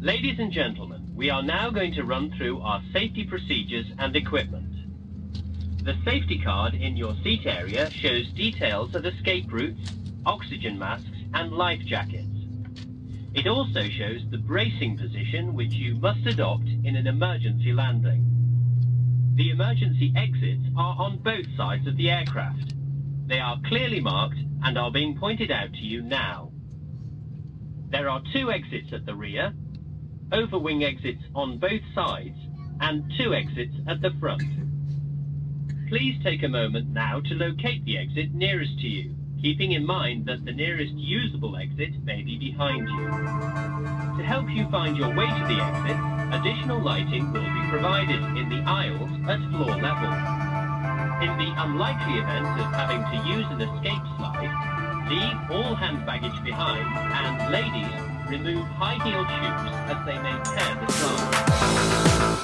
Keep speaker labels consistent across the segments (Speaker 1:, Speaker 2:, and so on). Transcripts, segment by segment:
Speaker 1: Ladies and gentlemen, we are now going to run through our safety procedures and equipment. The safety card in your seat area shows details of escape routes, oxygen masks, and life jackets. It also shows the bracing position which you must adopt in an emergency landing. The emergency exits are on both sides of the aircraft. They are clearly marked and are being pointed out to you now. There are two exits at the rear, overwing exits on both sides and two exits at the front. Please take a moment now to locate the exit nearest to you, keeping in mind that the nearest usable exit may be behind you. To help you find your way to the exit, additional lighting will be provided in the aisles at floor level. In the unlikely event of having to use an escape slide, leave all hand baggage behind and ladies, remove high-heeled shoes as they may tear the slide.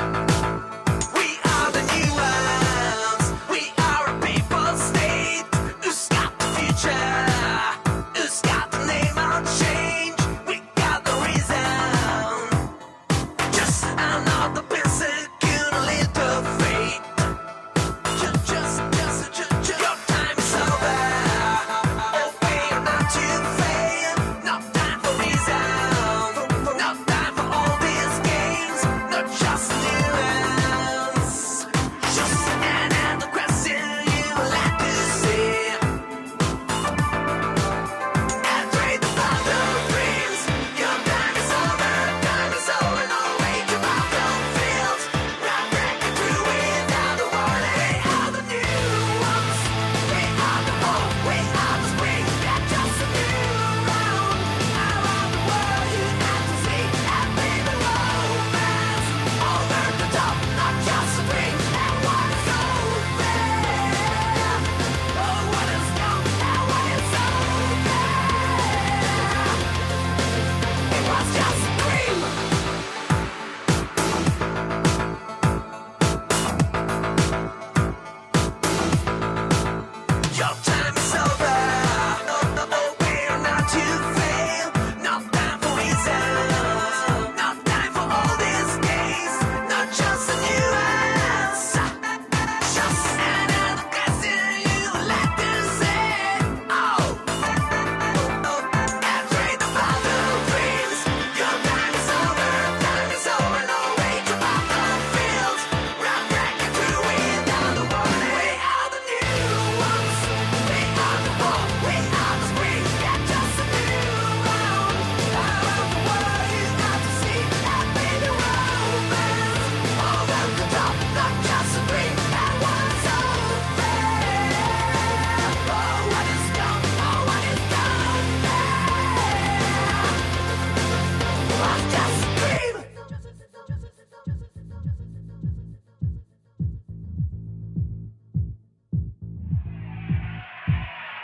Speaker 2: We are the new ones. We are a people state. Who's got the future? Who's got the name of change? We got the reason. Just another person can lead the fate. Just, just, just, just, your time is over. Obey or not to fail. No time for reason. No time for all these games. Not just news. Just another question you like to see. And trade the battle dreams. Your time is over. Time is over. No way to battlefields. Run back through without a warning. We are the new ones. We are the hope. We are the spring. That just a new round. Around the world you have to see. And be the romance. Over the top. Not just a dream. And what is over? Oh, what is gone? And what is over? It was just a dream. Your time is over. No, no, no, we're not to fail. No time for reasons. No time for all these games. Not just a new answer. Just another question you like to say. Oh. And trade the battle dreams. Your time is over. Time is over. No way to battlefields. Run back and through without a warning. We are the new ones. We are the hope. We are the spring. Yeah, just a new round. Around the world you have to see. And be the romance. Over the top, not just a dream. And what is over? Oh, what is gone? Oh, what is gone? It was just a dream.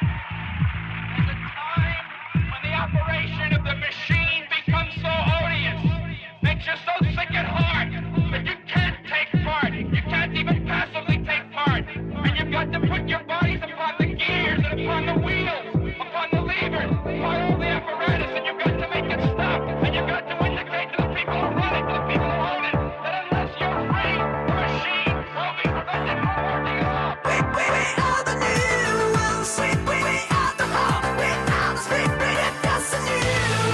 Speaker 3: is a time when the operation of the machine becomes so odious, makes you so sick at heart that you can't take part. You can't even passively take part. And you've got to put your bodies upon the gears and upon the wheels, upon the levers, upon all the apparatus, and you've got to make it stop. And you've got to indicate to the people who run it, to the people who own it, that unless you're free, the machine will be prevented from working at all.
Speaker 2: We, we, we are the new ones. We, we, we are the hope. We are the spirit. Bring us a new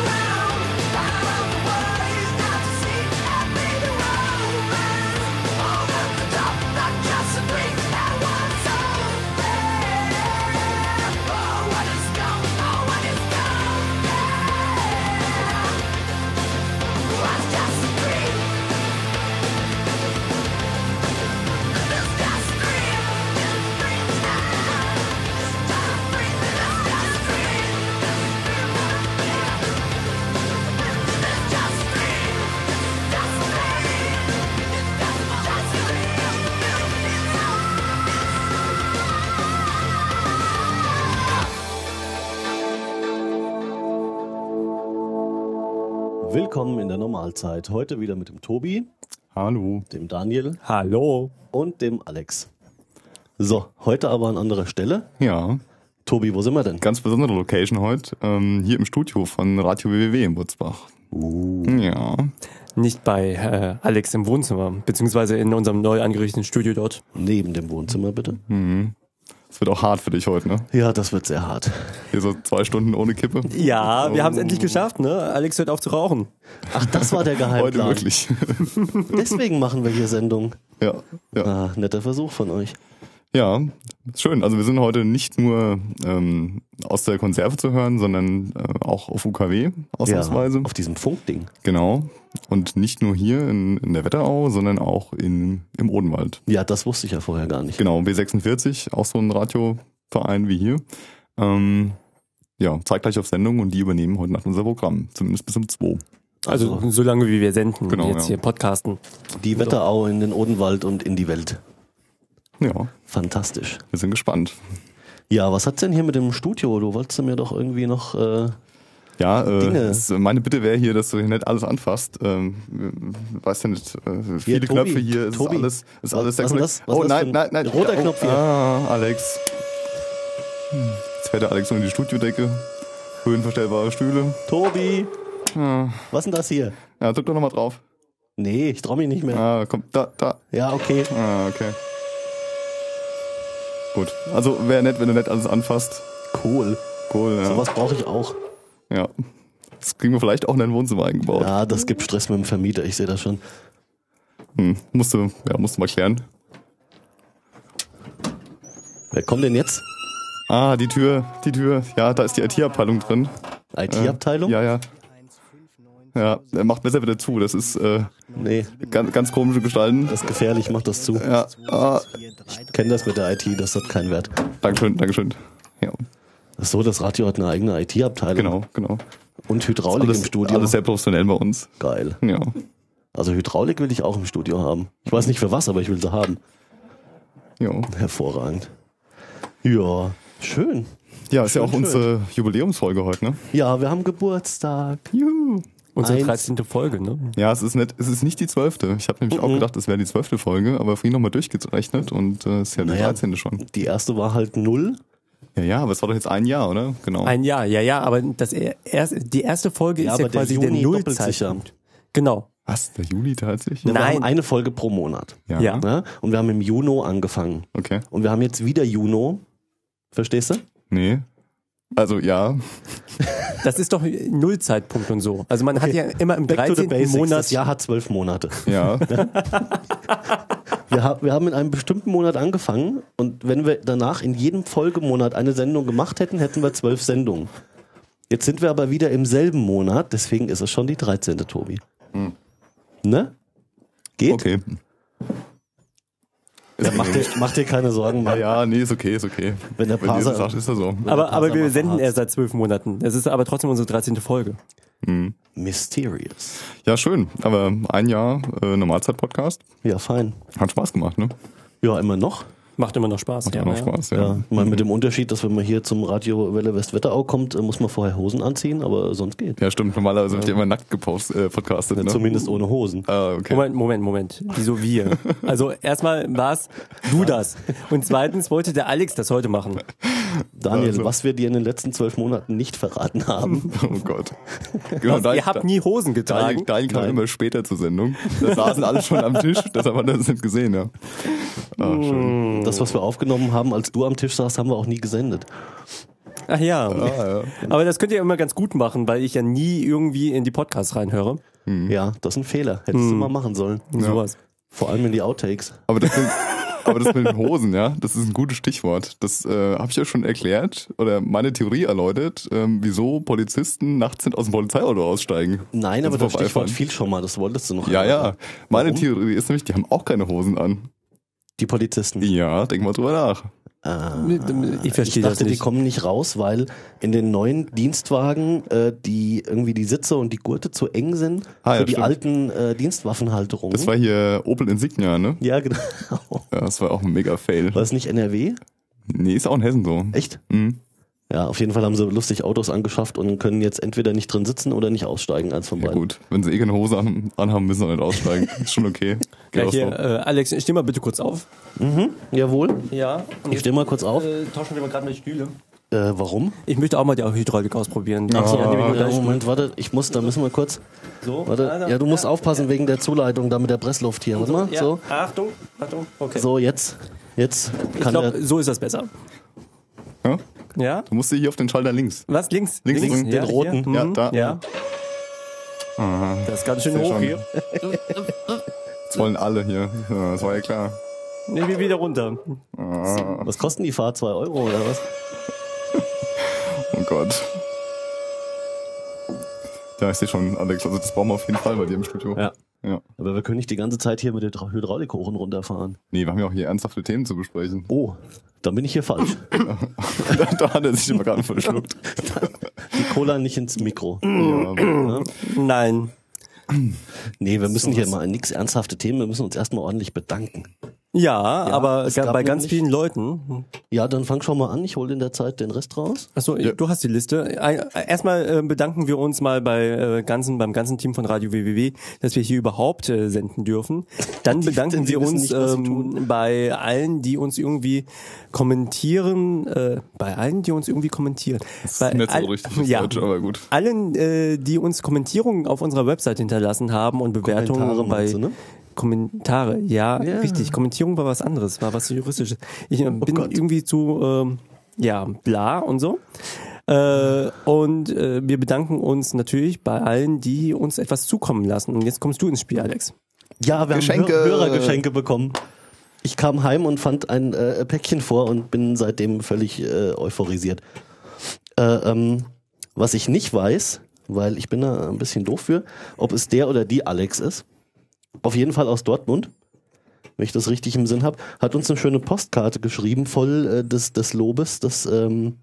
Speaker 2: world. Around the world you got to see and be the romance. Over the top, not just a dream. And what's over? Oh, what is gone? Oh, what is gone? Yeah. Was just a dream. It's just a dream. Just a dream. Just a dream. Just a dream. It's just a dream. Just a dream. Just a dream.
Speaker 4: Willkommen in der Normalzeit. Heute wieder mit dem Tobi,
Speaker 5: Hallo.
Speaker 4: dem Daniel
Speaker 6: Hallo.
Speaker 4: und dem Alex. So, heute aber an anderer Stelle.
Speaker 5: Ja.
Speaker 4: Tobi, wo sind wir denn?
Speaker 5: Ganz besondere Location heute. Ähm, hier im Studio von Radio WWW in Wurzbach. Ja.
Speaker 6: Nicht bei äh, Alex im Wohnzimmer, beziehungsweise in unserem neu angerichteten Studio dort.
Speaker 4: Neben dem Wohnzimmer, bitte.
Speaker 5: Es wird auch hart für dich heute, ne?
Speaker 4: Ja, das wird sehr hart.
Speaker 5: Hier so zwei Stunden ohne Kippe.
Speaker 6: Ja, wir haben es endlich geschafft, ne? Alex hört auf zu rauchen.
Speaker 4: Ach, das war der
Speaker 5: Heute
Speaker 4: Geheimplan.
Speaker 5: wirklich.
Speaker 4: Deswegen machen wir hier Sendung.
Speaker 5: ja. Ja.
Speaker 4: Ah, netter Versuch von euch.
Speaker 5: ja, schön. Also wir sind heute nicht nur ähm, aus der Konserve zu hören, sondern äh, auch auf UKW ausnahmsweise.
Speaker 4: auf diesem Funkding.
Speaker 5: Genau. Und nicht nur hier in, in der Wetterau, sondern auch in, im Odenwald.
Speaker 4: Ja, das wusste ich ja vorher gar nicht.
Speaker 5: Genau, B46, auch so ein Radioverein wie hier. Ähm, ja, zeigt gleich auf Sendung und die übernehmen heute Nacht unser Programm. Zumindest bis um 2.
Speaker 6: Also so lange wie wir senden,
Speaker 5: Genau,
Speaker 6: jetzt
Speaker 5: ja.
Speaker 6: hier podcasten.
Speaker 4: Die Wetterau in den Odenwald und in die Welt.
Speaker 5: Ja,
Speaker 4: Fantastisch.
Speaker 5: wir sind gespannt.
Speaker 4: Ja, was hat's denn hier mit dem Studio? Du wolltest mir doch irgendwie noch. Äh,
Speaker 5: Ja, äh,
Speaker 4: Dinge.
Speaker 5: das, meine Bitte wäre hier, dass du hier nicht alles anfasst. Ähm, äh, weiß ja nicht, äh, viele
Speaker 4: Tobi,
Speaker 5: Knöpfe hier, es ist
Speaker 4: Tobi.
Speaker 5: alles, es ist
Speaker 4: Was-
Speaker 5: alles
Speaker 4: was ist
Speaker 5: sexuell-
Speaker 4: das? Was ist
Speaker 5: oh
Speaker 4: das
Speaker 5: nein,
Speaker 4: für ein
Speaker 5: nein, nein.
Speaker 4: roter
Speaker 5: oh,
Speaker 4: Knopf hier?
Speaker 5: Ah, Alex. Jetzt fährt der Alex unter die Studiodecke. Höhenverstellbare Stühle.
Speaker 4: Tobi! Was denn das hier?
Speaker 5: Ja, drück doch nochmal drauf.
Speaker 4: Nee, ich trau mich nicht mehr.
Speaker 5: Ah, komm, da, da.
Speaker 4: Ja, okay.
Speaker 5: Ah, okay. Gut. Also wäre nett, wenn du nicht alles anfasst.
Speaker 4: Cool.
Speaker 5: Cool, ja.
Speaker 4: Sowas brauche ich auch.
Speaker 5: ja. Das kriegen wir vielleicht auch in dein Wohnzimmer eingebaut.
Speaker 4: Ja, das gibt Stress mit dem Vermieter, ich sehe das schon.
Speaker 5: Hm. Musst du, ja, musst du mal klären.
Speaker 4: Wer kommt denn jetzt?
Speaker 5: Ah, die Tür, die Tür. Ja, da ist die IT-Abteilung drin.
Speaker 4: IT-Abteilung?
Speaker 5: Ja, ja. Ja, äh, macht besser wieder zu. Das ist äh,
Speaker 4: Nee,
Speaker 5: ganz, ganz komische Gestalten.
Speaker 4: das ist gefährlich, mach das zu.
Speaker 5: Ja. Ah,
Speaker 4: Ich kenne das mit der IT, das hat keinen Wert.
Speaker 5: Dankeschön, Dankeschön. Ja,
Speaker 4: Ach so, das Radio hat eine eigene IT-Abteilung.
Speaker 5: genau, genau.
Speaker 4: Und Hydraulik
Speaker 5: Alles,
Speaker 4: im Studio.
Speaker 5: alles sehr professionell bei uns.
Speaker 4: Geil.
Speaker 5: Ja.
Speaker 4: Also Hydraulik will ich auch im Studio haben. Ich weiß nicht für was, aber ich will sie haben.
Speaker 5: Ja.
Speaker 4: Hervorragend. Ja, schön.
Speaker 5: ja, ist ja auch
Speaker 4: Schön,
Speaker 5: unsere Jubiläumsfolge heute, ne?
Speaker 4: Ja, wir haben Geburtstag.
Speaker 5: Juhu.
Speaker 6: Unsere
Speaker 4: Eins.
Speaker 6: 13. Folge, ne?
Speaker 5: Ja, es ist nicht, es ist nicht die zwölfte. Ich habe nämlich auch gedacht, es wäre die zwölfte Folge, aber vorhin nochmal durchgerechnet und äh, es ist ja die
Speaker 4: Naja.
Speaker 5: 13. schon.
Speaker 4: Die erste war halt null.
Speaker 5: Ja, ja, aber es war doch jetzt ein Jahr, oder? Genau.
Speaker 6: Ein Jahr, ja, ja, aber das er, erst, die erste Folge
Speaker 4: Ja,
Speaker 6: ist ja
Speaker 4: aber der
Speaker 6: quasi der,
Speaker 4: Juni doppelt
Speaker 6: Nullzeitpunkt.
Speaker 4: sich
Speaker 6: Genau.
Speaker 5: Was? Der Juli tatsächlich?
Speaker 4: Wir
Speaker 6: Nein.
Speaker 4: haben eine Folge pro Monat.
Speaker 6: Ja.
Speaker 4: Ne? Und wir haben im Juno angefangen.
Speaker 5: Okay.
Speaker 4: Und wir haben jetzt wieder Juno. Verstehst du?
Speaker 5: Nee. Also ja,
Speaker 6: Das ist doch Nullzeitpunkt und so. Also man hat ja immer im 13. Monat
Speaker 4: Das Jahr hat zwölf Monate.
Speaker 5: ja.
Speaker 4: Wir, ha wir haben in einem bestimmten Monat angefangen und wenn wir danach in jedem Folgemonat eine Sendung gemacht hätten, hätten wir zwölf Sendungen. Jetzt sind wir aber wieder im selben Monat, deswegen ist es schon die 13. Tobi. Ne? Geht?
Speaker 5: Okay.
Speaker 4: Dann mach, dir, mach dir keine Sorgen,
Speaker 5: Ja,
Speaker 4: Mann.
Speaker 5: ja, nee, ist okay, ist okay.
Speaker 4: Wenn der
Speaker 5: Wenn Jesus
Speaker 4: Parser-
Speaker 5: sagt, ist er so.
Speaker 6: Aber, aber
Speaker 4: Taser mal
Speaker 6: wir senden
Speaker 4: verharzt.
Speaker 6: erst seit zwölf Monaten. Das ist aber trotzdem unsere 13. Folge.
Speaker 4: Mysterious.
Speaker 5: Ja, schön. Aber ein Jahr äh, Normalzeit-Podcast.
Speaker 4: Ja, fein.
Speaker 5: Hat Spaß gemacht, ne?
Speaker 4: Ja, immer noch.
Speaker 6: Macht immer noch Spaß.
Speaker 5: Hat
Speaker 6: ja,
Speaker 5: auch noch
Speaker 6: ja.
Speaker 5: Spaß,
Speaker 4: Ja,
Speaker 5: ja.
Speaker 4: ich meine, mit dem Unterschied, dass wenn man hier zum Radio Welle Westwetterau kommt, äh, muss man vorher Hosen anziehen, aber sonst geht.
Speaker 5: Ja, stimmt. Normalerweise wird ja immer nackt gepostet, äh, podcastet, ne?
Speaker 4: Zumindest ohne Hosen.
Speaker 5: Ah, okay.
Speaker 6: Moment, Moment, Moment. Wieso wir? Also erstmal war's du das. Und zweitens wollte der Alex das heute machen.
Speaker 4: Daniel,
Speaker 5: also-
Speaker 4: was wir dir in den letzten zwölf Monaten nicht verraten haben.
Speaker 5: Oh Gott. Genau, da-
Speaker 6: Also, Ihr
Speaker 5: da-
Speaker 6: habt nie Hosen
Speaker 5: Daniel,
Speaker 6: getragen.
Speaker 5: Daniel kam immer später zur Sendung. Da saßen alle schon am Tisch, das haben wir das nicht gesehen, ja. Ah, schön.
Speaker 4: Das, was wir aufgenommen haben, als du am Tisch saßt, haben wir auch nie gesendet.
Speaker 6: Ach ja.
Speaker 5: Ah, ja.
Speaker 6: Aber das könnt ihr immer ganz gut machen, weil ich ja nie irgendwie in die Podcasts reinhöre.
Speaker 5: Mhm.
Speaker 4: Ja, das ist ein Fehler. Hättest du mal machen sollen.
Speaker 6: Und sowas.
Speaker 4: Vor allem in die Outtakes.
Speaker 5: Aber das, sind, aber das mit den Hosen, ja, das ist ein gutes Stichwort. Das äh, habe ich ja schon erklärt oder meine Theorie erläutert, ähm, wieso Polizisten nachts nicht aus dem Polizeiauto aussteigen.
Speaker 4: Nein,
Speaker 5: Also
Speaker 4: aber das Stichwort
Speaker 5: vorbeifahren.
Speaker 4: fiel schon mal. Das wolltest du noch.
Speaker 5: Ja, ja.
Speaker 4: einmal.
Speaker 5: Meine
Speaker 4: Warum?
Speaker 5: Theorie ist nämlich, die haben auch keine Hosen an.
Speaker 4: Die Polizisten.
Speaker 5: Ja, denk mal drüber nach.
Speaker 6: Ich
Speaker 4: Ich
Speaker 6: verstehe das
Speaker 4: dachte, die
Speaker 6: nicht.
Speaker 4: kommen nicht raus, weil in den neuen Dienstwagen äh, die irgendwie die Sitze und die Gurte zu eng sind
Speaker 5: Ah, ja,
Speaker 4: für die
Speaker 5: stimmt.
Speaker 4: alten äh, Dienstwaffenhalterungen.
Speaker 5: Das war hier Opel Insignia, ne?
Speaker 4: ja, genau.
Speaker 5: Ja, das war auch ein mega Fail.
Speaker 4: War es nicht NRW?
Speaker 5: Nee, ist auch in Hessen so.
Speaker 4: Echt?
Speaker 5: Mhm.
Speaker 4: Ja, auf jeden Fall haben sie lustig Autos angeschafft und können jetzt entweder nicht drin sitzen oder nicht aussteigen, eins von
Speaker 5: Ja
Speaker 4: beiden.
Speaker 5: gut, wenn sie eh keine Hose an, anhaben, müssen sie nicht aussteigen. Ist schon okay. Geht
Speaker 6: Ja,
Speaker 5: auch
Speaker 6: hier,
Speaker 5: so.
Speaker 6: äh, Alex, steh mal bitte kurz auf.
Speaker 4: Jawohl.
Speaker 6: Ja.
Speaker 4: Ich stehe mal kurz auf.
Speaker 6: tauschen wir mal gerade mit Stühle.
Speaker 4: Äh, warum?
Speaker 6: Äh, Ich möchte auch mal die Hydraulik ausprobieren. Die
Speaker 4: Achso,
Speaker 6: die nehme ich mir
Speaker 4: ah, ja,
Speaker 6: gleich.
Speaker 4: Moment, warte, ich muss, da müssen wir kurz.
Speaker 6: So,
Speaker 4: Warte,
Speaker 6: also,
Speaker 4: ja, du musst aufpassen wegen der Zuleitung da mit der Pressluft hier, warte mal.
Speaker 6: Ja,
Speaker 4: So,
Speaker 6: Achtung, Achtung. Okay.
Speaker 4: so jetzt, jetzt
Speaker 6: ich äh,
Speaker 4: kann
Speaker 6: glaube,
Speaker 4: er
Speaker 6: so ist das besser.
Speaker 5: Ja?
Speaker 6: Ja?
Speaker 5: Du musst hier auf den Schalter links.
Speaker 6: Was? Links?
Speaker 5: Links, links,
Speaker 6: ja,
Speaker 5: den
Speaker 6: hier.
Speaker 4: roten.
Speaker 5: Ja,
Speaker 6: Mhm.
Speaker 5: da.
Speaker 6: Ja. Das ist ganz schön
Speaker 5: Sehr
Speaker 6: hoch
Speaker 5: schon.
Speaker 6: hier.
Speaker 5: Das wollen alle hier. Ja, das war ja klar.
Speaker 6: Nehmen wir wieder runter.
Speaker 4: Was kosten die Fahrt? 2 Euro oder was?
Speaker 5: Oh Gott. Ja, ich sehe schon, Alex. Also das brauchen wir auf jeden Fall bei dir im Studio.
Speaker 4: Ja.
Speaker 5: ja.
Speaker 4: Aber wir können nicht die ganze Zeit hier mit der Dra- Hydraulik hoch und runter fahren.
Speaker 5: Nee, wir haben ja auch hier ernsthafte Themen zu besprechen.
Speaker 4: Oh, dann bin ich hier falsch.
Speaker 5: da, da hat er sich immer gerade verschluckt.
Speaker 4: Die Cola nicht ins Mikro.
Speaker 5: ja.
Speaker 6: Nein.
Speaker 4: Nee, wir müssen hier mal nix ernsthafte Themen, wir müssen uns erstmal ordentlich bedanken.
Speaker 6: Ja, aber
Speaker 4: es
Speaker 6: ga-
Speaker 4: gab
Speaker 6: bei ganz
Speaker 4: nämlich-
Speaker 6: vielen Leuten.
Speaker 4: Ja, dann fang schon mal an, ich hole in der Zeit den Rest raus.
Speaker 6: Achso, du hast die Liste. Ein- Erstmal äh, bedanken wir uns mal bei äh, ganzen, beim ganzen Team von Radio WWW, dass wir hier überhaupt äh, senden dürfen. Dann bedanken
Speaker 4: denn sie
Speaker 6: wir
Speaker 4: wissen
Speaker 6: uns
Speaker 4: nicht, was sie
Speaker 6: ähm,
Speaker 4: tun.
Speaker 6: bei allen, die uns irgendwie kommentieren, äh, bei allen, die uns irgendwie kommentieren. Das bei
Speaker 5: ist nicht so
Speaker 6: all-
Speaker 5: richtig das
Speaker 6: ja.
Speaker 5: Deutsche, aber gut.
Speaker 6: Allen, äh, die uns Kommentierungen auf unserer Website hinterlassen haben und Bewertungen
Speaker 4: Kommentare
Speaker 6: bei
Speaker 4: meinst du, ne?
Speaker 6: Kommentare, ja,
Speaker 4: Ja. Oh
Speaker 6: richtig. Kommentierung war was anderes, war was Juristisches. Ich äh, bin
Speaker 4: Gott.
Speaker 6: irgendwie zu, ähm, ja, bla und so. Äh, und äh, wir bedanken uns natürlich bei allen, die uns etwas zukommen lassen. Und jetzt kommst du ins Spiel, Alex.
Speaker 4: Ja, wir
Speaker 5: Geschenke.
Speaker 4: haben Hör äh, Hörergeschenke bekommen. Ich kam heim und fand ein äh, Päckchen vor und bin seitdem völlig äh, euphorisiert. Äh, ähm, was ich nicht weiß, weil ich bin da ein bisschen doof für, ob es der oder die Alex ist. Auf jeden Fall aus Dortmund, wenn ich das richtig im Sinn habe, hat uns eine schöne Postkarte geschrieben, voll äh, des, des Lobes, das ähm,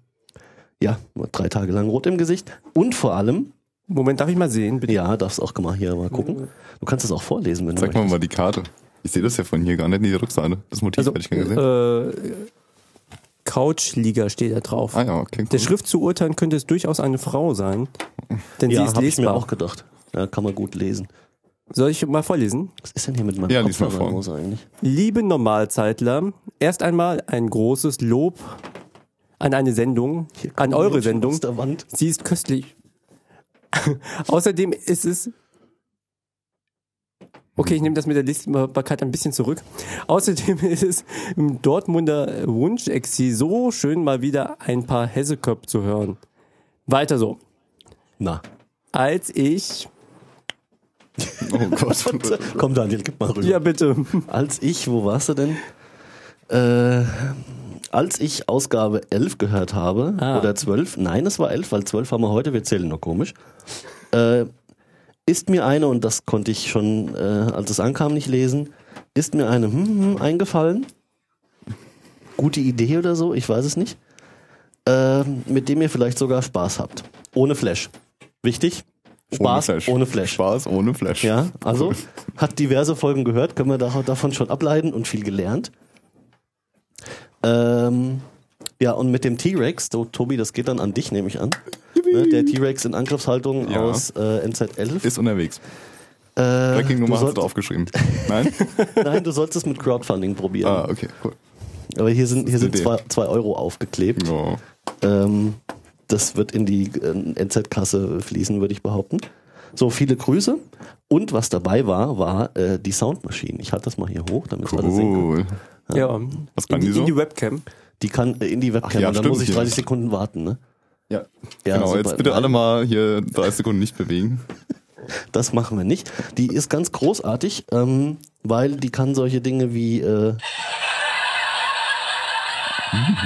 Speaker 4: ja, drei Tage lang rot im Gesicht. Und vor allem,
Speaker 6: Moment, darf ich mal sehen, bitte?
Speaker 4: ja, darfst auch mal hier mal gucken. Du kannst das auch vorlesen, wenn
Speaker 5: Zeig
Speaker 4: du
Speaker 5: mal
Speaker 4: möchtest.
Speaker 5: mal die Karte. Ich sehe das ja von hier gar nicht, die Rückseite. Das Motiv hätte ich gar gesehen.
Speaker 6: äh, Couchliga steht da drauf.
Speaker 5: ah ja, okay.
Speaker 6: Der
Speaker 5: cool.
Speaker 6: Schrift zu urteilen könnte es durchaus eine Frau sein, denn sie
Speaker 4: Ja,
Speaker 6: ist
Speaker 4: habe ich mir
Speaker 6: lesbar.
Speaker 4: auch gedacht. Ja, kann man gut lesen.
Speaker 6: Soll ich mal vorlesen?
Speaker 4: Was ist denn hier mit meinem
Speaker 5: Ja, lies mal
Speaker 4: Kopfhörer
Speaker 5: vor.
Speaker 4: los eigentlich?
Speaker 6: Liebe Normalzeitler, erst einmal ein großes Lob an eine Sendung,
Speaker 4: Hier
Speaker 6: an
Speaker 4: kommt
Speaker 6: eure
Speaker 4: Menschen
Speaker 6: Sendung.
Speaker 4: Aus der Wand.
Speaker 6: Sie ist köstlich. Außerdem ist es. Okay, ich nehme das mit der Lesbarkeit ein bisschen zurück. Außerdem ist es im Dortmunder Wunschexil so schön, mal wieder ein paar Hesseköp zu hören. Weiter so.
Speaker 4: Na,
Speaker 6: Als ich.
Speaker 5: Oh Gott.
Speaker 4: komm Daniel, gib mal rüber.
Speaker 6: Ja, bitte.
Speaker 4: Als ich, wo warst du denn? Äh, als ich Ausgabe 11 gehört habe,
Speaker 6: Ah.
Speaker 4: oder 12, nein, es war 11, weil 12 haben wir heute, wir zählen nur komisch, äh, ist mir eine, und das konnte ich schon, äh, als es ankam, nicht lesen, ist mir eine hm, hm, eingefallen, gute Idee oder so, ich weiß es nicht, äh, mit dem ihr vielleicht sogar Spaß habt. Ohne Flash. Wichtig? Spaß ohne Flash.
Speaker 5: Spaß ohne Flash.
Speaker 4: Ja, also hat diverse Folgen gehört, können wir da- davon schon ableiten und viel gelernt. Ähm, ja, und mit dem T-Rex, so, Tobi, das geht dann an dich, nehme ich an. Ne, der T-Rex in Angriffshaltung
Speaker 5: Ja.
Speaker 4: aus äh, NZ11.
Speaker 5: Ist unterwegs.
Speaker 4: äh,
Speaker 5: Tracking-Nummer
Speaker 4: du
Speaker 5: hast du aufgeschrieben. Nein?
Speaker 4: Nein, du sollst es mit Crowdfunding probieren.
Speaker 5: ah, okay, cool.
Speaker 4: Aber hier sind, hier
Speaker 5: ist eine
Speaker 4: sind zwei,
Speaker 5: Idee.
Speaker 4: zwei Euro aufgeklebt.
Speaker 5: Ja.
Speaker 4: Ähm, das wird in die äh, NZ-Kasse fließen, würde ich behaupten. So, viele Grüße. Und was dabei war, war äh, die Soundmaschine. Ich halte das mal hier hoch, damit alle sehen können.
Speaker 5: Cool.
Speaker 6: Ja.
Speaker 5: Was kann
Speaker 6: in,
Speaker 5: die so?
Speaker 6: In die Webcam.
Speaker 4: Die kann äh, in die Webcam,
Speaker 5: ja,
Speaker 4: und dann
Speaker 5: stimmt,
Speaker 4: muss ich
Speaker 5: ja.
Speaker 4: 30 Sekunden warten. Ne?
Speaker 5: Ja.
Speaker 4: Ja,
Speaker 5: genau,
Speaker 4: super.
Speaker 5: jetzt bitte alle mal hier 30 Sekunden nicht bewegen.
Speaker 4: Das machen wir nicht. Die ist ganz großartig, ähm, weil die kann solche Dinge wie äh,
Speaker 5: Mhm.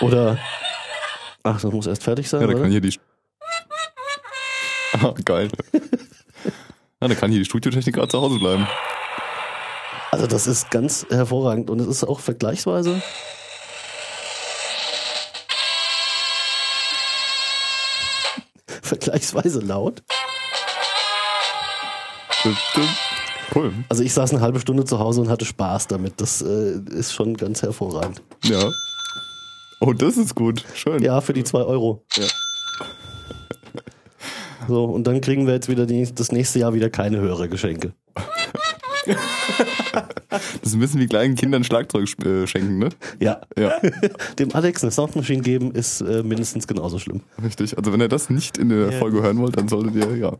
Speaker 4: oder ach, das muss erst fertig sein.
Speaker 5: Ja, da
Speaker 4: oder?
Speaker 5: kann hier die. Ah, geil. Ja, da kann hier die Studiotechnik gerade zu Hause bleiben.
Speaker 4: Also das ist ganz hervorragend und es ist auch vergleichsweise. Vergleichsweise laut.
Speaker 5: Cool.
Speaker 4: Also ich saß eine halbe Stunde zu Hause und hatte Spaß damit. Das äh, ist schon ganz hervorragend.
Speaker 5: Ja. Oh, das ist gut. Schön.
Speaker 4: Ja, für die zwei Euro.
Speaker 5: Ja.
Speaker 4: So, und dann kriegen wir jetzt wieder die, das nächste Jahr wieder keine Hörergeschenke.
Speaker 5: Das ist ein bisschen wie kleinen Kindern Schlagzeug äh, schenken, ne?
Speaker 4: Ja.
Speaker 5: Ja,
Speaker 4: Dem Alex eine Soundmaschine geben ist äh, mindestens genauso schlimm.
Speaker 5: richtig. Also wenn ihr das nicht in der Folge hören wollt, dann solltet ihr ja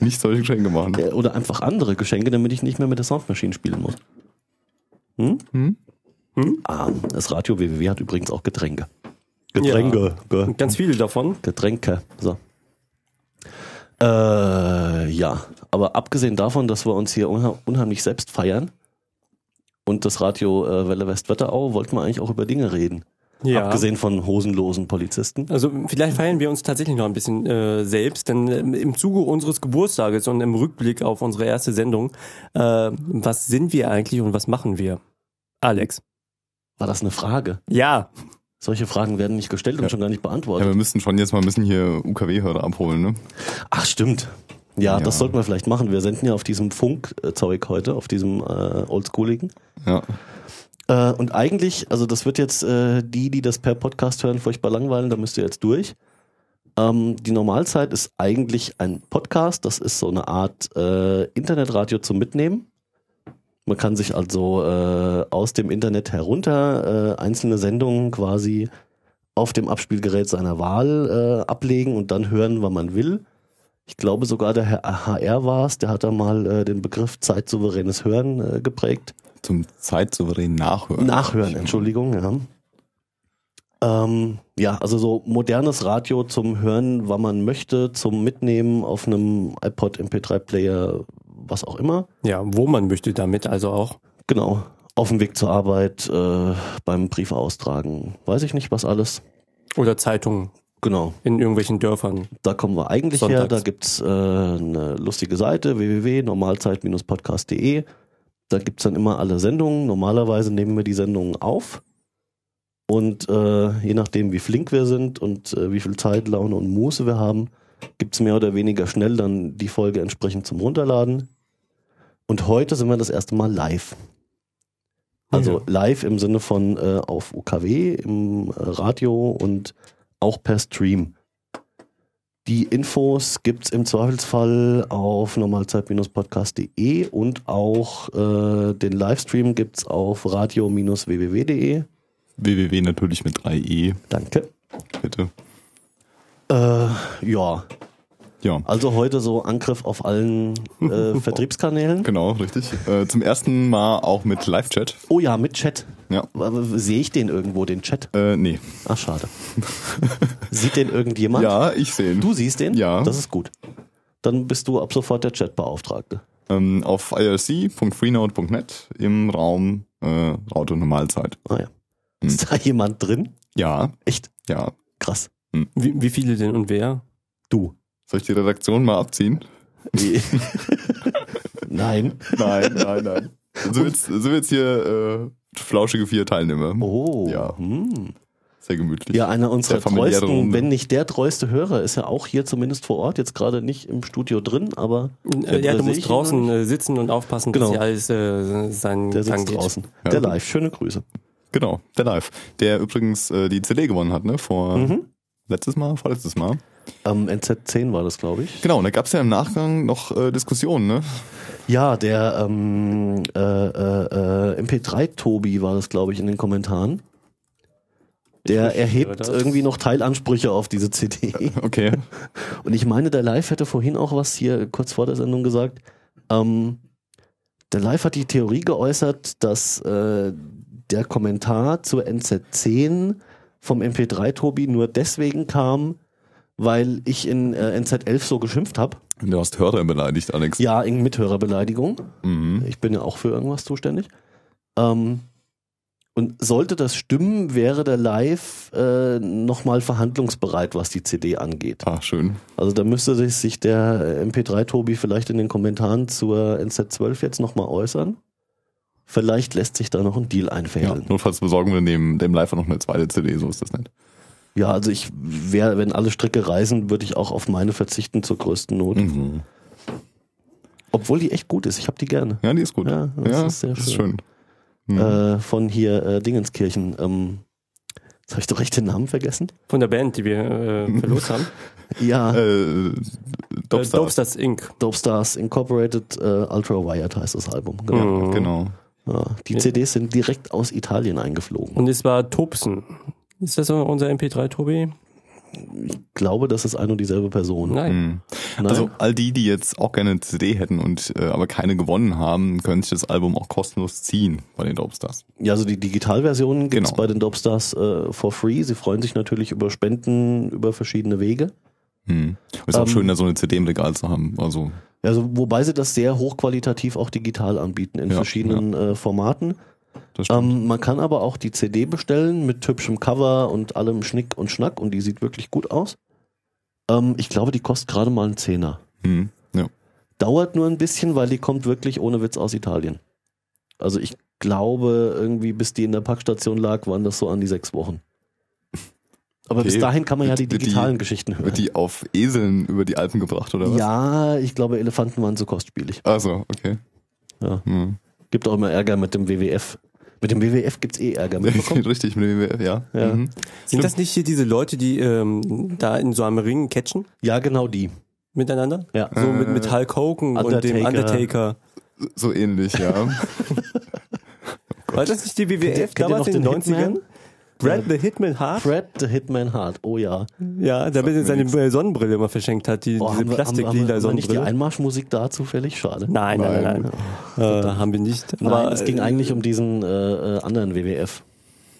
Speaker 5: nicht solche Geschenke machen.
Speaker 4: Äh, Oder einfach andere Geschenke, damit ich nicht mehr mit der Soundmaschine spielen muss. Hm?
Speaker 5: Hm?
Speaker 4: Ah, das Radio WWW hat übrigens auch Getränke. Getränke. Ge
Speaker 6: Ganz viele davon.
Speaker 4: Getränke. So. Äh, ja, aber abgesehen davon, dass wir uns hier unha unheimlich selbst feiern und das Radio äh, Welle West Wetterau, wollten wir eigentlich auch über Dinge reden.
Speaker 6: Ja.
Speaker 4: Abgesehen von hosenlosen Polizisten.
Speaker 6: Also vielleicht feiern wir uns tatsächlich noch ein bisschen äh, selbst, denn ähm, im Zuge unseres Geburtstages und im Rückblick auf unsere erste Sendung, äh, was sind wir eigentlich und was machen wir? Alex.
Speaker 4: War das eine Frage?
Speaker 6: Ja,
Speaker 4: Solche Fragen werden nicht gestellt und schon gar nicht
Speaker 5: Ja,
Speaker 4: beantwortet.
Speaker 5: wir müssten schon jetzt mal ein bisschen hier UKW-Hörer abholen, ne?
Speaker 4: Ach, stimmt. Ja,
Speaker 5: Ja.
Speaker 4: das sollten wir vielleicht machen. Wir senden ja auf diesem Funkzeug heute, auf diesem äh, oldschooligen.
Speaker 5: Ja.
Speaker 4: Äh, und eigentlich, also das wird jetzt äh, die, die das per Podcast hören, furchtbar langweilen, da müsst ihr jetzt durch. Ähm, die Normalzeit ist eigentlich ein Podcast, das ist so eine Art äh, Internetradio zum Mitnehmen. Man kann sich also äh, aus dem Internet herunter äh, einzelne Sendungen quasi auf dem Abspielgerät seiner Wahl äh, ablegen und dann hören, wann man will. Ich glaube sogar der Herr HR war es, der hat da mal äh, den Begriff zeitsouveränes Hören äh, geprägt.
Speaker 5: Zum zeitsouveränen Nachhören.
Speaker 4: Nachhören, Entschuldigung, ja. Ähm, ja, also so modernes Radio zum Hören, wann man möchte, zum Mitnehmen auf einem iPod, MP3-Player, was auch immer.
Speaker 6: ja, wo man möchte damit also auch.
Speaker 4: Genau. Auf dem Weg zur Arbeit, äh, beim Briefe austragen, weiß ich nicht, was alles.
Speaker 6: Oder Zeitungen
Speaker 4: Genau.
Speaker 6: in irgendwelchen Dörfern.
Speaker 4: Da kommen wir eigentlich her.
Speaker 6: Sonntags.
Speaker 4: Da gibt's äh, eine lustige Seite www.normalzeit-podcast.de. Da gibt's dann immer alle Sendungen. Normalerweise nehmen wir die Sendungen auf. Und äh, je nachdem, wie flink wir sind und äh, wie viel Zeit, Laune und Muße wir haben, gibt's mehr oder weniger schnell dann die Folge entsprechend zum Runterladen. Und heute sind wir das erste Mal live. Also live im Sinne von äh, auf UKW, im äh, Radio und auch per Stream. Die Infos gibt's im Zweifelsfall auf normalzeit-podcast.de und auch äh, den Livestream gibt's auf radio-www.de.
Speaker 5: www natürlich mit 3e,
Speaker 4: Danke.
Speaker 5: bitte.
Speaker 4: Äh, ja,
Speaker 5: Ja.
Speaker 4: also heute so Angriff auf allen äh, Vertriebskanälen.
Speaker 5: Genau, richtig. Äh, zum ersten Mal auch mit Live-Chat.
Speaker 4: Oh ja, mit Chat.
Speaker 5: Ja.
Speaker 4: Sehe ich den irgendwo, den Chat?
Speaker 5: Äh, nee.
Speaker 4: Ach, schade. Sieht den irgendjemand?
Speaker 5: Ja, ich sehe ihn.
Speaker 4: Du siehst den?
Speaker 5: Ja.
Speaker 4: Das ist gut. Dann bist du ab sofort der Chatbeauftragte.
Speaker 5: ähm, auf irc.freenode.net im Raum äh, Raute Normalzeit.
Speaker 4: Ah ja.
Speaker 5: Hm.
Speaker 4: Ist da jemand drin?
Speaker 5: Ja,
Speaker 4: Echt?
Speaker 5: ja.
Speaker 4: Krass.
Speaker 6: Wie, wie viele denn und wer?
Speaker 4: Du.
Speaker 5: Soll ich die Redaktion mal abziehen?
Speaker 4: Wie- Nein.
Speaker 5: Nein, nein, nein. Sind wir jetzt, sind wir jetzt hier äh, flauschige vier Teilnehmer.
Speaker 4: Oh.
Speaker 5: Ja.
Speaker 4: Hm.
Speaker 5: Sehr gemütlich.
Speaker 4: Ja, einer unserer
Speaker 5: Sehr familiäre
Speaker 4: treuesten,
Speaker 5: Runde.
Speaker 4: wenn nicht der treueste Hörer, ist ja auch hier zumindest vor Ort, jetzt gerade nicht im Studio drin, aber
Speaker 6: Äh,
Speaker 4: sehe
Speaker 6: ja, du
Speaker 4: ich ihn
Speaker 6: musst
Speaker 4: noch
Speaker 6: draußen
Speaker 4: nicht.
Speaker 6: äh, sitzen und aufpassen,
Speaker 4: Genau.
Speaker 6: dass hier alles äh, seinen
Speaker 4: der
Speaker 6: Gang
Speaker 4: sitzt
Speaker 6: geht.
Speaker 4: draußen.
Speaker 5: Ja.
Speaker 4: Der live, schöne Grüße.
Speaker 5: Genau, der Live. Der übrigens äh, die CD gewonnen hat, ne? Vor letztes Mal, vorletztes Mal.
Speaker 4: Am NZ10 war das, glaube ich.
Speaker 5: Genau, und da gab es ja im Nachgang noch äh, Diskussionen, ne?
Speaker 4: Ja, der ähm, äh, äh, äh, MP3-Tobi war das, glaube ich, in den Kommentaren. Der erhebt
Speaker 6: das.
Speaker 4: irgendwie noch Teilansprüche auf diese CD.
Speaker 5: Okay.
Speaker 4: Und ich meine, der Live hätte vorhin auch was hier kurz vor der Sendung gesagt. Ähm, der Live hat die Theorie geäußert, dass äh, der Kommentar zur NZ10 vom MP3-Tobi nur deswegen kam, weil ich in äh, NZ11 so geschimpft habe.
Speaker 5: Du hast Hörer beleidigt, Alex.
Speaker 4: Ja, in Mithörerbeleidigung.
Speaker 5: Mhm.
Speaker 4: Ich bin ja auch für irgendwas zuständig. Ähm, und sollte das stimmen, wäre der Live äh, nochmal verhandlungsbereit, was die CD angeht.
Speaker 5: Ah, schön.
Speaker 4: Also da müsste sich, sich der äh, MP3-Tobi vielleicht in den Kommentaren zur NZ12 jetzt nochmal äußern. Vielleicht lässt sich da noch ein Deal
Speaker 5: Ja.
Speaker 4: einfädeln. Ja,
Speaker 5: Notfalls besorgen wir dem, dem Live auch noch eine zweite CD, so ist das nicht.
Speaker 4: also ich wäre, wenn alle Stricke reißen, würde ich auch auf meine verzichten zur größten Not.
Speaker 5: Mhm.
Speaker 4: Obwohl die echt gut ist, ich habe die gerne.
Speaker 5: Ja, die ist gut.
Speaker 4: Ja, das ist sehr schön.
Speaker 5: Mhm.
Speaker 4: Äh, von hier äh, Dingenskirchen. Ähm, jetzt habe ich doch recht den Namen vergessen.
Speaker 6: Von der Band, die wir äh, verlost haben.
Speaker 4: Ja,
Speaker 5: Äh,
Speaker 6: Äh,
Speaker 5: Dopstars.
Speaker 6: Dopestars Inc.
Speaker 4: Dope Stars Incorporated äh, Ultra Wired heißt das Album. Genau.
Speaker 6: Mhm.
Speaker 5: Genau.
Speaker 4: Ja, die CDs sind direkt aus Italien eingeflogen.
Speaker 5: Mhm.
Speaker 6: Und es war Tobsen. Ist das unser MP3, Tobi?
Speaker 4: Ich glaube, das ist ein und dieselbe Person.
Speaker 6: Nein.
Speaker 4: Nein?
Speaker 5: Also all die, die jetzt auch gerne eine CD hätten und äh, aber keine gewonnen haben, können sich das Album auch kostenlos ziehen bei den Dopestars.
Speaker 4: ja, also die Digitalversion gibt es
Speaker 5: Genau.
Speaker 4: bei den Dobstars äh, for free. Sie freuen sich natürlich über Spenden über verschiedene Wege.
Speaker 5: Hm. Und ist auch
Speaker 4: Ähm.
Speaker 5: schön, da so eine CD im Regal zu haben. Also
Speaker 4: Also, wobei sie das sehr hochqualitativ auch digital anbieten in
Speaker 5: Ja,
Speaker 4: verschiedenen Äh, Formaten.
Speaker 5: das stimmt.
Speaker 4: Ähm, man kann aber auch die CD bestellen mit hübschem Cover und allem Schnick und Schnack und die sieht wirklich gut aus. Ähm, ich glaube, die kostet gerade mal einen Zehner.
Speaker 5: Hm. Ja.
Speaker 4: Dauert nur ein bisschen, weil die kommt wirklich ohne Witz aus Italien. Also ich glaube, irgendwie bis die in der Packstation lag, waren das so an die sechs Wochen. Aber
Speaker 5: Okay.
Speaker 4: bis dahin kann man ja
Speaker 5: Wird-
Speaker 4: die
Speaker 5: wird die-
Speaker 4: digitalen Geschichten hören.
Speaker 5: Hm. Wird die auf Eseln über die Alpen gebracht oder was?
Speaker 4: ja, ich glaube, Elefanten waren zu kostspielig.
Speaker 5: Also, okay.
Speaker 4: Ja.
Speaker 5: Hm.
Speaker 4: Gibt auch immer Ärger mit dem WWF. Mit dem WWF gibt's eh Ärger. Mitbekommen?
Speaker 5: Richtig, mit dem WWF, ja.
Speaker 4: Ja.
Speaker 5: Mhm.
Speaker 6: Sind das nicht hier diese Leute, die ähm, da in so einem Ring catchen
Speaker 4: ja, genau die.
Speaker 6: miteinander?
Speaker 4: Ja.
Speaker 6: So mit, mit Hulk Hogan und dem
Speaker 4: Äh, Undertaker.
Speaker 6: Undertaker.
Speaker 5: So ähnlich, ja.
Speaker 6: War das nicht die WWF
Speaker 4: Kennt ihr noch
Speaker 6: damals in den
Speaker 4: den
Speaker 6: 90ern?
Speaker 4: Hitman?
Speaker 6: Brad the Hitman Hart?
Speaker 4: Fred the Hitman Hart. Oh ja.
Speaker 6: Ja, damit er
Speaker 5: mir
Speaker 6: seine
Speaker 5: nichts.
Speaker 6: äh, Sonnenbrille immer verschenkt hat, die,
Speaker 4: Oh,
Speaker 6: diese
Speaker 4: haben wir- haben wir- haben wir-
Speaker 6: plastiklila
Speaker 4: haben wir nicht die
Speaker 6: Sonnenbrille.
Speaker 4: Einmarschmusik da zufällig? Schade.
Speaker 6: Nein, nein, nein,
Speaker 5: Nein.
Speaker 6: nein. Äh, haben wir nicht.
Speaker 4: Aber
Speaker 6: Aber
Speaker 4: nein, es ging
Speaker 6: äh,
Speaker 4: eigentlich um diesen äh, äh, anderen WWF,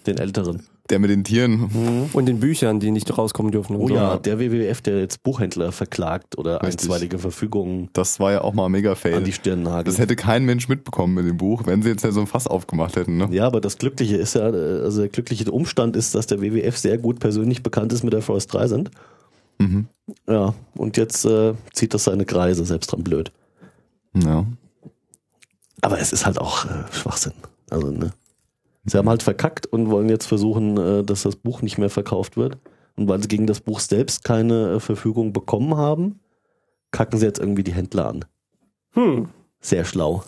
Speaker 4: den älteren.
Speaker 5: Der mit den Tieren.
Speaker 6: Und den Büchern, die nicht rauskommen dürfen. und
Speaker 4: um- Oh
Speaker 6: so.
Speaker 4: ja, der WWF, der jetzt Buchhändler verklagt oder
Speaker 5: Richtig.
Speaker 4: einstweilige Verfügungen
Speaker 5: Das war ja auch mal ein
Speaker 4: an die
Speaker 5: Mega-Fail.
Speaker 4: Stirn
Speaker 5: Das
Speaker 4: nagelt.
Speaker 5: hätte kein Mensch mitbekommen in dem Buch, wenn sie jetzt ja so ein Fass aufgemacht hätten. Ne?
Speaker 4: Ja, aber das Glückliche ist ja, äh, also der glückliche Umstand ist, dass der WWF sehr gut persönlich bekannt ist mit der Forest 3 sind.
Speaker 5: Mhm.
Speaker 4: Ja, und jetzt äh, zieht das seine Kreise, selbst dran blöd.
Speaker 5: Ja.
Speaker 4: Aber es ist halt auch äh, Schwachsinn. Also, ne? Sie haben halt verkackt und wollen jetzt versuchen, äh, dass das Buch nicht mehr verkauft wird. Und weil sie gegen das Buch selbst keine äh, Verfügung bekommen haben, kacken sie jetzt irgendwie die Händler an.
Speaker 6: Hm.
Speaker 4: Sehr schlau.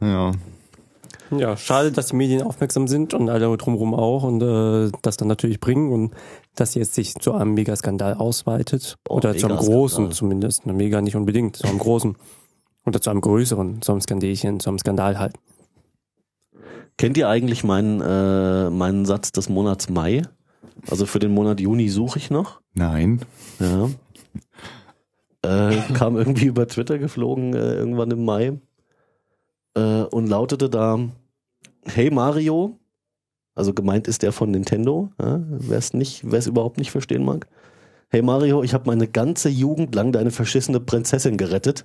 Speaker 5: ja.
Speaker 6: Ja, schade, dass die Medien aufmerksam sind und alle drumherum auch und äh, das dann natürlich bringen und das jetzt sich zu einem Megaskandal ausweitet.
Speaker 4: Oh,
Speaker 6: Oder zu einem
Speaker 4: Megaskandal.
Speaker 6: großen zumindest. Ne, Mega nicht unbedingt, zu einem großen. Oder zu einem größeren, zu einem Skandelchen, zu einem Skandal halt.
Speaker 4: Kennt ihr eigentlich meinen, äh, meinen Satz des Monats Mai? Also für den Monat Juni suche ich noch.
Speaker 5: Nein.
Speaker 4: Ja. Äh, kam irgendwie über Twitter geflogen, äh, irgendwann im Mai. Äh, und lautete da: Hey Mario, also gemeint ist der von Nintendo, ja, wer es nicht, wer es überhaupt nicht verstehen mag. Hey Mario, ich habe meine ganze Jugend lang deine verschissene Prinzessin gerettet.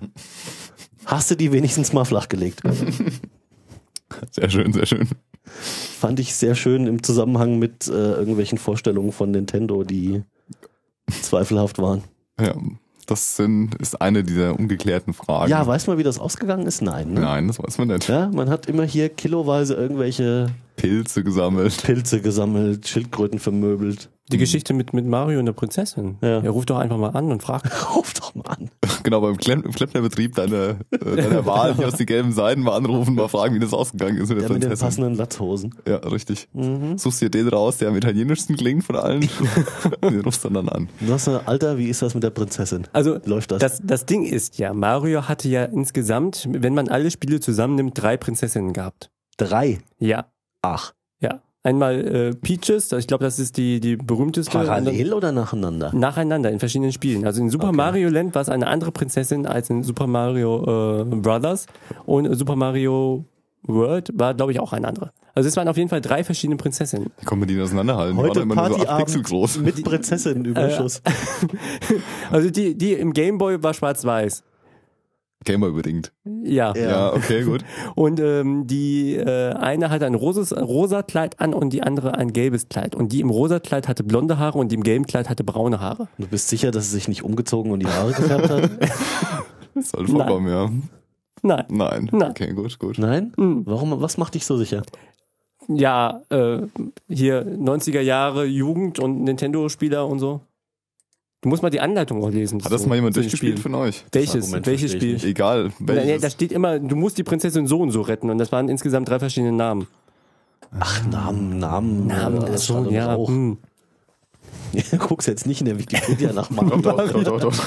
Speaker 4: Hast du die wenigstens mal flachgelegt?
Speaker 5: Sehr schön, sehr schön.
Speaker 4: Fand ich sehr schön im Zusammenhang mit äh, irgendwelchen Vorstellungen von Nintendo, die zweifelhaft waren.
Speaker 5: Ja. Das sind, ist eine dieser ungeklärten Fragen.
Speaker 4: Ja, weiß man, wie das ausgegangen ist? Nein. Ne?
Speaker 5: Nein, das weiß man nicht.
Speaker 4: Ja, man hat immer hier kiloweise irgendwelche
Speaker 5: Pilze gesammelt.
Speaker 4: Pilze gesammelt, Schildkröten vermöbelt.
Speaker 6: Die Geschichte mit, mit Mario und der Prinzessin.
Speaker 4: Mhm. Ja.
Speaker 6: Er ruft doch einfach mal an und fragt.
Speaker 4: Ruf doch mal an.
Speaker 5: Genau, beim Klemm, im Klempnerbetrieb deiner, äh, deiner Wahl hier aus den gelben Seiten mal anrufen, mal fragen, wie das ausgegangen ist mit der
Speaker 4: Der mit den
Speaker 5: Prinzessin.
Speaker 4: passenden Latzhosen.
Speaker 5: Ja, richtig.
Speaker 4: Mhm.
Speaker 5: Suchst dir den raus, der am italienischsten klingt von allen. den rufst du dann an.
Speaker 4: Du hast eine, Alter, wie ist das mit der Prinzessin?
Speaker 6: Also
Speaker 4: Läuft das?
Speaker 6: das? Das Ding ist ja, Mario hatte ja insgesamt, wenn man alle Spiele zusammennimmt, drei Prinzessinnen gehabt.
Speaker 4: Drei.
Speaker 6: Ja,
Speaker 4: Ach.
Speaker 6: ja. Einmal äh, Peaches, ich glaube, das ist die, die berühmteste.
Speaker 4: Parallel oder nacheinander?
Speaker 6: Nacheinander in verschiedenen Spielen. Also in Super
Speaker 4: Okay.
Speaker 6: Mario Land war es eine andere Prinzessin als in Super Mario äh, Brothers und Super Mario World war, glaube ich, auch eine andere. Also es waren auf jeden Fall drei verschiedene Prinzessinnen.
Speaker 5: Wie kommen wir die auseinanderhalten?
Speaker 4: Heute
Speaker 5: die waren immer nur so acht Pixel
Speaker 4: Partyabend
Speaker 5: groß.
Speaker 4: mit Prinzessinnenüberschuss.
Speaker 6: Also die, die im Gameboy war schwarz-weiß.
Speaker 5: Gamer unbedingt.
Speaker 6: Ja.
Speaker 5: Ja. okay, gut.
Speaker 6: Und ähm, die äh, eine hatte ein roses, rosa Kleid an und die andere ein gelbes Kleid. Und die im rosa Kleid hatte blonde Haare und die im gelben Kleid hatte braune Haare.
Speaker 4: Du bist sicher, dass sie sich nicht umgezogen und die Haare gefärbt hat?
Speaker 5: Das soll vorkommen, ja.
Speaker 6: Nein.
Speaker 5: Nein.
Speaker 6: Nein.
Speaker 5: Okay, gut, gut.
Speaker 4: Nein? Warum? Was macht dich so sicher?
Speaker 6: Ja, äh, hier 90er Jahre Jugend und Nintendo-Spieler und so. Du musst mal die Anleitung auch lesen.
Speaker 5: Hat das mal jemand
Speaker 6: zu den
Speaker 5: durchgespielt
Speaker 6: Spielen.
Speaker 5: von euch?
Speaker 6: Welches?
Speaker 4: Argument
Speaker 6: Welches
Speaker 4: verstehe
Speaker 6: Spiel?
Speaker 4: ich
Speaker 5: Egal.
Speaker 6: Na, ja,
Speaker 5: Welches.
Speaker 6: da steht immer, du musst die Prinzessin so und so retten und das waren insgesamt drei verschiedene Namen.
Speaker 4: Namen, Namen, äh,
Speaker 6: ach so,
Speaker 4: Schall und Rauch.
Speaker 6: hm.
Speaker 4: Guck's jetzt nicht in der Wikipedia nach Mario.
Speaker 5: doch, doch, doch, doch.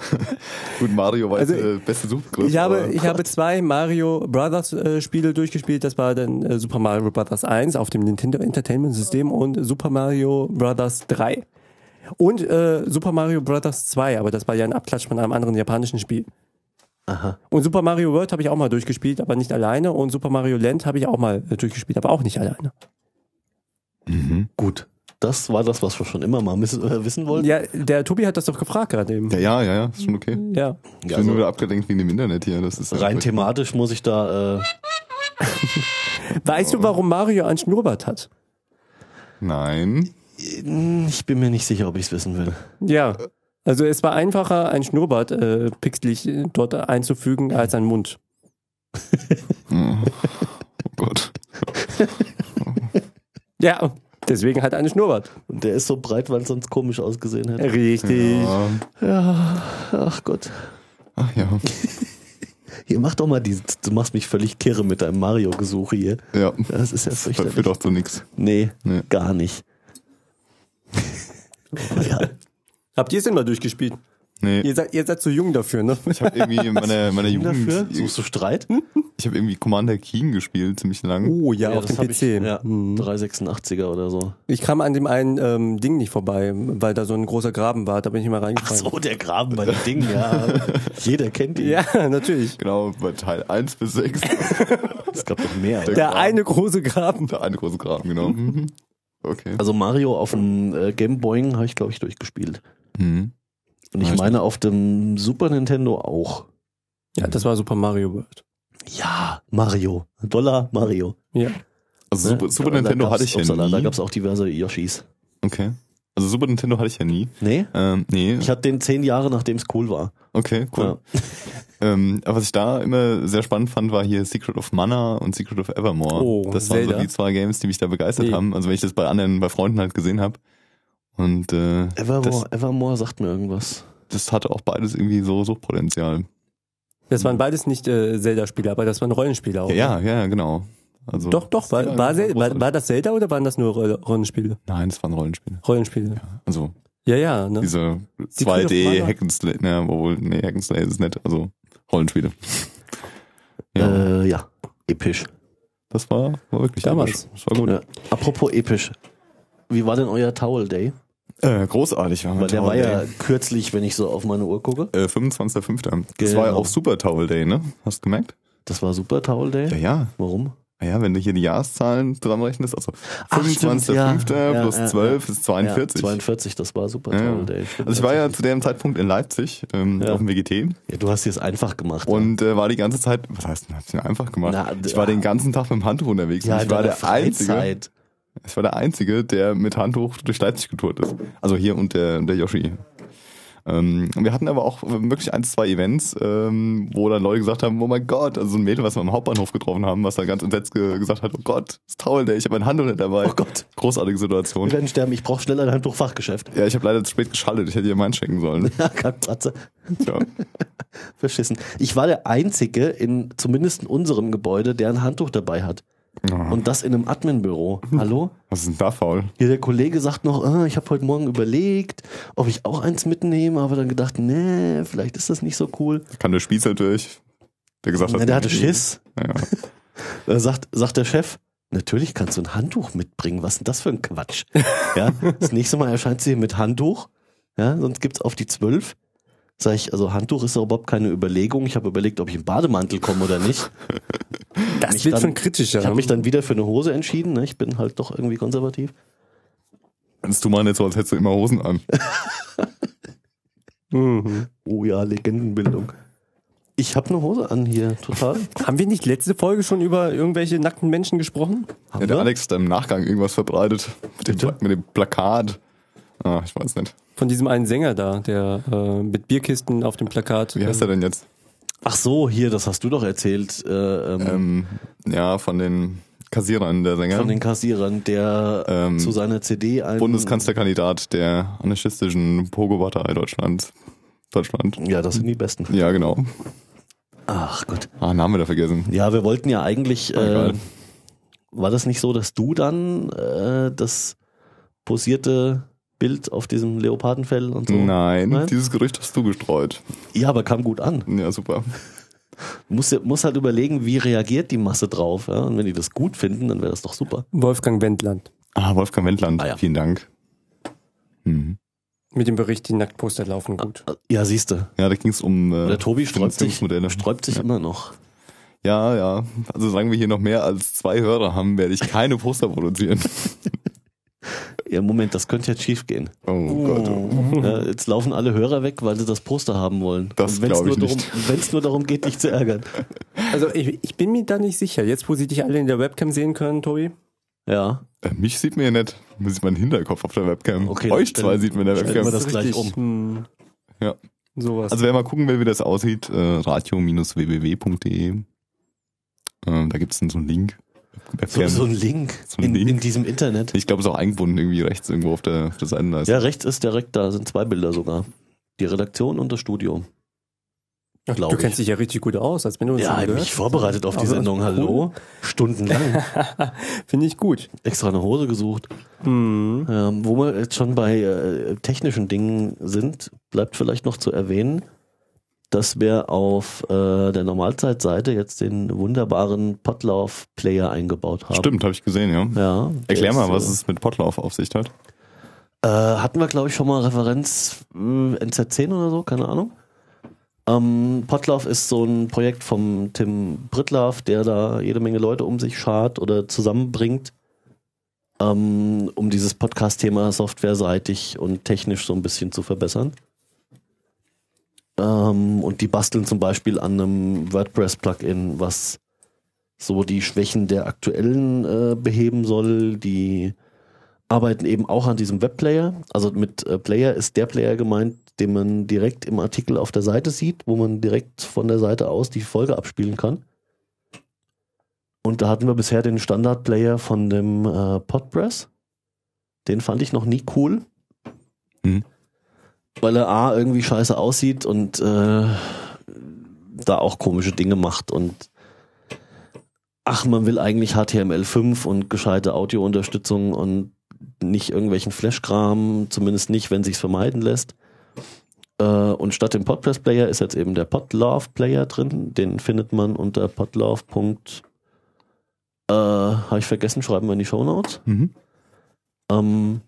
Speaker 5: Gut, Mario war
Speaker 6: Also,
Speaker 5: jetzt, äh, beste Suchgröße.
Speaker 6: Ich habe,
Speaker 5: aber-
Speaker 6: ich habe zwei Mario Brothers äh, Spiele durchgespielt. Das war dann äh, Super Mario Brothers 1 auf dem Nintendo Entertainment System und Super Mario Brothers 3. Und äh, Super Mario Brothers 2, aber das war ja ein Abklatsch von einem anderen japanischen Spiel. Aha. Und Super Mario World habe ich auch mal durchgespielt, aber nicht alleine. Und Super Mario Land habe ich auch mal äh, durchgespielt, aber auch nicht alleine.
Speaker 4: Gut. Das war das, was wir schon immer mal miss- äh, wissen wollten.
Speaker 6: Ja, der Tobi hat das doch gefragt gerade eben.
Speaker 5: ja, ja, ja, ja, ist schon okay. Ich
Speaker 6: Ja.
Speaker 5: bin
Speaker 4: also-
Speaker 5: nur wieder abgelenkt wegen dem Internet hier. Das ist ja
Speaker 4: Rein
Speaker 5: verrückt.
Speaker 4: thematisch muss ich da. Äh,
Speaker 6: Weißt du, warum Mario einen Schnurrbart hat?
Speaker 5: Nein.
Speaker 4: ich bin mir nicht sicher, ob ich es wissen will.
Speaker 6: Ja. Also es war einfacher, ein Schnurrbart äh, pixelig äh, dort einzufügen, als ein Mund.
Speaker 5: Oh Gott.
Speaker 6: Ja, deswegen hat eine Schnurrbart.
Speaker 4: Und der ist so breit, weil es sonst komisch ausgesehen hätte.
Speaker 6: Richtig.
Speaker 5: Ja.
Speaker 4: Ach Gott.
Speaker 5: Ähm, Ach ja.
Speaker 4: Hier, mach doch mal die. Du machst mich völlig kirre mit deinem Mario-Gesuche hier.
Speaker 5: Ja.
Speaker 4: Das ist ja
Speaker 5: Das
Speaker 4: fürchterlich.
Speaker 5: führt auch zu nichts.
Speaker 4: Nee,
Speaker 5: Nee.
Speaker 4: gar nicht. ja,
Speaker 6: Habt ihr es denn mal durchgespielt?
Speaker 5: Nee.
Speaker 6: Ihr seid, ihr seid zu jung dafür, ne?
Speaker 5: Ich habe irgendwie meine, meine
Speaker 4: Jugend
Speaker 5: Jugend.
Speaker 4: dafür? Hm? Suchst du Streit?
Speaker 5: Ich habe irgendwie Commander Keen gespielt, ziemlich lang.
Speaker 6: Oh ja, auf
Speaker 4: das hab
Speaker 6: dem PC.
Speaker 4: Ich,
Speaker 6: Ich,
Speaker 4: ja, 386er oder so.
Speaker 6: kam an dem einen ähm, Ding nicht vorbei, weil da so ein großer Graben war. Da bin ich mal reingefallen.
Speaker 4: So, der Graben bei dem Ding, ja. Jeder kennt ihn.
Speaker 6: Ja, natürlich.
Speaker 5: Genau, bei Teil 1 bis 6.
Speaker 4: Es gab noch mehr.
Speaker 6: Der eine große Graben.
Speaker 5: Der eine große Graben, genau. Mhm. Okay.
Speaker 4: Also Mario auf dem äh, Game Boy habe ich, glaube ich, durchgespielt. Hm.
Speaker 5: Mhm.
Speaker 4: Und ich
Speaker 5: Weiß
Speaker 4: meine auf dem Super Nintendo auch.
Speaker 6: Ja, das war Super Mario World.
Speaker 4: Ja, Mario. Dollar Mario. Ne?
Speaker 6: Ja.
Speaker 5: Also Super, Super
Speaker 4: Da- da
Speaker 5: Nintendo
Speaker 4: gab's-
Speaker 5: hatte ich ja
Speaker 4: upsala,
Speaker 5: nie.
Speaker 4: Da gab es auch diverse Yoshis.
Speaker 5: okay. Also Super Nintendo hatte ich ja nie.
Speaker 4: Nee?
Speaker 5: Ähm, nee.
Speaker 4: Ich hatte den zehn Jahre, nachdem es cool war.
Speaker 5: Okay, cool. Ähm, aber was ich da immer sehr spannend fand, war hier Secret of Mana und Secret of Evermore.
Speaker 6: Oh,
Speaker 5: das waren
Speaker 6: Zelda.
Speaker 5: so die zwei Games, die mich da begeistert
Speaker 6: Nee.
Speaker 5: haben. Also wenn ich das bei anderen, bei Freunden halt gesehen habe. Und äh,
Speaker 4: Ja. Evermore, Evermore sagt mir irgendwas.
Speaker 5: das hatte auch beides irgendwie so Suchtpotenzial.
Speaker 6: Das waren beides nicht äh, Zelda-Spiele, aber das waren Rollenspiele auch.
Speaker 5: Ja, ja, ja, genau. Also,
Speaker 6: Doch, doch. War,
Speaker 5: Ja,
Speaker 6: war,
Speaker 5: ja,
Speaker 6: Zel- war, war das Zelda oder waren das nur Roll- Rollenspiele?
Speaker 5: Nein, es waren Rollenspiele.
Speaker 6: Rollenspiele.
Speaker 5: Also
Speaker 6: Ja, ja. Ne?
Speaker 5: diese
Speaker 6: Secret of
Speaker 5: 2D
Speaker 6: Mana.
Speaker 5: Hackenslay, ne, obwohl, nee, Hackenslay ist es nicht, also Rollenspiele. ja,
Speaker 4: Ja, äh, ja. episch.
Speaker 5: das war, war wirklich
Speaker 6: Damals.
Speaker 5: episch. Das war gut.
Speaker 4: Ja. Apropos episch. Wie war denn euer Towel Day?
Speaker 5: Äh, großartig war mein
Speaker 4: Weil der
Speaker 5: Tower
Speaker 4: war ja
Speaker 5: Day.
Speaker 4: kürzlich, wenn ich so auf meine Uhr gucke.
Speaker 5: Äh, 25.05. Das war ja
Speaker 4: Genau.
Speaker 5: auch Super Towel Day, ne? Hast du gemerkt?
Speaker 4: Das war super Towel Day.
Speaker 5: Ja, ja.
Speaker 4: Warum?
Speaker 5: Ja, wenn du hier die Jahreszahlen zusammenrechnest, also
Speaker 4: Ach, stimmt,
Speaker 5: 25.05.
Speaker 4: ja.
Speaker 5: plus
Speaker 4: Ja, ja,
Speaker 5: 12 ist 42.
Speaker 4: Ja, 42, das war super
Speaker 5: Ja, ja.
Speaker 4: Towel Day. Stimmt,
Speaker 5: Also ich war ja
Speaker 4: tatsächlich.
Speaker 5: zu dem Zeitpunkt in Leipzig ähm,
Speaker 4: Ja.
Speaker 5: auf dem WGT
Speaker 4: ja. Du hast dir es einfach gemacht.
Speaker 5: und äh, war die ganze Zeit, was heißt, hab's mir einfach gemacht.
Speaker 4: Na,
Speaker 5: ich war
Speaker 4: ja.
Speaker 5: den ganzen Tag mit dem Handtuch unterwegs.
Speaker 4: ja,
Speaker 5: und ich war
Speaker 4: halt deine
Speaker 5: der einzige,
Speaker 4: Freizeit.
Speaker 5: ich war der einzige, der mit Handtuch durch Leipzig getourt ist. Also hier und der, der Yoshi. Ähm, wir hatten aber auch wirklich ein, zwei Events, ähm, wo dann Leute gesagt haben, oh mein Gott, also so ein Mädel, was wir am Hauptbahnhof getroffen haben, was dann ganz entsetzt ge gesagt hat, oh Gott, das Towel Day, ich habe mein Handtuch nicht dabei.
Speaker 4: Oh Gott.
Speaker 5: Großartige Situation.
Speaker 4: Wir werden sterben, ich brauche schnell ein Handtuchfachgeschäft.
Speaker 5: Ja, ich habe leider zu spät geschaltet. Ich hätte ihr meinen schenken sollen.
Speaker 4: Ja, kein Platz.
Speaker 5: Tja.
Speaker 4: Verschissen. Ich war der Einzige in zumindest in unserem Gebäude, der ein Handtuch dabei hat.
Speaker 5: Ah.
Speaker 4: Und das in einem Admin-Büro. Hallo?
Speaker 5: Was ist denn da faul?
Speaker 4: Ja, der Kollege sagt noch, ah, ich habe heute Morgen überlegt, ob ich auch eins mitnehme, aber dann gedacht, nee, vielleicht ist das nicht so cool.
Speaker 5: Da kam der Spießer durch. Der gesagt hat,
Speaker 4: Na, der hatte Schiss.
Speaker 5: Ja.
Speaker 4: Dann Äh, sagt, sagt der Chef, natürlich kannst du ein Handtuch mitbringen. Was ist denn das für ein Quatsch? Ja, das nächste Mal erscheint sie hier mit Handtuch. Ja, sonst gibt's auf die zwölf. Sag ich, also Handtuch ist doch überhaupt keine Überlegung. Ich habe überlegt, ob ich im Bademantel komme oder nicht.
Speaker 6: Das
Speaker 4: mich
Speaker 6: wird
Speaker 4: dann-
Speaker 6: schon kritischer.
Speaker 4: Ich habe mich dann wieder für eine Hose entschieden. Ne? Ich bin halt doch irgendwie konservativ.
Speaker 5: Kannst du mal nicht so, als hättest du immer Hosen an.
Speaker 4: Oh ja, Legendenbildung. Ich habe eine Hose an hier, total.
Speaker 6: Haben wir nicht letzte Folge schon über irgendwelche nackten Menschen gesprochen?
Speaker 4: Haben
Speaker 5: Ja, der
Speaker 4: wir?
Speaker 5: Alex hat im Nachgang irgendwas verbreitet. Mit dem, Pla- mit dem Plakat. Ah, ich weiß nicht.
Speaker 6: Von diesem einen Sänger da, der äh, mit Bierkisten auf dem Plakat. äh,
Speaker 5: Wie heißt er denn jetzt?
Speaker 4: Ach so, hier, das hast du doch erzählt. Äh, ähm,
Speaker 5: Ähm, ja, von den Kassierern, der Sänger.
Speaker 4: Von den Kassierern, der
Speaker 5: Ähm,
Speaker 4: zu seiner CD ein.
Speaker 5: Bundeskanzlerkandidat der anarchistischen Pogo-Partei Deutschlands. Deutschland.
Speaker 4: Ja, das sind die besten.
Speaker 5: Ja, genau.
Speaker 4: Ach Gott.
Speaker 5: Ah, Name da vergessen.
Speaker 4: Ja, wir wollten ja eigentlich. Äh,
Speaker 5: Egal.
Speaker 4: war das nicht so, dass du dann äh, das posierte Bild auf diesem Leopardenfell und so?
Speaker 5: Nein,
Speaker 4: Nein?
Speaker 5: dieses Gerücht hast du gestreut.
Speaker 4: Ja, aber kam gut an.
Speaker 5: Ja, super.
Speaker 4: Muss, ja- muss halt überlegen, wie reagiert die Masse drauf. Ja? Und wenn die das gut finden, dann wäre das doch super.
Speaker 6: Wolfgang Wendland.
Speaker 5: Ah, Wolfgang Wendland,
Speaker 4: Ah, ja.
Speaker 5: vielen Dank. Mhm.
Speaker 6: Mit dem Bericht, die Nacktposter laufen gut.
Speaker 4: Ja, siehst du.
Speaker 5: Ja, da ging es um. Äh,
Speaker 4: Der Tobi sträubt sich,
Speaker 5: Finanzierungsmodelle.
Speaker 4: sträubt sich
Speaker 5: ja.
Speaker 4: immer noch.
Speaker 5: Ja, ja. Also solange wir hier noch mehr als zwei Hörer haben, werde ich keine Poster produzieren.
Speaker 4: Ja, Moment, das könnte jetzt schief gehen.
Speaker 5: Oh Gott. oh.
Speaker 4: Ja, jetzt laufen alle Hörer weg, weil sie das Poster haben wollen.
Speaker 5: Das
Speaker 4: Und wenn's
Speaker 5: glaub ich
Speaker 4: nur
Speaker 5: nicht.
Speaker 4: darum- Wenn es nur darum geht, dich zu ärgern.
Speaker 6: Also ich, ich bin mir da nicht sicher. Jetzt, wo sie dich alle in der Webcam sehen können, Tobi.
Speaker 4: Ja,
Speaker 5: Äh, Mich sieht man ja nicht. Man sieht meinen Hinterkopf auf der Webcam.
Speaker 4: Okay,
Speaker 5: Euch
Speaker 4: dann-
Speaker 5: zwei sieht man in der
Speaker 4: stellen
Speaker 5: Webcam.
Speaker 4: wir das gleich um.
Speaker 6: Hm,
Speaker 5: Ja.
Speaker 6: Sowas.
Speaker 5: Also wer mal gucken will, wie das aussieht, äh, radio-www.de. Ähm, da gibt's dann so einen Link.
Speaker 4: so,
Speaker 5: Webcam.
Speaker 4: so ein Link
Speaker 5: So ein
Speaker 4: in,
Speaker 5: Link.
Speaker 4: in diesem Internet.
Speaker 5: Ich glaube, es ist auch eingebunden irgendwie rechts irgendwo auf der, auf der Seitenleiste.
Speaker 4: Ja, rechts ist direkt da, sind zwei Bilder sogar. Die Redaktion und das Studio.
Speaker 6: Ach,
Speaker 4: glaub
Speaker 6: du
Speaker 4: ich.
Speaker 6: kennst dich ja richtig gut aus, als wenn du uns
Speaker 4: Ja, ich
Speaker 6: schon
Speaker 4: bin
Speaker 6: gehört.
Speaker 4: mich vorbereitet auf die
Speaker 6: Aber-
Speaker 4: Sendung. Hallo? Stundenlang.
Speaker 6: Finde ich gut.
Speaker 4: Extra eine Hose gesucht.
Speaker 6: Hm.
Speaker 4: Ähm, wo wir jetzt schon bei äh, technischen Dingen sind, bleibt vielleicht noch zu erwähnen, dass wir auf äh, der Normalzeitseite jetzt den wunderbaren Potlauf-Player eingebaut haben.
Speaker 5: Stimmt, habe ich gesehen, ja.
Speaker 4: Ja, der
Speaker 5: Erklär mal,
Speaker 4: ist,
Speaker 5: was
Speaker 4: äh,
Speaker 5: es mit Potlauf auf sich hat.
Speaker 4: Äh, hatten wir, glaube ich, schon mal Referenz äh, NZ10 oder so, keine Ahnung. Ähm, Potlauf ist so ein Projekt vom Tim Brittlaff, der da jede Menge Leute um sich schart oder zusammenbringt, ähm, um dieses Podcast-Thema softwareseitig und technisch so ein bisschen zu verbessern. Ähm, und die basteln zum Beispiel an einem WordPress-Plugin, was so die Schwächen der aktuellen äh, beheben soll, die arbeiten eben auch an diesem Webplayer. Also mit äh, Player ist der Player gemeint, den man direkt im Artikel auf der Seite sieht, wo man direkt von der Seite aus die Folge abspielen kann. Und da hatten wir bisher den Standard-Player von dem äh, Podpress. Den fand ich noch nie cool.
Speaker 5: Mhm.
Speaker 4: Weil er A irgendwie scheiße aussieht und äh, da auch komische Dinge macht und ach, man will eigentlich HTML5 und gescheite Audiounterstützung und nicht irgendwelchen Flashkram, zumindest nicht, wenn sich's vermeiden lässt. Äh, und statt dem Podpress Player ist jetzt eben der Podlove Player drin. Den findet man unter podlove. Äh, Habe ich vergessen, schreiben wir in die Show Notes.
Speaker 5: Mhm.
Speaker 4: Ähm,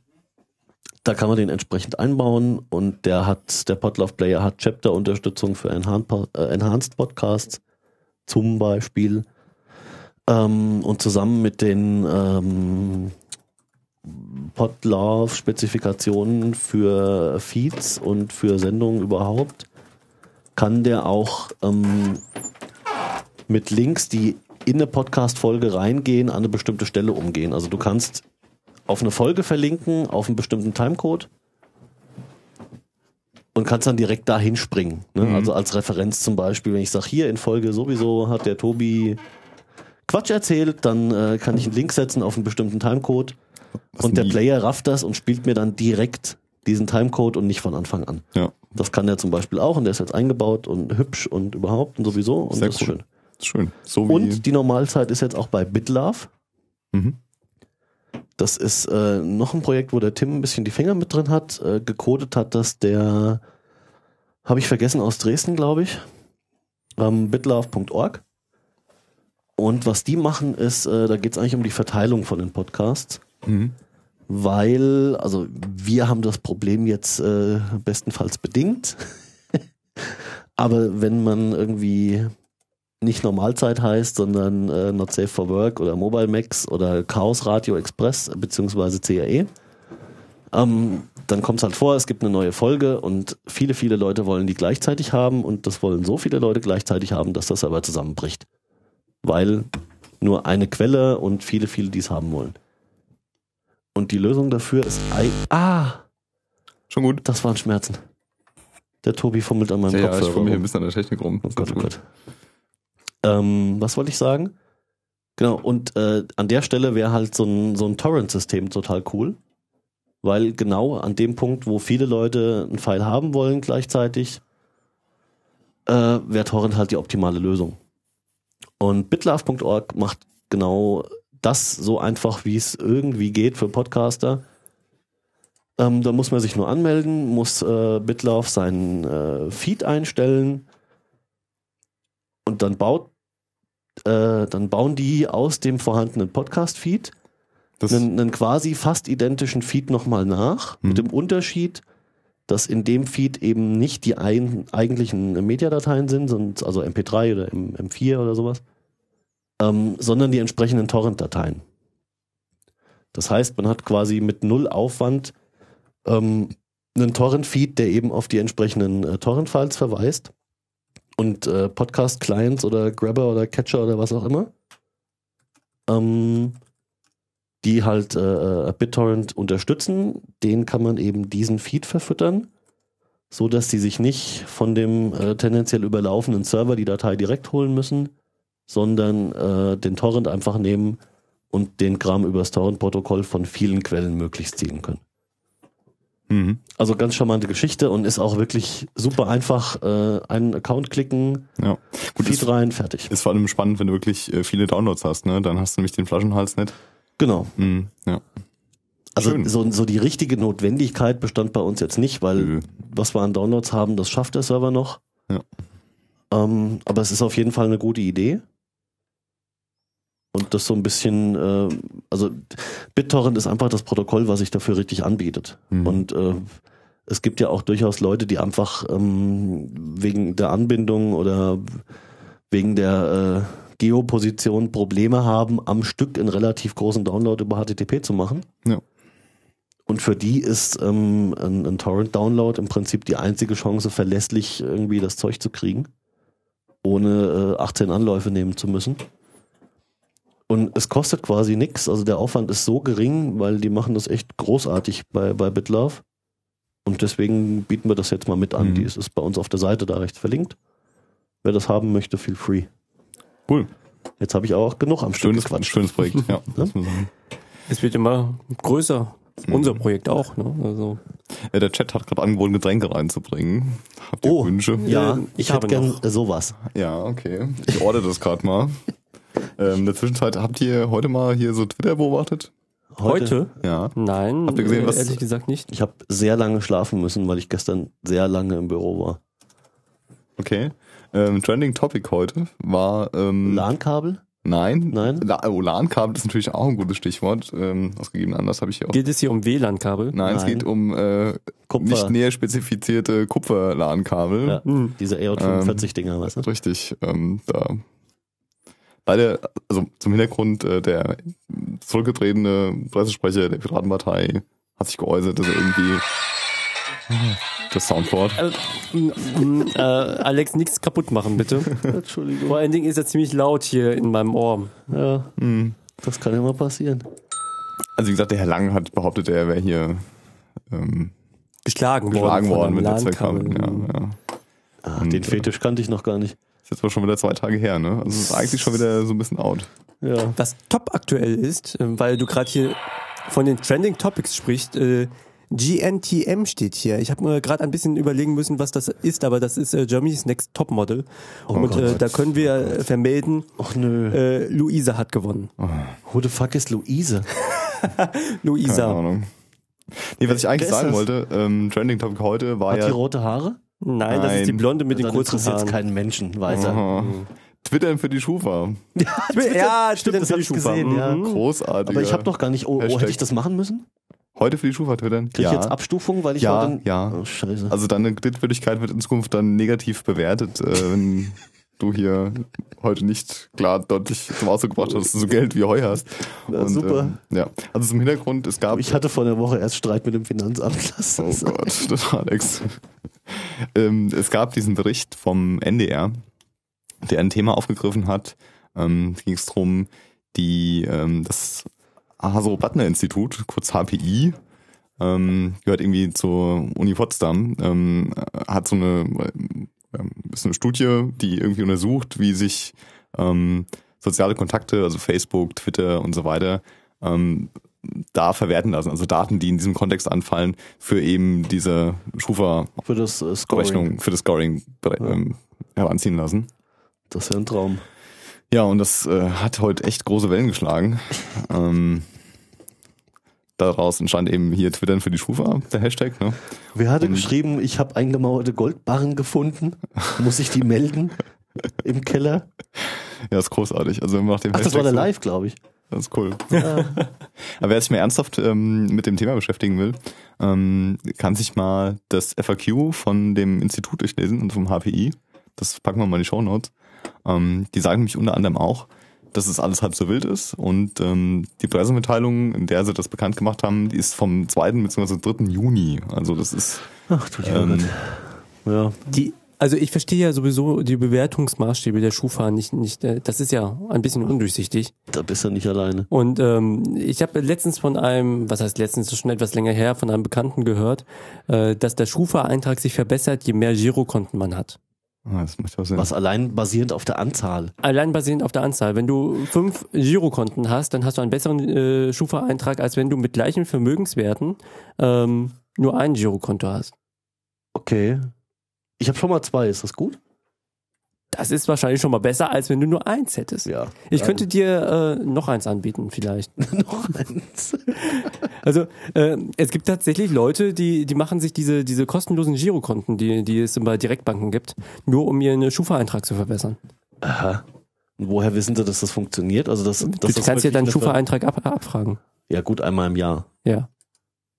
Speaker 4: da kann man den entsprechend einbauen und der hat, der Podlove Player hat Chapter-Unterstützung für Enhan äh, Enhanced Podcasts zum Beispiel. Ähm, und zusammen mit den ähm, Podlove-Spezifikationen für Feeds und für Sendungen überhaupt kann der auch ähm, mit Links, die in eine Podcast-Folge reingehen, an eine bestimmte Stelle umgehen. Also du kannst auf eine Folge verlinken, auf einen bestimmten Timecode und kannst dann direkt dahin springen. Ne? Also als Referenz zum Beispiel, wenn ich sage, hier in Folge sowieso hat der Tobi Quatsch erzählt, dann äh, kann ich einen Link setzen auf einen bestimmten Timecode und der
Speaker 5: nie-
Speaker 4: Player rafft das und spielt mir dann direkt diesen Timecode und nicht von Anfang an.
Speaker 5: Ja,
Speaker 4: Das kann der zum Beispiel auch und der ist jetzt eingebaut und hübsch und überhaupt und sowieso und
Speaker 5: Sehr
Speaker 4: das ist
Speaker 5: cool.
Speaker 4: schön.
Speaker 5: ist schön. So wie
Speaker 4: Und die Normalzeit ist jetzt auch bei BitLove.
Speaker 5: Mhm.
Speaker 4: Das ist äh, noch ein Projekt, wo der Tim ein bisschen die Finger mit drin hat. Äh, gecodet hat das der, habe ich vergessen, aus Dresden, glaube ich. Ähm, bitlove.org. Und was die machen ist, äh, da geht es eigentlich um die Verteilung von den Podcasts.
Speaker 5: Mhm.
Speaker 4: Weil, also wir haben das Problem jetzt äh, bestenfalls bedingt. Aber wenn man irgendwie nicht Normalzeit heißt, sondern äh, Not Safe for Work oder Mobile Max oder Chaos Radio Express äh, beziehungsweise CAE. Ähm, dann kommt es halt vor, es gibt eine neue Folge und viele, viele Leute wollen die gleichzeitig haben und das wollen so viele Leute gleichzeitig haben, dass das aber zusammenbricht. Weil nur eine Quelle und viele, viele dies haben wollen. Und die Lösung dafür ist. Ei ah,
Speaker 5: schon gut.
Speaker 4: das waren Schmerzen. Der Tobi fummelt an meinem
Speaker 5: Ja, ja, ich
Speaker 4: Kopfhörer.
Speaker 5: fummel hier
Speaker 4: rum.
Speaker 5: ein bisschen an der Technik rum.
Speaker 4: Oh
Speaker 5: Ist
Speaker 4: Gott, oh
Speaker 5: ganz gut.
Speaker 4: Gott. Ähm, was wollte ich sagen? Genau, und äh, an der Stelle wäre halt so ein, so ein Torrent-System total cool, weil genau an dem Punkt, wo viele Leute einen File haben wollen gleichzeitig, äh, wäre Torrent halt die optimale Lösung. Und bitlove.org macht genau das so einfach, wie es irgendwie geht für Podcaster. Äh, Ähm, da muss man sich nur anmelden, muss äh, BitLove seinen äh, Feed einstellen und dann baut, äh, dann bauen die aus dem vorhandenen Podcast-Feed
Speaker 5: Das,
Speaker 4: einen, einen quasi fast identischen Feed nochmal nach,
Speaker 5: Mhm.
Speaker 4: mit dem Unterschied, dass in dem Feed eben nicht die ein, eigentlichen Mediadateien sind, sondern- also MP3 oder M- M4 oder sowas, ähm, sondern die entsprechenden Torrent-Dateien. Das heißt, man hat quasi mit null Aufwand ähm, einen Torrent-Feed, der eben auf die entsprechenden äh, Torrent-Files verweist und äh, Podcast-Clients oder Grabber oder Catcher oder was auch immer. Ähm, die halt äh, BitTorrent unterstützen, den kann man eben diesen Feed verfüttern, so dass die sich nicht von dem äh, tendenziell überlaufenden Server die Datei direkt holen müssen, sondern äh, den Torrent einfach nehmen und den Kram übers Torrent-Protokoll von vielen Quellen möglichst ziehen können.
Speaker 5: mhm.
Speaker 4: Also ganz charmante Geschichte und ist auch wirklich super einfach. Äh, einen Account klicken,
Speaker 5: Ja. Gut,
Speaker 4: Feed
Speaker 5: ist,
Speaker 4: rein, fertig.
Speaker 5: ist vor allem spannend, wenn du wirklich äh, viele Downloads hast, ne? Dann hast du nämlich den Flaschenhals nicht.
Speaker 4: Genau.
Speaker 5: Mhm. Ja.
Speaker 4: Also
Speaker 5: Schön.
Speaker 4: so, so die richtige Notwendigkeit bestand bei uns jetzt nicht, weil
Speaker 5: Nö.
Speaker 4: was wir an Downloads haben, das schafft der Server noch.
Speaker 5: Ja.
Speaker 4: Ähm, aber es ist auf jeden Fall eine gute Idee. Und das so ein bisschen, äh, also BitTorrent ist einfach das Protokoll, was sich dafür richtig anbietet.
Speaker 5: Mhm.
Speaker 4: Und äh, es gibt ja auch durchaus Leute, die einfach ähm, wegen der Anbindung oder wegen der äh, Geoposition Probleme haben, am Stück einen relativ großen Download über HTTP zu machen.
Speaker 5: Ja.
Speaker 4: Und für die ist ähm, ein, ein Torrent-Download im Prinzip die einzige Chance, verlässlich irgendwie das Zeug zu kriegen, ohne äh, 18 Anläufe nehmen zu müssen. Und es kostet quasi nichts. Also der Aufwand ist so gering, weil die machen das echt großartig bei, bei BitLove. Und deswegen bieten wir das jetzt mal mit an.
Speaker 5: Mhm.
Speaker 4: Die ist, ist bei uns auf der Seite da rechts verlinkt. Wer das haben möchte, feel free.
Speaker 5: Cool.
Speaker 4: Jetzt habe ich auch genug am Stück
Speaker 5: Schönes,
Speaker 4: gequatscht.
Speaker 5: schönes Projekt. Ja, das muss man sagen.
Speaker 6: Es wird immer größer.
Speaker 4: Mhm.
Speaker 6: Unser Projekt auch. Ne? Also,
Speaker 5: Ja, Äh, der Chat hat gerade angeboten, Getränke reinzubringen. Habt ihr
Speaker 4: Oh.
Speaker 5: Wünsche?
Speaker 4: Ja,
Speaker 6: Ähm,
Speaker 4: ich
Speaker 6: ich
Speaker 4: hätte
Speaker 6: habe
Speaker 4: gern
Speaker 6: noch.
Speaker 4: äh, sowas.
Speaker 5: Ja, okay. Ich order das gerade mal. Ähm, in der Zwischenzeit habt ihr heute mal hier so Twitter beobachtet?
Speaker 6: heute?
Speaker 5: Ja.
Speaker 6: Nein.
Speaker 5: Habt ihr gesehen,
Speaker 6: äh,
Speaker 5: was-
Speaker 6: Ehrlich gesagt nicht.
Speaker 4: Ich habe sehr lange schlafen müssen, weil ich gestern sehr lange im Büro war.
Speaker 5: Okay. Ähm, Trending Topic heute war ähm,
Speaker 4: LAN-Kabel?
Speaker 5: Nein.
Speaker 4: Nein.
Speaker 5: La oh, LAN-Kabel ist natürlich auch ein gutes Stichwort. Ähm, ausgegeben anders habe ich hier auch.
Speaker 6: Geht es hier um WLAN-Kabel?
Speaker 5: Nein, es
Speaker 4: Nein.
Speaker 5: geht um äh,
Speaker 4: Kupfer.
Speaker 5: nicht Hm. näher spezifizierte Kupfer-LAN-Kabel.
Speaker 4: Ja, diese
Speaker 5: Ähm.
Speaker 4: AO45-Dinger, weißt du?
Speaker 5: Richtig. Ähm, da. Leider, also zum Hintergrund, äh, der zurückgetretene Pressesprecher der Piratenpartei hat sich geäußert, dass er irgendwie das Soundboard.
Speaker 6: Mm, mm, äh, Alex, nichts kaputt machen, bitte.
Speaker 4: Entschuldigung.
Speaker 6: Vor allen Dingen ist er ziemlich laut hier in meinem Ohr.
Speaker 4: Ja,
Speaker 5: Mhm.
Speaker 4: das kann ja mal passieren.
Speaker 5: Also wie gesagt, der Herr Lang hat behauptet, er wäre hier ähm,
Speaker 6: Geschlagen,
Speaker 5: geschlagen worden
Speaker 6: worden
Speaker 5: mit
Speaker 6: Netzwerkkabel.
Speaker 5: Netzwerkkabel. Ja, ja.
Speaker 4: Ah,
Speaker 5: Und,
Speaker 4: den
Speaker 5: äh,
Speaker 4: Fetisch kannte ich noch gar nicht.
Speaker 5: Ist jetzt wohl schon wieder zwei Tage her, ne? Also es ist eigentlich schon wieder so ein bisschen out.
Speaker 4: Ja.
Speaker 6: Was top aktuell ist, äh, weil du gerade hier von den Trending Topics sprichst, äh, GNTM steht hier. Ich habe mir gerade ein bisschen überlegen müssen, was das ist, aber das ist äh, Germany's Next Top Model.
Speaker 5: Oh
Speaker 6: Und äh, da können wir äh, vermelden,
Speaker 4: Och nö.
Speaker 6: äh, Luisa hat gewonnen.
Speaker 5: Oh,
Speaker 4: Who the fuck ist Luise?
Speaker 5: Keine
Speaker 6: Luisa.
Speaker 5: Ahnung. Nee, was ich
Speaker 4: Wer
Speaker 5: eigentlich
Speaker 4: ist
Speaker 5: sagen
Speaker 4: das?
Speaker 5: wollte, ähm, Trending Topic heute war
Speaker 4: Hat die
Speaker 5: ja
Speaker 4: rote Haare?
Speaker 6: Nein, das
Speaker 5: Nein.
Speaker 6: ist die Blonde mit den
Speaker 4: Dann
Speaker 6: kurzen
Speaker 4: interessiert
Speaker 6: Haaren.
Speaker 4: jetzt keinen Menschen, weiß er.
Speaker 5: Aha. Twittern für die
Speaker 4: Mhm.
Speaker 5: Schufa.
Speaker 6: Ich will- ja, stimmt,
Speaker 4: das
Speaker 6: für die
Speaker 4: hab ich
Speaker 6: Schufa.
Speaker 4: gesehen, ja.
Speaker 6: Mhm.
Speaker 5: Großartig.
Speaker 4: Aber ich habe noch gar nicht, oh, oh, hätte ich das machen müssen?
Speaker 5: Heute für die Schufa twittern?
Speaker 4: Krieg ich jetzt Abstufung, weil ich
Speaker 5: Ja,
Speaker 4: war dann...
Speaker 5: ja.
Speaker 4: Oh, scheiße.
Speaker 5: Also deine Kreditwürdigkeit wird in Zukunft dann negativ bewertet, äh, wenn du hier heute nicht klar deutlich zum Ausdruck gebracht hast, dass du so Geld wie Heu hast.
Speaker 4: Na, super.
Speaker 5: ähm, ja, also zum Hintergrund, es gab...
Speaker 4: ich hatte vor der Woche erst Streit mit dem Finanzamt. Das
Speaker 5: oh
Speaker 4: ist-
Speaker 5: Gott, das war Alex. ähm, es gab diesen Bericht vom NDR, der ein Thema aufgegriffen hat. Ähm, ging es darum, die, ähm, das Hasso-Plattner-Institut, kurz HPI, ähm, gehört irgendwie zur Uni Potsdam, ähm, hat so eine, ähm, ist eine Studie, die irgendwie untersucht, wie sich ähm, soziale Kontakte, also Facebook, Twitter und so weiter, ähm, da verwerten lassen, also Daten, die in diesem Kontext anfallen, für eben diese Schufa-Rechnung,
Speaker 4: Für das äh, Scoring.
Speaker 5: für das Scoring ähm, heranziehen lassen.
Speaker 4: Das ist ja ein Traum.
Speaker 5: Ja, und das äh, hat heute echt große Wellen geschlagen. ähm, Daraus entstand eben hier Twittern für die Schufa, der Hashtag. Ne?
Speaker 4: Wer hatte geschrieben, ich habe eingemauerte Goldbarren gefunden? Muss ich die melden? Im Keller?
Speaker 5: Ja, ist großartig. Also nach dem
Speaker 4: Ach, das war der
Speaker 5: so-
Speaker 4: Live, glaube ich.
Speaker 5: Das ist cool. Aber wer sich mal ernsthaft ähm, mit dem Thema beschäftigen will, ähm, kann sich mal das FAQ von dem Institut durchlesen und vom HPI. Das packen wir mal in die Shownotes. Ähm, die sagen nämlich unter anderem auch, dass es alles halb so wild ist und ähm, die Pressemitteilung, in der sie das bekannt gemacht haben, die ist vom 2. bzw. 3. Juni. Also das ist
Speaker 4: Ach du
Speaker 5: ähm,
Speaker 4: Gott. Ja.
Speaker 6: Die, also ich verstehe ja sowieso die Bewertungsmaßstäbe der Schufa nicht, nicht, äh, das ist ja ein bisschen undurchsichtig.
Speaker 4: Da bist du nicht alleine.
Speaker 6: Und ähm, ich habe letztens von einem, was heißt letztens, das ist schon etwas länger her, von einem Bekannten gehört, äh, dass der Schufa-Eintrag sich verbessert, je mehr Girokonten man hat.
Speaker 5: ah, das macht ja Sinn.
Speaker 4: Was allein basierend auf der Anzahl.
Speaker 6: Allein basierend auf der Anzahl. Wenn du fünf Girokonten hast, dann hast du einen besseren äh, Schufa-Eintrag, als wenn du mit gleichen Vermögenswerten ähm, nur ein Girokonto hast.
Speaker 4: Okay. Ich habe schon mal zwei, ist das gut?
Speaker 6: Das ist wahrscheinlich schon mal besser, als wenn du nur eins hättest.
Speaker 4: Ja.
Speaker 6: Ich könnte dir äh, noch eins anbieten, vielleicht.
Speaker 4: noch eins.
Speaker 6: Also äh, es gibt tatsächlich Leute, die, die machen sich diese, diese kostenlosen Girokonten, die, die es bei Direktbanken gibt, nur um ihren Schufa-Eintrag zu verbessern.
Speaker 4: Aha. Und woher wissen sie, dass das funktioniert? Also das, das
Speaker 6: du
Speaker 4: ist
Speaker 6: kannst
Speaker 4: wirklich
Speaker 6: ja deinen
Speaker 4: eine Ver-
Speaker 6: Schufa-Eintrag ab, abfragen.
Speaker 4: Ja, gut, einmal im Jahr.
Speaker 6: Ja.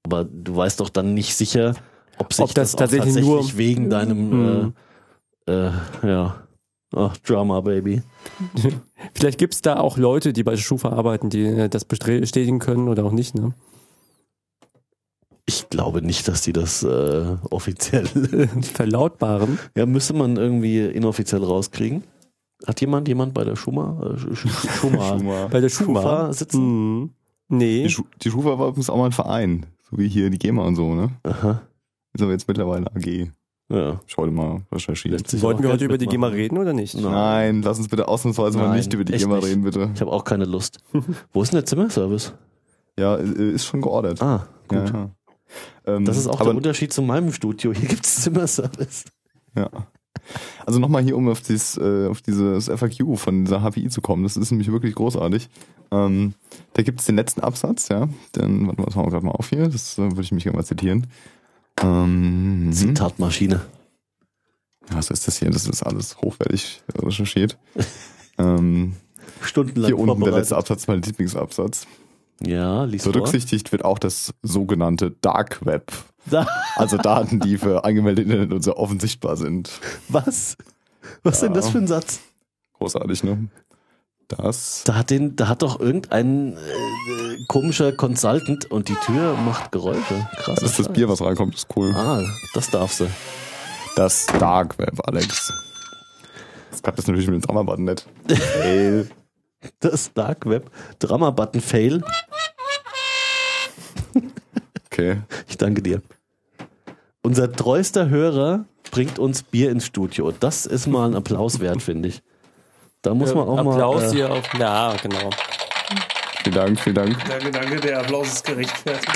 Speaker 4: Aber du weißt doch dann nicht sicher, ob sich
Speaker 6: Ob das
Speaker 4: das,
Speaker 6: tatsächlich
Speaker 4: auch tatsächlich
Speaker 6: nur-
Speaker 4: wegen deinem
Speaker 6: Mhm.
Speaker 4: äh, äh, ja. Ach, Drama, Baby.
Speaker 6: Vielleicht gibt's da auch Leute, die bei der Schufa arbeiten, die äh, das bestätigen können oder auch nicht. Ne?
Speaker 4: Ich glaube nicht, dass die das äh, offiziell.
Speaker 6: Verlautbaren.
Speaker 4: ja, müsste man irgendwie inoffiziell rauskriegen. Hat jemand jemand bei der Schuma, äh, Sch- Sch- Schuma,
Speaker 5: Schufa.
Speaker 6: Bei der
Speaker 4: Schufa
Speaker 6: Schufa.
Speaker 4: sitzen?
Speaker 6: Mhm. Nee.
Speaker 5: Die, Schu die Schufa war übrigens auch mal ein Verein, so wie hier die GEMA und so, ne?
Speaker 4: Aha.
Speaker 5: Ist aber jetzt mittlerweile AG.
Speaker 4: Ja.
Speaker 5: Schau dir mal recherchieren.
Speaker 4: lässt sich
Speaker 6: Wollten
Speaker 4: auch
Speaker 6: wir
Speaker 4: Geld
Speaker 6: heute über die
Speaker 4: mitmachen.
Speaker 6: GEMA reden oder nicht?
Speaker 4: Nein.
Speaker 5: Nein, lass uns bitte ausnahmsweise mal
Speaker 4: Nein,
Speaker 5: nicht über die
Speaker 4: echt
Speaker 5: GEMA
Speaker 4: nicht.
Speaker 5: reden, bitte.
Speaker 4: Ich habe auch keine Lust. Wo ist denn der Zimmerservice?
Speaker 5: Ja, äh, ist schon geordert.
Speaker 4: Ah, gut.
Speaker 5: ja, ja. Ähm,
Speaker 4: Das ist auch
Speaker 5: aber,
Speaker 4: der Unterschied zu meinem Studio. Hier gibt's Zimmerservice.
Speaker 5: ja. Also nochmal hier, um auf, dieses, äh, auf dieses FAQ von dieser HPI zu kommen. Das ist nämlich wirklich großartig. Ähm, da gibt es den letzten Absatz, ja. Dann, warte mal, das machen wir gerade mal auf hier. Das äh, würde ich mich gerne mal zitieren. Ähm,
Speaker 4: Zitatmaschine.
Speaker 5: ja, Was ist das hier? Das ist alles hochwertig recherchiert. ähm,
Speaker 4: Stundenlang
Speaker 5: hier unten der
Speaker 4: vorbereitet.
Speaker 5: letzte Absatz, mein Lieblingsabsatz.
Speaker 4: Ja, liest
Speaker 5: Berücksichtigt wird auch das sogenannte Dark Web.
Speaker 4: vor.
Speaker 5: Also Daten, die für angemeldete Internetnutzer offensichtbar sind.
Speaker 4: Was? Was
Speaker 5: Ja.
Speaker 4: denn das für ein Satz?
Speaker 5: Großartig, ne? Das.
Speaker 4: Da hat, den, da hat doch irgendein äh, äh, komischer Consultant und die Tür macht Geräusche. Krass.
Speaker 5: Das ist das Bier, was reinkommt, ist cool.
Speaker 4: Ah, das darfst du.
Speaker 5: Das Dark Web, Alex. Das klappt das natürlich mit dem Drama-Button nicht. Ey,
Speaker 4: Das Dark Web Drama Button Fail.
Speaker 5: okay.
Speaker 4: Ich danke dir. Unser treuester Hörer bringt uns Bier ins Studio. Das ist mal ein Applaus wert, finde ich. Da muss man auch
Speaker 6: Applaus
Speaker 4: mal. äh,
Speaker 6: hier auf. Ja, genau.
Speaker 5: Vielen Dank, vielen Dank.
Speaker 7: Danke, danke, der Applaus ist gerechtfertigt.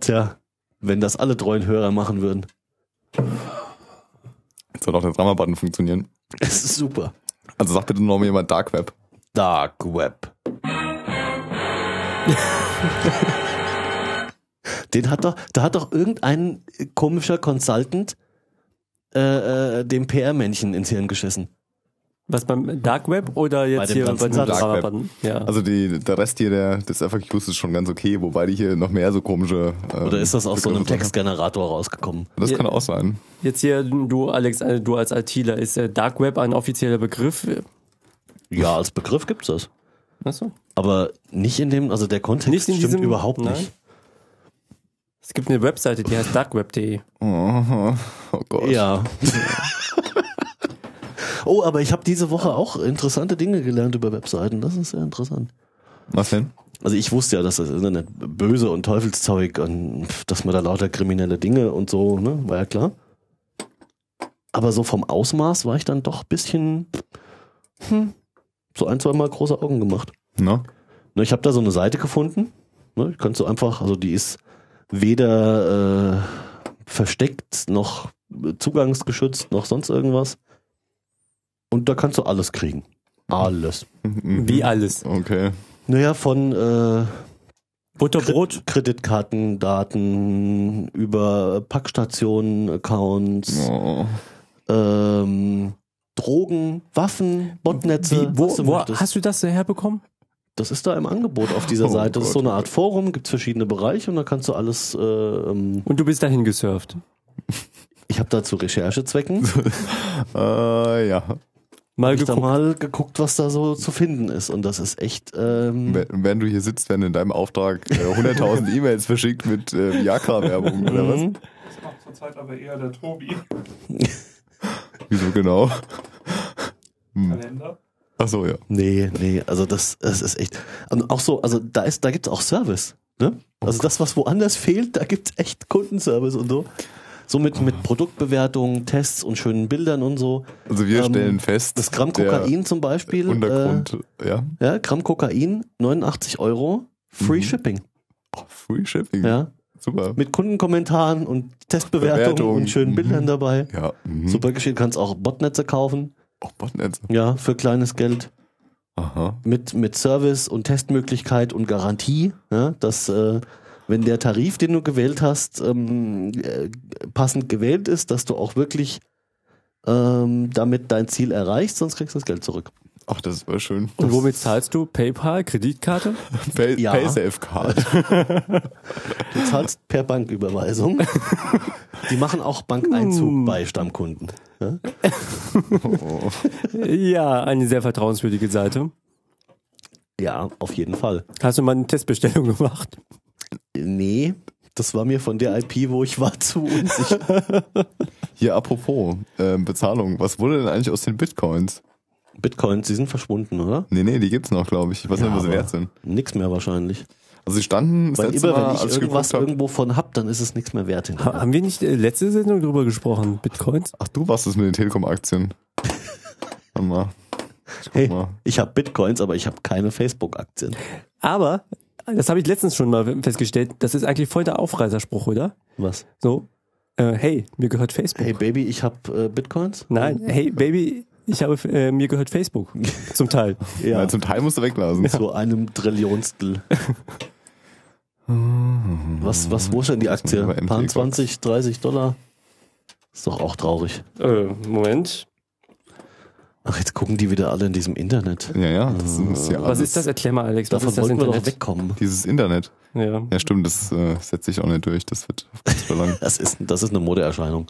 Speaker 4: Tja, wenn das alle treuen Hörer machen würden.
Speaker 5: Jetzt soll auch der Drama-Button funktionieren.
Speaker 4: Es ist super.
Speaker 5: Also sag bitte nochmal jemand Dark Web.
Speaker 4: Dark Web. Den hat doch, da hat doch irgendein komischer Consultant äh, äh, dem PR-Männchen ins Hirn geschissen.
Speaker 6: Was beim Dark Web oder
Speaker 4: Bei
Speaker 6: jetzt
Speaker 4: dem
Speaker 6: hier
Speaker 4: ganzen
Speaker 6: bei den
Speaker 5: Dark Web.
Speaker 6: Button? Ja.
Speaker 5: Also die, der Rest hier der, des FAQs ist schon ganz okay, wobei die hier noch mehr so komische. ähm,
Speaker 4: Oder ist das aus so einem
Speaker 5: Begriffe sind.
Speaker 4: Textgenerator rausgekommen?
Speaker 5: Das kann auch sein.
Speaker 6: jetzt hier, du Alex, äh, du als ITler, ist äh, Dark Web ein offizieller Begriff?
Speaker 4: Ja, als Begriff gibt's das.
Speaker 6: Achso.
Speaker 4: Aber nicht in dem, also der Kontext
Speaker 6: Nicht in
Speaker 4: stimmt
Speaker 6: diesem-
Speaker 4: überhaupt
Speaker 6: Nein.
Speaker 4: nicht.
Speaker 6: Es gibt eine Webseite, die heißt darkweb.de.
Speaker 5: Oh, oh Gott.
Speaker 4: Ja. oh, aber ich habe diese Woche auch interessante Dinge gelernt über Webseiten. Das ist sehr interessant.
Speaker 5: Was denn?
Speaker 4: Also ich wusste ja, dass das Internet böse und Teufelszeug und pf, dass man da lauter kriminelle Dinge und so, ne, war ja klar. Aber so vom Ausmaß war ich dann doch ein bisschen hm, so ein, zwei Mal große Augen gemacht.
Speaker 5: Ne?
Speaker 4: Ne, ich habe da so eine Seite gefunden. Ne, ich kannst du einfach, also die ist weder äh, versteckt noch zugangsgeschützt noch sonst irgendwas. Und da kannst du alles kriegen. Alles.
Speaker 5: Mhm.
Speaker 6: Wie alles.
Speaker 5: Okay.
Speaker 4: Naja, von äh,
Speaker 6: Butterbrot.
Speaker 4: Kredit- Kreditkartendaten über Packstationen, Accounts,
Speaker 5: Oh.
Speaker 4: ähm, Drogen, Waffen, Botnetze.
Speaker 6: Wie, wo,
Speaker 4: was du
Speaker 6: wo
Speaker 4: möchtest.
Speaker 6: hast du das herbekommen?
Speaker 4: Das ist da im Angebot auf dieser
Speaker 5: Oh
Speaker 4: Seite. Das ist so
Speaker 5: Gott.
Speaker 4: eine Art Forum, gibt verschiedene Bereiche und da kannst du alles. Äh, ähm,
Speaker 6: Und du bist dahin gesurft.
Speaker 4: ich habe dazu Recherchezwecken.
Speaker 5: Äh, ja.
Speaker 6: Mal
Speaker 4: Ich hab da
Speaker 6: geguckt.
Speaker 4: mal geguckt, was da so zu finden ist. Und das ist echt. Ähm,
Speaker 5: W- Während du hier sitzt, werden in deinem Auftrag äh, 100.000 E-Mails verschickt mit äh, Viagra-Werbung oder was?
Speaker 4: mhm.
Speaker 7: Das macht zurzeit aber eher der Tobi.
Speaker 5: Wieso genau?
Speaker 7: Kalender.
Speaker 5: Ach so, ja.
Speaker 4: Nee, nee, also das, das ist echt. Und auch so, also da ist, da gibt's auch Service, ne?
Speaker 5: Oh.
Speaker 4: Also das, was woanders fehlt, da gibt's echt Kundenservice und so. So mit,
Speaker 5: Ah.
Speaker 4: mit Produktbewertungen, Tests und schönen Bildern und so.
Speaker 5: Also wir
Speaker 4: Ähm,
Speaker 5: stellen fest,
Speaker 4: Das äh, Gramm
Speaker 5: der
Speaker 4: Kokain zum Beispiel.
Speaker 5: Untergrund, ja.
Speaker 4: Äh, ja, Gramm Kokain, 89 Euro, Free
Speaker 5: Mhm.
Speaker 4: Shipping.
Speaker 5: Oh, Free Shipping,
Speaker 4: Ja.
Speaker 5: super.
Speaker 4: Mit Kundenkommentaren und Testbewertungen
Speaker 5: Bewertungen,
Speaker 4: und schönen
Speaker 5: mhm.
Speaker 4: Bildern dabei.
Speaker 5: Ja, mhm.
Speaker 4: Super geschehen, kannst auch Botnetze kaufen.
Speaker 5: Auch Botnetz.
Speaker 4: Ja, für kleines Geld.
Speaker 5: Aha.
Speaker 4: mit, mit Service und Testmöglichkeit und Garantie, ne, dass äh, wenn der Tarif, den du gewählt hast, ähm, äh, passend gewählt ist, dass du auch wirklich ähm, damit dein Ziel erreichst, sonst kriegst du das Geld zurück.
Speaker 5: Ach, das ist aber schön.
Speaker 6: Und womit zahlst du? PayPal, Kreditkarte?
Speaker 5: Pay,
Speaker 4: Ja.
Speaker 5: Paysafe Card.
Speaker 4: Du zahlst per Banküberweisung. Die machen auch
Speaker 5: Uh.
Speaker 4: Bankeinzug bei Stammkunden. Ja?
Speaker 5: Oh.
Speaker 6: ja, eine sehr vertrauenswürdige Seite.
Speaker 4: ja, auf jeden Fall.
Speaker 6: Hast du mal eine Testbestellung gemacht?
Speaker 4: Nee, das war mir von der IP, wo ich war, zu unsicher.
Speaker 5: Hier apropos ähm, Bezahlung, was wurde denn eigentlich aus den Bitcoins?
Speaker 4: Bitcoins, die sind verschwunden, oder?
Speaker 5: Nee, nee, die gibt's noch, glaube ich. Ich weiß nicht, was sie
Speaker 4: aber
Speaker 5: wert sind.
Speaker 4: Nix mehr wahrscheinlich.
Speaker 5: Also sie standen das
Speaker 4: Weil
Speaker 5: letzte
Speaker 4: immer,
Speaker 5: Mal,
Speaker 4: wenn ich
Speaker 5: als ich
Speaker 4: irgendwas
Speaker 5: geguckt habe.
Speaker 4: irgendwo von hab, dann ist es nichts mehr wert. hinterher.
Speaker 6: Ha- Haben wir nicht äh, letzte Sendung drüber gesprochen? Bitcoins?
Speaker 5: Ach, du warst es mit den Telekom-Aktien. Warte mal. Ich guck
Speaker 4: Hey,
Speaker 5: mal.
Speaker 4: ich habe Bitcoins, aber ich habe keine Facebook-Aktien.
Speaker 6: Aber, das habe ich letztens schon mal festgestellt, das ist eigentlich voll der Aufreiserspruch, oder?
Speaker 4: Was?
Speaker 6: So, äh, hey, mir gehört Facebook.
Speaker 4: Hey Baby, ich habe äh, Bitcoins.
Speaker 6: Nein, hey, Baby, ich habe, äh, mir gehört Facebook. Zum Teil.
Speaker 4: Ja.
Speaker 5: Nein, zum Teil musst du weglassen.
Speaker 4: zu einem Trillionstel. was, was, wo ist denn die Aktie?
Speaker 5: mal über MTX
Speaker 4: Paar 20, 30 Dollar? Ist doch auch traurig.
Speaker 6: Äh, Moment.
Speaker 4: Ach, jetzt gucken die wieder alle in diesem Internet.
Speaker 5: Ja, ja, das ist ja alles.
Speaker 6: Ah. Was ist das? Erklär mal, Alex. Was
Speaker 4: Davon
Speaker 6: ist das
Speaker 4: wollten wir doch
Speaker 6: Internet?
Speaker 4: wegkommen.
Speaker 5: Dieses Internet.
Speaker 6: Ja.
Speaker 5: Ja, stimmt, das äh, setzt sich auch nicht durch. Das wird auf kurz oder lang.
Speaker 4: Das ist, das ist eine Modeerscheinung.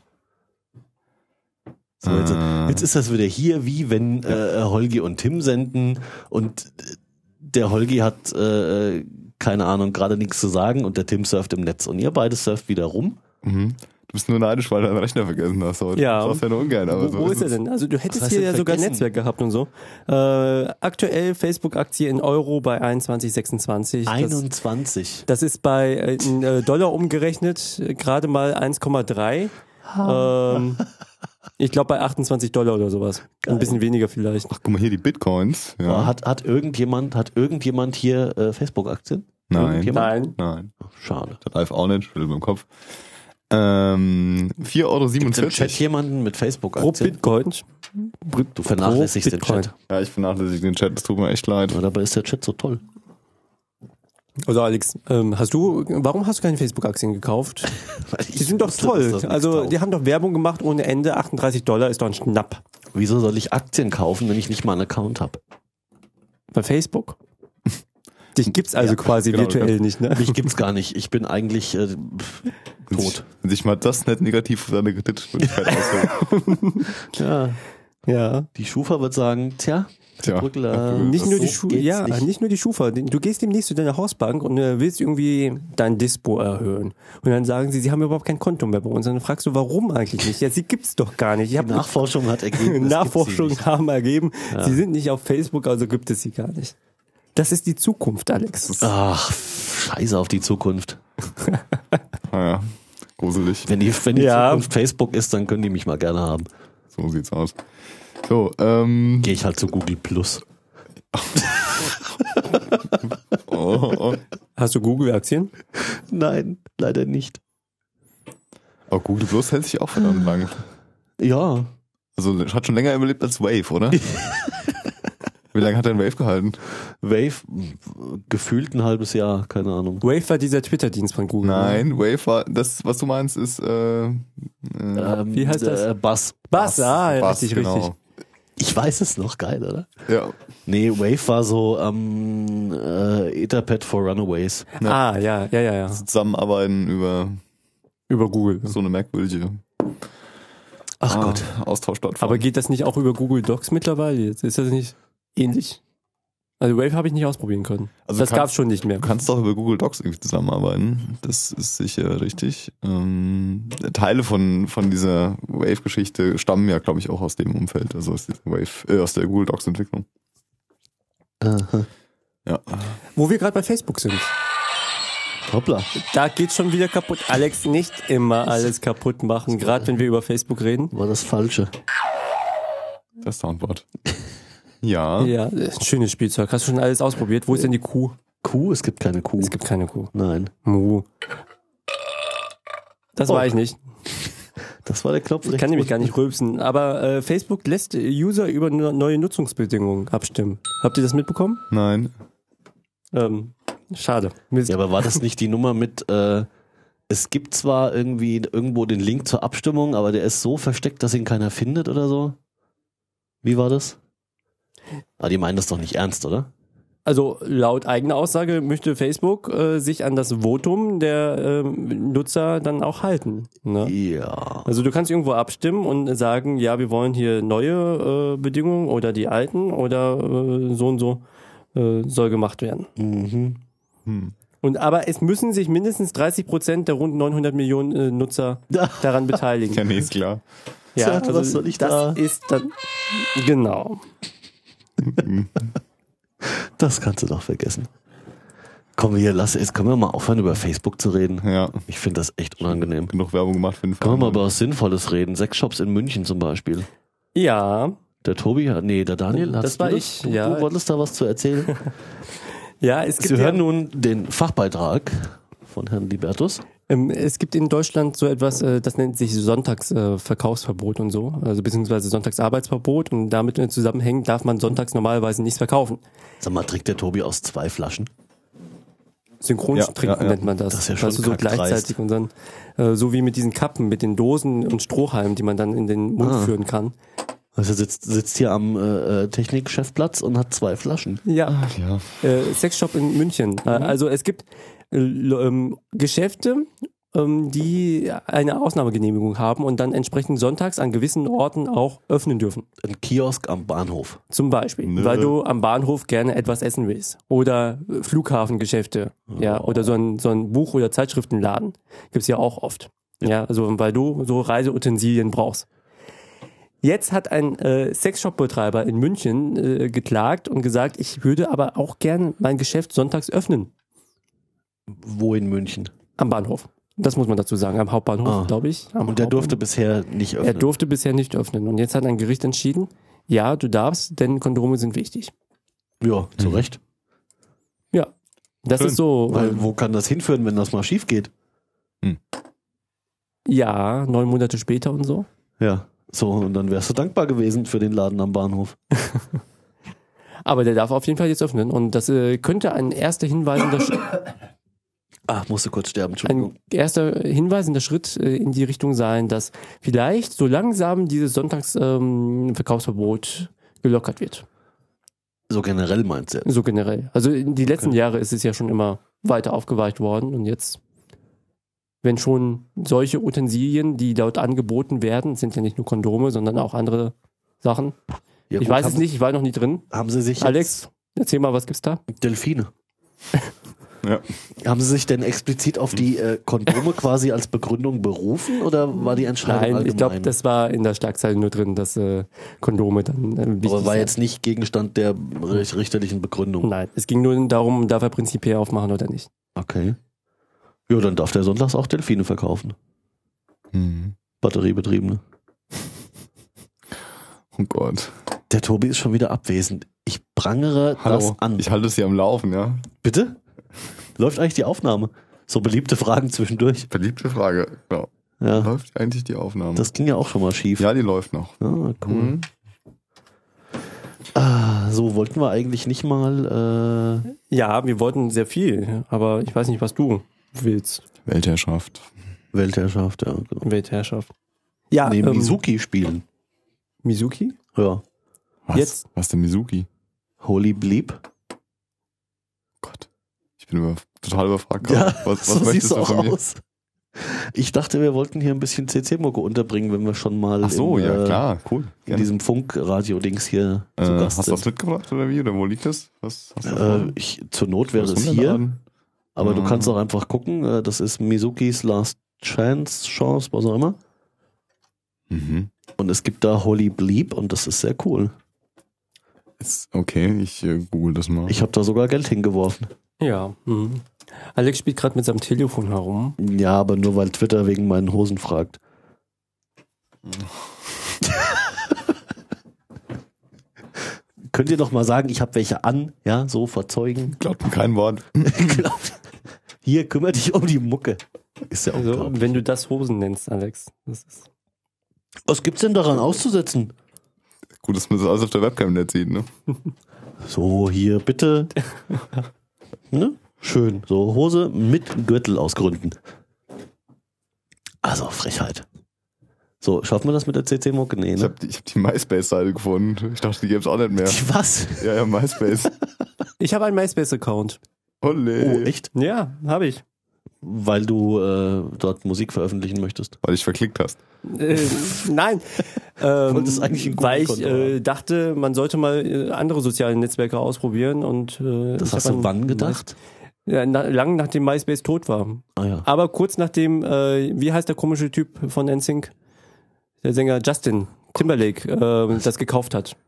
Speaker 4: So, jetzt,
Speaker 5: Ah.
Speaker 4: jetzt ist das wieder hier, wie wenn äh, Holgi und Tim senden und äh, der Holgi hat, äh, keine Ahnung, gerade nichts zu sagen und der Tim surft im Netz und ihr beide surft wieder rum.
Speaker 5: Mhm. Du bist nur neidisch, weil du deinen Rechner vergessen hast heute.
Speaker 6: Ja.
Speaker 5: Das war's ja nur ungern, aber
Speaker 6: Wo,
Speaker 5: so
Speaker 6: wo
Speaker 5: ist
Speaker 6: ist er
Speaker 5: es.
Speaker 6: denn? Also du hättest
Speaker 4: hast
Speaker 6: hier
Speaker 4: du
Speaker 6: ja sogar
Speaker 4: vergessen?
Speaker 6: Netzwerk gehabt und so. Äh, aktuell Facebook-Aktie in Euro bei 21,26. Das,
Speaker 4: 21.
Speaker 6: das ist bei äh, in äh, Dollar umgerechnet äh, gerade mal 1,3. Ähm, ich glaube bei 28 Dollar oder sowas. Ein bisschen weniger vielleicht.
Speaker 5: Guck mal hier, die Bitcoins. Ja.
Speaker 4: Boah, Hat, hat irgendjemand, hat irgendjemand hier äh, Facebook-Aktien?
Speaker 5: Nein.
Speaker 4: Irgendjemand?
Speaker 6: Nein.
Speaker 5: Nein,
Speaker 4: Schade.
Speaker 5: das live auch nicht, Schüttel mit dem Kopf. Ähm, 4,47 Euro.
Speaker 4: Gibt's im Chat jemanden mit
Speaker 6: Pro
Speaker 4: Facebook-Aktien?
Speaker 6: Bitcoin.
Speaker 4: Du vernachlässigst
Speaker 6: Pro
Speaker 4: den
Speaker 6: Bitcoin.
Speaker 4: Chat.
Speaker 5: Ja, ich vernachlässige den Chat, das tut mir echt leid.
Speaker 4: Aber dabei ist der Chat so toll.
Speaker 6: Also Alex, ähm, hast du, warum hast du keine Facebook-Aktien gekauft? Die sind doch toll. Also die haben doch Werbung gemacht ohne Ende. 38 Dollar ist doch ein Schnapp.
Speaker 4: Wieso soll ich Aktien kaufen, wenn ich nicht mal einen Account habe?
Speaker 6: Bei Facebook. Dich gibt's also quasi
Speaker 5: genau,
Speaker 6: virtuell
Speaker 5: ganz-
Speaker 6: nicht, ne?
Speaker 4: Mich gibt's gar nicht. Ich bin eigentlich äh, pff,
Speaker 5: Wenn sich-
Speaker 4: tot.
Speaker 5: Wenn sich mal das nicht negativ für seine Kreditwürdigkeit auswirkt.
Speaker 4: Ja,
Speaker 6: Ja.
Speaker 4: die Schufa wird sagen, tja,
Speaker 5: Tja,
Speaker 4: Brückler,
Speaker 5: Herr
Speaker 6: Nicht
Speaker 4: das
Speaker 6: nur, die
Speaker 4: so
Speaker 6: Schu
Speaker 4: geht's
Speaker 6: ja,
Speaker 4: nicht.
Speaker 6: nicht. nur die Schufa. Du gehst demnächst zu deiner Hausbank und äh, willst irgendwie dein Dispo erhöhen. Und dann sagen sie, sie haben überhaupt kein Konto mehr bei uns. Und dann fragst du, warum eigentlich nicht? Ja, sie gibt's doch gar nicht. Ich
Speaker 4: Die
Speaker 6: hab
Speaker 4: Nachforschung hat ergeben. es
Speaker 6: Nachforschung
Speaker 4: gibt's
Speaker 6: haben ergeben, sie sind nicht auf Facebook, also gibt es sie gar nicht. Das ist die Zukunft, Alex.
Speaker 4: nicht. Ach, scheiße auf die Zukunft.
Speaker 5: Naja, gruselig.
Speaker 4: Wenn die, wenn die
Speaker 6: Ja.
Speaker 4: Zukunft Facebook ist, dann können die mich mal gerne haben.
Speaker 5: So sieht's aus. So, ähm.
Speaker 4: Gehe ich halt zu Google Plus.
Speaker 5: Oh, oh.
Speaker 6: Hast du Google-Aktien?
Speaker 4: Nein, leider nicht.
Speaker 5: Aber Oh, Google Plus hält sich auch verdammt lang.
Speaker 4: Ja,
Speaker 5: Also hat schon länger überlebt als Wave, oder? Wie lange hat denn Wave gehalten?
Speaker 4: Wave mh, gefühlt ein halbes Jahr, keine Ahnung.
Speaker 6: Wave war dieser Twitter-Dienst von Google.
Speaker 5: Nein, Wave war, das, was du meinst, ist, äh, äh,
Speaker 4: Ähm,
Speaker 6: Wie heißt das?
Speaker 4: Äh, Bass.
Speaker 6: Was? Ah,
Speaker 5: Bass,
Speaker 6: richtig,
Speaker 5: genau.
Speaker 6: richtig.
Speaker 4: Ich weiß es noch, geil, oder?
Speaker 5: Ja.
Speaker 4: Nee, Wave war so ähm, äh, Etherpad for Runaways.
Speaker 6: Ah, ja, ja, ja, ja.
Speaker 5: Zusammenarbeiten über
Speaker 6: Über Google.
Speaker 5: so eine merkwürdige
Speaker 4: Ach
Speaker 5: ah,
Speaker 4: Gott.
Speaker 5: Austauschplattform.
Speaker 6: Aber geht das nicht auch über Google Docs mittlerweile? Jetzt ist das nicht ähnlich? Also Wave habe ich nicht ausprobieren können.
Speaker 5: Also
Speaker 6: das
Speaker 5: kannst-
Speaker 6: gab's schon nicht mehr.
Speaker 5: Du kannst doch über Google Docs irgendwie zusammenarbeiten. Das ist sicher richtig. Ähm, Teile von, von dieser Wave-Geschichte stammen ja, glaube ich, auch aus dem Umfeld, also aus, dieser Wave, äh, aus der Google Docs-Entwicklung.
Speaker 4: Aha.
Speaker 5: Ja.
Speaker 6: Wo wir gerade bei Facebook sind.
Speaker 4: Hoppla.
Speaker 6: Da geht's schon wieder kaputt. Alex, nicht immer alles kaputt machen, gerade wenn wir über Facebook reden.
Speaker 4: War das Falsche.
Speaker 5: Das Soundboard. Ja.
Speaker 6: Ja, äh, schönes Spielzeug. Hast du schon alles ausprobiert? Wo ist denn die Kuh?
Speaker 4: Kuh? Es gibt keine Kuh.
Speaker 6: Es gibt keine Kuh.
Speaker 4: Nein.
Speaker 6: Mu. Das war ich nicht.
Speaker 4: Das war der Klopf.
Speaker 6: Ich kann nämlich gar nicht rülpsen. Aber äh, Facebook lässt User über nu- neue Nutzungsbedingungen abstimmen. Habt ihr das mitbekommen?
Speaker 5: Nein.
Speaker 6: Ähm, schade. Mist.
Speaker 4: Ja, aber war das nicht die Nummer mit, äh, es gibt zwar irgendwie irgendwo den Link zur Abstimmung, aber der ist so versteckt, dass ihn keiner findet oder so? Wie war das? Ah, die meinen das doch nicht ernst, oder?
Speaker 6: Also laut eigener Aussage möchte Facebook äh, sich an das Votum der ähm, Nutzer dann auch halten. Ne?
Speaker 4: Ja.
Speaker 6: Also du kannst irgendwo abstimmen und sagen, ja, wir wollen hier neue äh, Bedingungen oder die alten oder äh, so und so äh, soll gemacht werden.
Speaker 4: Mhm.
Speaker 6: Und aber es müssen sich mindestens 30 Prozent der rund 900 Millionen äh, Nutzer daran beteiligen.
Speaker 5: Ja, nee, ist klar.
Speaker 6: Ja, also
Speaker 4: Tja, was soll ich
Speaker 6: das
Speaker 4: da?
Speaker 6: ist dann genau.
Speaker 4: Das kannst du doch vergessen. Komm hier, lass es. Können wir mal aufhören, über Facebook zu reden?
Speaker 5: Ja.
Speaker 4: Ich finde das echt unangenehm.
Speaker 5: Genug Werbung gemacht für den
Speaker 4: Können wir mal
Speaker 5: Verein.
Speaker 4: über was Sinnvolles reden? Sexshops in München zum Beispiel.
Speaker 6: Ja,
Speaker 4: Der Tobi, hat- nee, der Daniel, hast
Speaker 6: Oh, Das
Speaker 4: du
Speaker 6: war ich,
Speaker 4: Du,
Speaker 6: ja.
Speaker 4: du wolltest da was zu erzählen?
Speaker 6: ja, es gibt
Speaker 4: Sie
Speaker 6: ja,
Speaker 4: hören nun den Fachbeitrag von Herrn Libertus.
Speaker 6: Ähm, Es gibt in Deutschland so etwas, äh, das nennt sich Sonntagsverkaufsverbot äh, Verkaufsverbot und so, also beziehungsweise Sonntagsarbeitsverbot und damit äh, zusammenhängend darf man sonntags normalerweise nichts verkaufen.
Speaker 4: Sag mal, trinkt der Tobi aus zwei Flaschen?
Speaker 6: Synchron
Speaker 5: Ja,
Speaker 6: trinken
Speaker 5: ja, ja.
Speaker 6: nennt man das.
Speaker 4: Das ist ja schon
Speaker 6: also so
Speaker 4: kackdreist.
Speaker 6: gleichzeitig und dann äh, so wie mit diesen Kappen, mit den Dosen und Strohhalmen, die man dann in den
Speaker 4: Ah.
Speaker 6: Mund führen kann.
Speaker 4: Also sitzt, sitzt hier am äh, äh, Technikchefplatz und hat zwei Flaschen.
Speaker 6: Ja,
Speaker 5: Ja.
Speaker 6: äh, Sexshop in München. Äh, also es gibt äh, ähm, Geschäfte, ähm, die eine Ausnahmegenehmigung haben und dann entsprechend sonntags an gewissen Orten auch öffnen dürfen.
Speaker 4: Ein Kiosk am Bahnhof.
Speaker 6: Zum Beispiel,
Speaker 5: Nö.
Speaker 6: weil du am Bahnhof gerne etwas essen willst. Oder äh, Flughafengeschäfte. Ja, oder so ein, so ein Buch- oder Zeitschriftenladen. gibt's ja auch oft. Ja, also weil du so Reiseutensilien brauchst. Jetzt hat ein äh, Sexshop-Betreiber in München äh, geklagt und gesagt, ich würde aber auch gern mein Geschäft sonntags öffnen
Speaker 4: Wo in München?
Speaker 6: am Bahnhof. Das muss man dazu sagen, am Hauptbahnhof,
Speaker 4: Ah.
Speaker 6: glaube ich. Am
Speaker 4: Und der
Speaker 6: Hauptbahnhof.
Speaker 4: durfte bisher nicht öffnen.
Speaker 6: Er durfte bisher nicht öffnen. Und jetzt hat ein Gericht entschieden, ja, du darfst, denn Kondome sind wichtig.
Speaker 4: ja, zu Recht.
Speaker 6: Mhm. Ja. Das
Speaker 5: Schön.
Speaker 6: ist so. äh,
Speaker 4: Weil wo kann das hinführen, wenn das mal schief geht?
Speaker 6: ja, neun Monate später und so.
Speaker 4: Ja. So, und dann wärst du dankbar gewesen für den Laden am Bahnhof.
Speaker 6: Aber der darf auf jeden Fall jetzt öffnen. Und das äh, könnte ein erster Hinweis, in der Sch-
Speaker 4: Ah, musste kurz sterben, Entschuldigung.
Speaker 6: ein erster Hinweis in der Schritt äh, in die Richtung sein, dass vielleicht so langsam dieses Sonntagsverkaufsverbot ähm, Verkaufsverbot gelockert wird.
Speaker 4: so generell meinst du jetzt.
Speaker 6: So generell. Also in die letzten Jahre ist es ja schon immer weiter aufgeweicht worden. Und jetzt, wenn schon solche Utensilien, die dort angeboten werden, sind ja nicht nur Kondome, sondern auch andere Sachen.
Speaker 4: Ja,
Speaker 6: ich
Speaker 4: gut,
Speaker 6: weiß es
Speaker 4: haben-
Speaker 6: nicht, ich war noch nie drin.
Speaker 4: Haben sie sich
Speaker 6: Alex, erzähl mal, was gibt's da?
Speaker 4: jetzt Delfine?
Speaker 5: Ja.
Speaker 4: Haben Sie sich denn explizit auf die äh, Kondome quasi als Begründung berufen oder war die Entscheidung
Speaker 6: Nein, ich glaube,
Speaker 4: allgemein?
Speaker 6: das war in der Schlagzeile nur drin, dass äh, Kondome dann äh, wichtig
Speaker 4: aber war
Speaker 6: sind.
Speaker 4: jetzt nicht Gegenstand der ri- richterlichen Begründung.
Speaker 6: Nein, es ging nur darum, darf er prinzipiell aufmachen oder nicht.
Speaker 4: Okay. Ja, dann darf der sonntags auch Delfine verkaufen.
Speaker 5: Hm.
Speaker 4: Batteriebetriebene.
Speaker 5: Oh Gott.
Speaker 4: Der Tobi ist schon wieder abwesend. Ich prangere
Speaker 5: Hallo.
Speaker 4: das an.
Speaker 5: Ich halte es hier am Laufen, ja.
Speaker 4: Bitte? Läuft eigentlich die Aufnahme? So beliebte Fragen zwischendurch.
Speaker 5: Beliebte Frage. Genau.
Speaker 4: Ja,
Speaker 5: Läuft eigentlich die Aufnahme?
Speaker 4: Ah, das ging ja auch schon mal schief.
Speaker 5: ja, die läuft noch.
Speaker 4: Ah, cool.
Speaker 5: Mhm.
Speaker 4: So Also, wollten wir eigentlich nicht mal. Äh,
Speaker 6: Ja, wir wollten sehr viel, aber ich weiß nicht, was du willst,
Speaker 5: Weltherrschaft.
Speaker 4: Weltherrschaft, ja, genau.
Speaker 6: Weltherrschaft.
Speaker 5: Ah,
Speaker 6: Ja,
Speaker 4: Nee,
Speaker 6: ähm,
Speaker 4: Mizuki spielen.
Speaker 6: Mizuki?
Speaker 4: Ja.
Speaker 5: Was?
Speaker 6: Jetzt.
Speaker 5: Was denn Mizuki?
Speaker 4: Holy Bleep.
Speaker 5: Gott. Ich bin über, total überfragt.
Speaker 4: Ja,
Speaker 5: gerade. was,
Speaker 4: so
Speaker 5: was
Speaker 4: sieht's
Speaker 5: möchtest du
Speaker 4: auch
Speaker 5: von mir?
Speaker 4: aus. Ich dachte, wir wollten hier ein bisschen CC-Mucke unterbringen, wenn wir schon mal
Speaker 5: Ach so,
Speaker 4: in,
Speaker 5: ja
Speaker 4: äh,
Speaker 5: klar, cool.
Speaker 4: in diesem Funkradio-Dings hier
Speaker 5: äh,
Speaker 4: zu
Speaker 5: hast
Speaker 4: Gast
Speaker 5: du das
Speaker 4: sind.
Speaker 5: mitgebracht oder wie? Oder wo liegt das? Was hast du
Speaker 4: Äh,
Speaker 5: davon?
Speaker 4: ich, zur Not wäre
Speaker 5: Was
Speaker 4: es
Speaker 5: haben wir
Speaker 4: hier,
Speaker 5: denn
Speaker 4: aber du
Speaker 5: Mhm.
Speaker 4: kannst auch einfach gucken. Äh, Das ist Mizukis Last Chance, Chance, was auch immer.
Speaker 5: da? Mhm.
Speaker 4: Und es gibt da Holy Bleep und das ist sehr cool.
Speaker 5: Ist, okay, ich äh, google das mal.
Speaker 4: Ich habe da sogar Geld hingeworfen.
Speaker 6: Ja. Mhm. Alex spielt gerade mit seinem Telefon herum.
Speaker 4: Ja, aber nur weil Twitter wegen meinen Hosen fragt. Könnt ihr doch mal sagen, ich habe welche an, ja, so verzeugen.
Speaker 5: Glaubt mir kein Wort.
Speaker 4: Glaubt- Hier, kümmere dich um die Mucke. Ist ja auch
Speaker 6: Also, wenn du das Hosen nennst, Alex. Das ist
Speaker 4: Was gibt's denn daran auszusetzen?
Speaker 5: Gut, dass man das alles auf der Webcam nicht sieht, ne?
Speaker 4: So, hier, bitte. ne? Schön. So, Hose mit Gürtel ausgründen. Also, Frechheit. So, schaffen wir das mit der CC-Mucke? Nee,
Speaker 5: Ich
Speaker 4: ne?
Speaker 5: habe die, ich hab die MySpace-Seite gefunden. Ich dachte, die gäbe es auch nicht mehr.
Speaker 4: Die was?
Speaker 5: Ja, ja, MySpace.
Speaker 6: ich habe einen MySpace-Account.
Speaker 4: Oh,
Speaker 5: Olle.
Speaker 4: echt?
Speaker 6: Ja, habe ich.
Speaker 4: Weil du äh, dort Musik veröffentlichen möchtest.
Speaker 5: Weil ich verklickt hast.
Speaker 6: Äh, nein. Ähm,
Speaker 4: Wolltest eigentlich ein
Speaker 6: weil ich
Speaker 4: Google-Konto haben.
Speaker 6: äh, dachte, man sollte mal äh, andere soziale Netzwerke ausprobieren und äh,
Speaker 4: Das
Speaker 6: ich
Speaker 4: hast
Speaker 6: hab
Speaker 4: du
Speaker 6: an
Speaker 4: wann gedacht?
Speaker 6: My, ja, na, lang nachdem MySpace tot war.
Speaker 4: Ah ja.
Speaker 6: Aber kurz nachdem, äh, wie heißt der komische Typ von NSYNC? Der Sänger Justin Timberlake äh, das gekauft hat.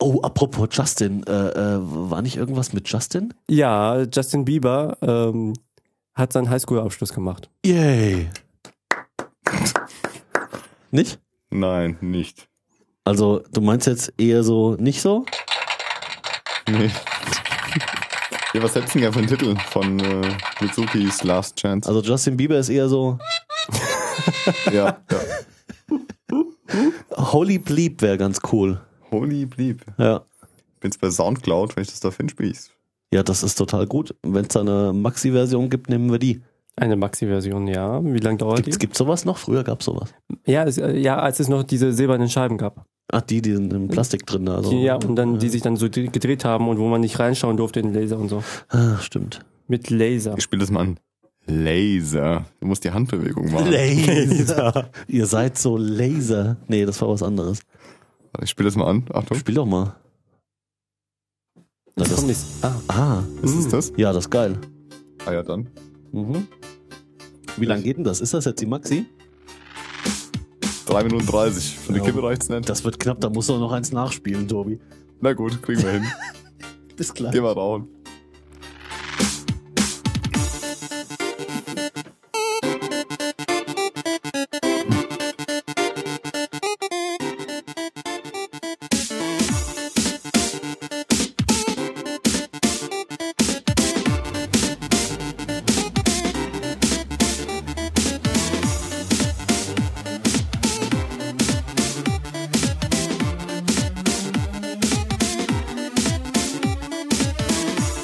Speaker 4: Oh, apropos Justin. Äh, äh, war nicht irgendwas mit Justin?
Speaker 6: Ja, Justin Bieber ähm, hat seinen Highschool-Abschluss gemacht.
Speaker 4: Yay. Nicht?
Speaker 5: Nein, nicht.
Speaker 4: Also, du meinst jetzt eher so, nicht so?
Speaker 5: Nee. Ja, was hättest du denn gerne für einen Titel von äh, Mitsukis Last Chance?
Speaker 4: Also, Justin Bieber ist eher so, Also,
Speaker 5: ja, ja.
Speaker 4: Holy Bleep wäre ganz cool.
Speaker 5: Holy blieb.
Speaker 4: Ja.
Speaker 5: Bin's bei Soundcloud, wenn ich das da finde, spiel ich's.
Speaker 4: Ja, das ist total gut. Wenn es da eine Maxi-Version gibt, nehmen wir die.
Speaker 6: Eine Maxi-Version, ja. Wie lange dauert
Speaker 4: Gibt's, gibt's sowas noch? Früher gab's sowas.
Speaker 6: die? Ja, es, äh, ja, als es noch diese silbernen Scheiben gab.
Speaker 4: Ach, die, die sind im Plastik drin. da, Also.
Speaker 6: Die, ja, und dann, die
Speaker 4: Ja.
Speaker 6: sich dann so dr- gedreht haben und wo man nicht reinschauen durfte in den Laser und so.
Speaker 4: Ah, stimmt.
Speaker 6: Mit Laser.
Speaker 5: Ich spiele das mal an. Laser. Du musst die Handbewegung machen.
Speaker 4: Laser. Ihr seid so Laser. Nee, das war was anderes.
Speaker 5: Warte, Ich spiele das mal an. Achtung.
Speaker 4: Spiel doch mal. Na,
Speaker 6: Das
Speaker 4: das,
Speaker 6: kommt nichts. Ah,
Speaker 4: ah,
Speaker 5: Was ist das?
Speaker 4: ja, das ist geil.
Speaker 5: Ah ja, dann.
Speaker 4: Mhm. Wie lang geht denn das? Ist das jetzt die Maxi?
Speaker 5: 3 Minuten 30. Für die
Speaker 4: Ja.
Speaker 5: Kippe reicht's nicht.
Speaker 4: Das wird knapp, da musst du auch noch eins nachspielen, Tobi.
Speaker 5: Na gut, kriegen wir hin.
Speaker 4: Bis gleich.
Speaker 5: Geh mal rauchen.
Speaker 2: Thank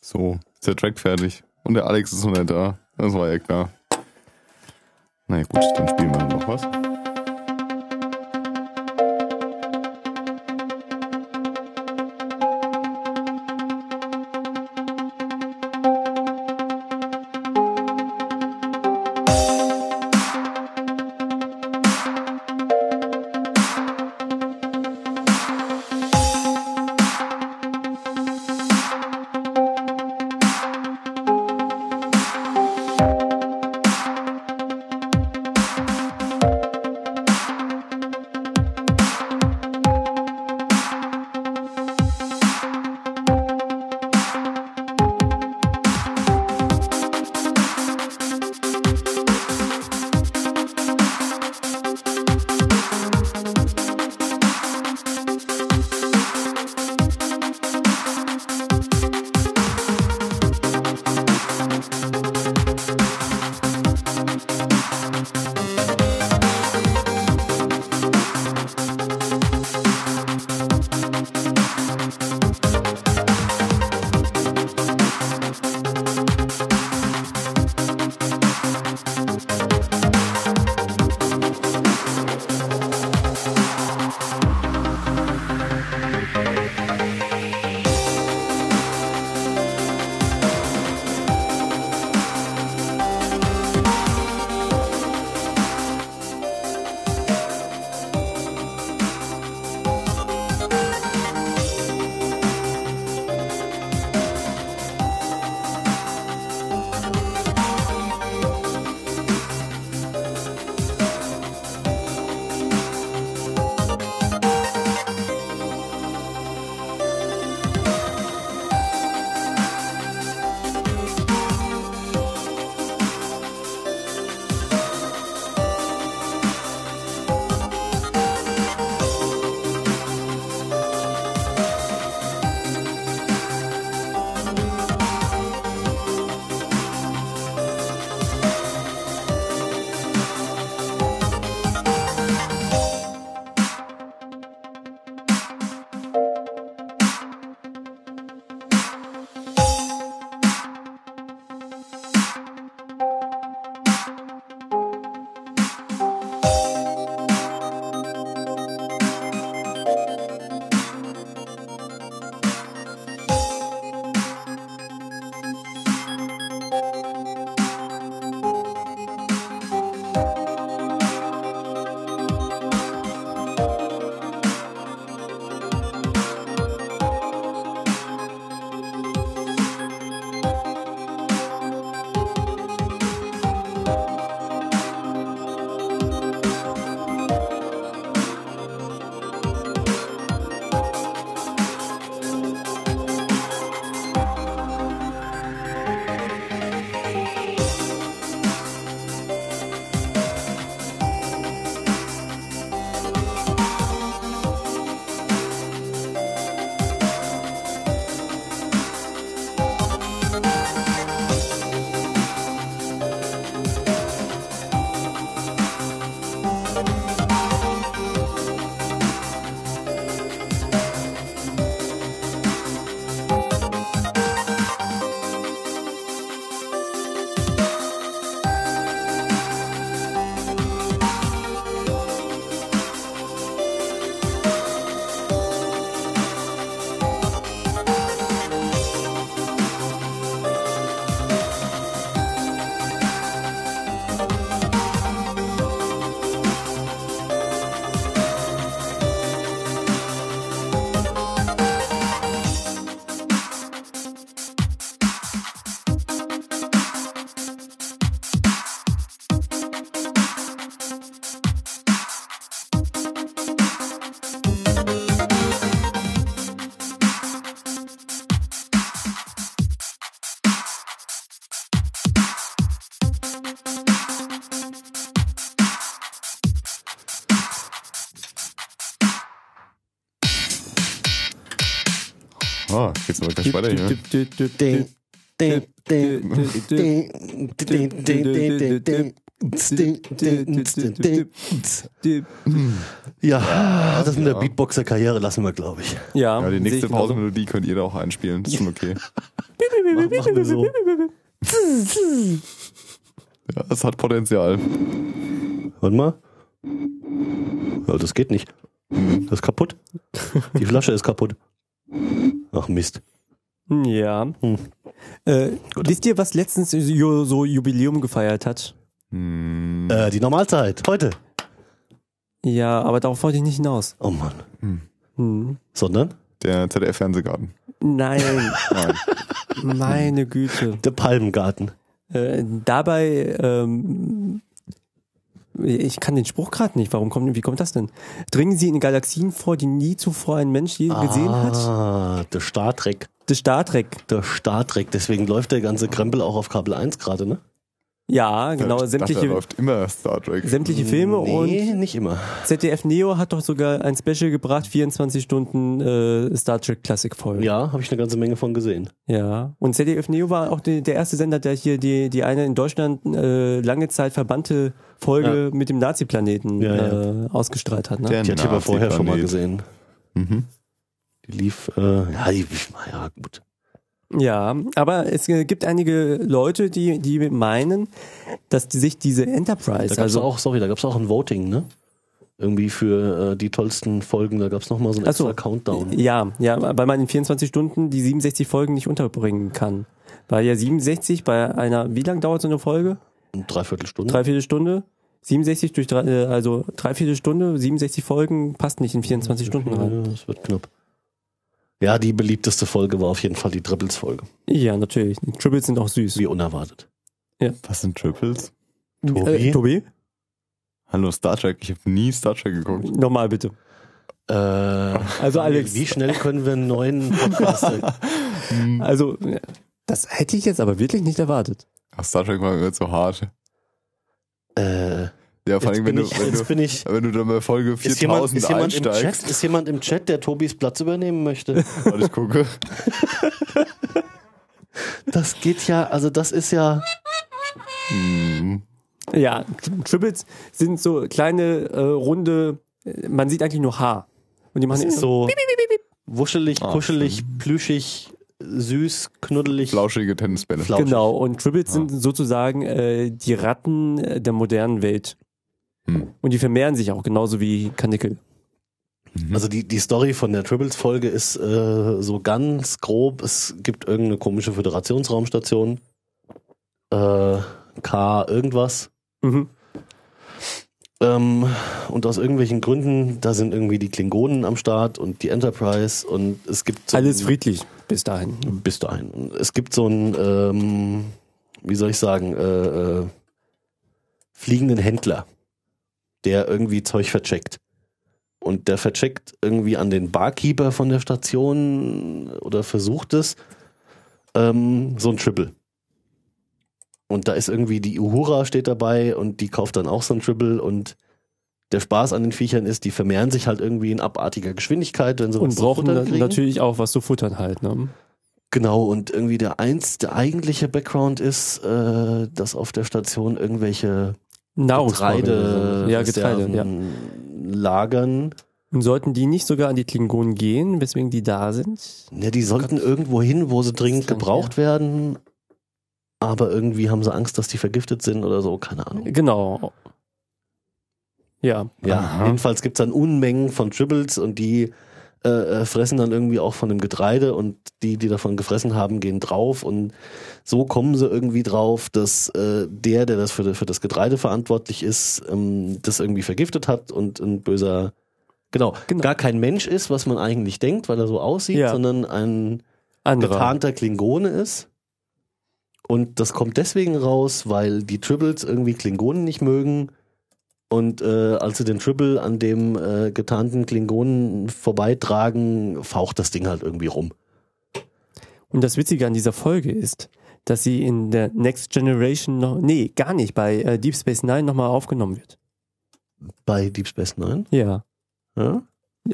Speaker 5: So, ist der Track fertig. Und der Alex ist noch nicht da. Das war ja klar. Na ja, gut, dann spielen wir noch was. Ah, geht's aber gleich weiter
Speaker 6: ne?
Speaker 5: hier.
Speaker 4: Ding, ding, ding, ding, ding, ding, ding, ding, ding, Ja, das mit der Beatboxer-Karriere lassen wir, glaube ich.
Speaker 5: Ja,
Speaker 6: Ja,
Speaker 5: die
Speaker 6: sehe
Speaker 5: nächste
Speaker 6: ich genauso.
Speaker 5: Pausenmelodie könnt ihr da auch einspielen. Das ist schon okay.
Speaker 4: Machen wir so.
Speaker 5: Ja, es hat Potenzial.
Speaker 4: Warte mal. Ja, das geht nicht. Das ist kaputt. Die Flasche ist kaputt. Ach Mist.
Speaker 6: Hm, Ja. Äh, wisst ihr, was letztens ju- so Jubiläum gefeiert hat?
Speaker 5: Hm.
Speaker 4: Äh, die Normalzeit. Heute.
Speaker 6: Ja, aber darauf wollte ich nicht hinaus.
Speaker 4: Oh Mann.
Speaker 6: Hm.
Speaker 4: Sondern
Speaker 5: Der ZDF-Fernsehgarten.
Speaker 6: Nein,
Speaker 5: Nein.
Speaker 6: meine Güte.
Speaker 4: der Palmengarten.
Speaker 6: Äh, dabei, ähm, ich kann den Spruch gerade nicht. Warum kommt, wie kommt das denn? Dringen sie in Galaxien vor, die nie zuvor ein Mensch je gesehen hat?
Speaker 4: Ah, der Star Trek.
Speaker 6: Das Star Trek.
Speaker 4: Der Star Trek. Deswegen läuft der ganze Krempel auch auf Kabel 1 gerade, ne?
Speaker 6: Ja, genau.
Speaker 5: Ich dachte, da
Speaker 6: Sämtliche,
Speaker 5: läuft immer Star Trek.
Speaker 6: sämtliche Filme und
Speaker 4: Nee, nicht immer.
Speaker 6: ZDF Neo hat doch sogar ein Special gebracht, 24 Stunden äh, Star Trek Classic Folge.
Speaker 4: Ja, habe ich eine ganze Menge von gesehen.
Speaker 6: Ja. Und ZDF Neo war auch die, der erste Sender, der hier die, die eine in Deutschland äh, lange Zeit verbannte Folge mit dem Nazi-Planeten
Speaker 4: Ja,
Speaker 6: Äh, ausgestrahlt hat. Ne?
Speaker 5: Der
Speaker 4: Die hatte ich aber vorher schon mal
Speaker 5: Nazi-Planet.
Speaker 4: gesehen.
Speaker 5: Mhm.
Speaker 4: Die lief, äh, ja, die, ja, gut.
Speaker 6: Ja, aber es äh, gibt einige Leute, die, die meinen, dass die sich diese
Speaker 4: Da
Speaker 6: Enterprise,
Speaker 4: gab's
Speaker 6: also
Speaker 4: auch, sorry, da gab's auch ein Voting, ne? Irgendwie für äh, die tollsten Folgen, da gab's noch nochmal so einen
Speaker 6: Ach so.
Speaker 4: extra Countdown.
Speaker 6: ja, ja, weil man in 24 Stunden die 67 Folgen nicht unterbringen kann. Weil ja 67 bei einer, wie lang dauert so eine Folge?
Speaker 4: Eine Dreiviertelstunde.
Speaker 6: Dreiviertel Stunde? 67 durch drei, äh, also dreiviertel Stunde, 67 Folgen passt nicht in 24 Stunden rein.
Speaker 4: ja, das wird knapp. Ja, die beliebteste Folge war auf jeden Fall die Dribbles-Folge.
Speaker 6: Ja, natürlich. Die Triples sind auch süß.
Speaker 4: Wie unerwartet.
Speaker 5: Was sind Triples?
Speaker 4: Tobi?
Speaker 6: Äh, Tobi?
Speaker 5: Hallo Star Trek. Ich habe nie Star Trek geguckt.
Speaker 6: Nochmal bitte.
Speaker 4: Äh, also
Speaker 6: Alex.
Speaker 4: Wie schnell können wir einen neuen Podcast...
Speaker 6: Also, ja, das hätte ich jetzt aber wirklich nicht erwartet.
Speaker 5: Ach, Star Trek war mir zu hart.
Speaker 4: äh,
Speaker 5: Ja, vor
Speaker 4: jetzt
Speaker 5: allem, wenn
Speaker 4: bin
Speaker 5: du,
Speaker 4: ich...
Speaker 5: wenn
Speaker 4: Jetzt
Speaker 5: du,
Speaker 4: bin ich
Speaker 5: wenn du dann bei Folge
Speaker 4: ist jemand,
Speaker 5: 4000
Speaker 4: ist, jemand im Chat,
Speaker 5: einsteigst
Speaker 4: ist jemand im Chat, der Tobis Platz übernehmen möchte?
Speaker 5: und ich gucke.
Speaker 4: Das geht ja, also das ist ja...
Speaker 5: Hm.
Speaker 6: Ja, Tri- Triples sind so kleine, äh, runde, äh, man sieht eigentlich nur Haar. Und die
Speaker 4: Das
Speaker 6: machen
Speaker 4: ist so wuschelig,
Speaker 5: Ah,
Speaker 4: kuschelig, plüschig, süß, knuddelig.
Speaker 5: Flauschige Tennisbälle.
Speaker 4: Flau-
Speaker 6: Genau, und Tribbles sind sozusagen äh, die Ratten äh, der modernen Welt.
Speaker 5: Hm.
Speaker 6: Und die vermehren sich auch, genauso wie Kanickel.
Speaker 4: Also die, die Story von der Tribbles-Folge ist äh, so ganz grob. Es gibt irgendeine komische Föderationsraumstation. Äh, K irgendwas.
Speaker 6: Mhm.
Speaker 4: Ähm, und aus irgendwelchen Gründen, da sind irgendwie die Klingonen am Start und die Enterprise und es gibt so
Speaker 6: Alles
Speaker 4: ein-
Speaker 6: friedlich bis dahin.
Speaker 4: bis dahin. Und Es gibt so einen, ähm, wie soll ich sagen, äh, äh, fliegenden Händler, der irgendwie Zeug vercheckt. Und der vercheckt irgendwie an den Barkeeper von der Station oder versucht es, ähm, so ein Triple. Und da ist irgendwie die Uhura steht dabei und die kauft dann auch so ein Triple und der Spaß an den Viechern ist, die vermehren sich halt irgendwie in abartiger Geschwindigkeit, wenn sie was
Speaker 6: Und
Speaker 4: zu
Speaker 6: brauchen
Speaker 4: futtern
Speaker 6: na-
Speaker 4: kriegen.
Speaker 6: natürlich auch was zu futtern halt. Ne?
Speaker 4: Genau, und irgendwie der eins, der eigentliche Background ist, äh, dass auf der Station irgendwelche
Speaker 6: Nahrungsvorräte.
Speaker 4: Getreide,
Speaker 6: ne? Ja, Getreide.
Speaker 4: Reserven
Speaker 6: Ja.
Speaker 4: lagern.
Speaker 6: Und sollten die nicht sogar an die Klingonen gehen, weswegen die da sind?
Speaker 4: Ja, die sollten irgendwo hin, wo sie dringend
Speaker 6: Ist lang
Speaker 4: gebraucht werden, aber irgendwie haben sie Angst, dass die vergiftet sind oder so, keine Ahnung.
Speaker 6: Genau. Ja.
Speaker 4: Ja,
Speaker 5: Aha.
Speaker 4: jedenfalls gibt's dann Unmengen von Tribbles und die äh, äh, fressen dann irgendwie auch von dem Getreide und die, die davon gefressen haben, gehen drauf und so kommen sie irgendwie drauf, dass äh, der, der das für, für das Getreide verantwortlich ist, ähm, das irgendwie vergiftet hat und ein böser, genau,
Speaker 6: Genau.
Speaker 4: gar kein Mensch ist, was man eigentlich denkt, weil er so aussieht,
Speaker 6: Ja.
Speaker 4: sondern ein
Speaker 6: Andere.
Speaker 4: getarnter Klingone ist. Und das kommt deswegen raus, weil die Tribbles irgendwie Klingonen nicht mögen. Und äh, als sie den Tribble an dem äh, getarnten Klingonen vorbeitragen, faucht das Ding halt irgendwie rum.
Speaker 6: Und das Witzige an dieser Folge ist, dass sie in der Next Generation noch, nee, gar nicht, bei äh, Deep Space Nine nochmal aufgenommen wird.
Speaker 4: Bei Deep Space Nine?
Speaker 6: Ja.
Speaker 4: Ja?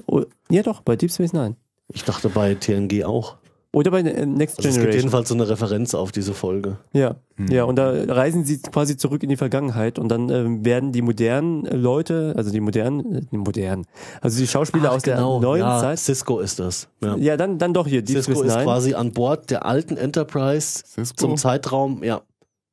Speaker 6: Oh, Ja doch, bei Deep Space Nine.
Speaker 4: Ich dachte bei TNG auch.
Speaker 6: Oder bei äh, Next
Speaker 4: Also es gibt
Speaker 6: Generation.
Speaker 4: jedenfalls Hm. so eine Referenz auf diese Folge.
Speaker 6: Ja, ja, und da reisen sie quasi zurück in die Vergangenheit und dann ähm, werden die modernen Leute, also die modernen, äh, die modernen, also die Schauspieler aus der neuen
Speaker 4: Genau, ja,
Speaker 6: Zeit.
Speaker 4: Cisco ist das. Ja.
Speaker 6: Ja, dann, dann doch hier, die
Speaker 4: Cisco ist
Speaker 6: 9.
Speaker 4: quasi an Bord der alten Enterprise
Speaker 5: Cisco?
Speaker 4: zum Zeitraum, ja.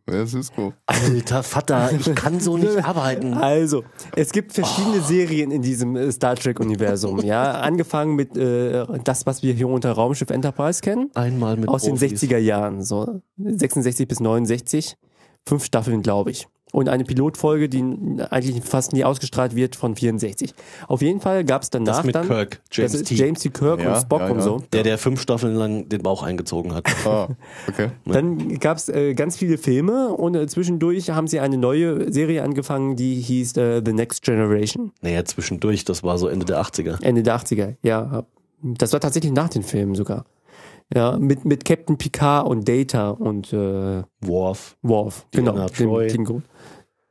Speaker 5: Wer ist Cisco?
Speaker 4: Alter Vater, ich kann so nicht arbeiten.
Speaker 6: Also, es gibt
Speaker 4: Oh.
Speaker 6: verschiedene Serien in diesem äh, Star Trek-Universum. ja, angefangen mit äh, das, was wir hier unter Raumschiff Enterprise kennen,
Speaker 4: Einmal mit
Speaker 6: aus den
Speaker 4: Profis.
Speaker 6: 60er Jahren, so 66 bis 69. Fünf Staffeln, glaube ich. Und eine Pilotfolge, die n- eigentlich fast nie ausgestrahlt wird, von 64. Auf jeden Fall gab es danach
Speaker 4: Das mit
Speaker 6: dann
Speaker 4: Kirk, James
Speaker 6: das ist
Speaker 4: T.
Speaker 6: James T. Kirk
Speaker 5: Ja,
Speaker 6: und Spock
Speaker 5: ja,
Speaker 6: und
Speaker 5: ja.
Speaker 6: so.
Speaker 4: Der, der fünf Staffeln lang den Bauch eingezogen hat.
Speaker 5: Ah, okay.
Speaker 6: Dann gab es äh, ganz viele Filme und äh, zwischendurch haben sie eine neue Serie angefangen, die hieß äh, The Next Generation.
Speaker 4: naja, zwischendurch, das war so Ende der 80er.
Speaker 6: Ende der 80er, ja. hab- Das war tatsächlich nach den Filmen sogar. Ja, mit, mit Captain Picard und Data und äh,
Speaker 4: Worf.
Speaker 6: Worf.
Speaker 4: Deanna
Speaker 6: genau.
Speaker 4: Troi.
Speaker 6: Gru-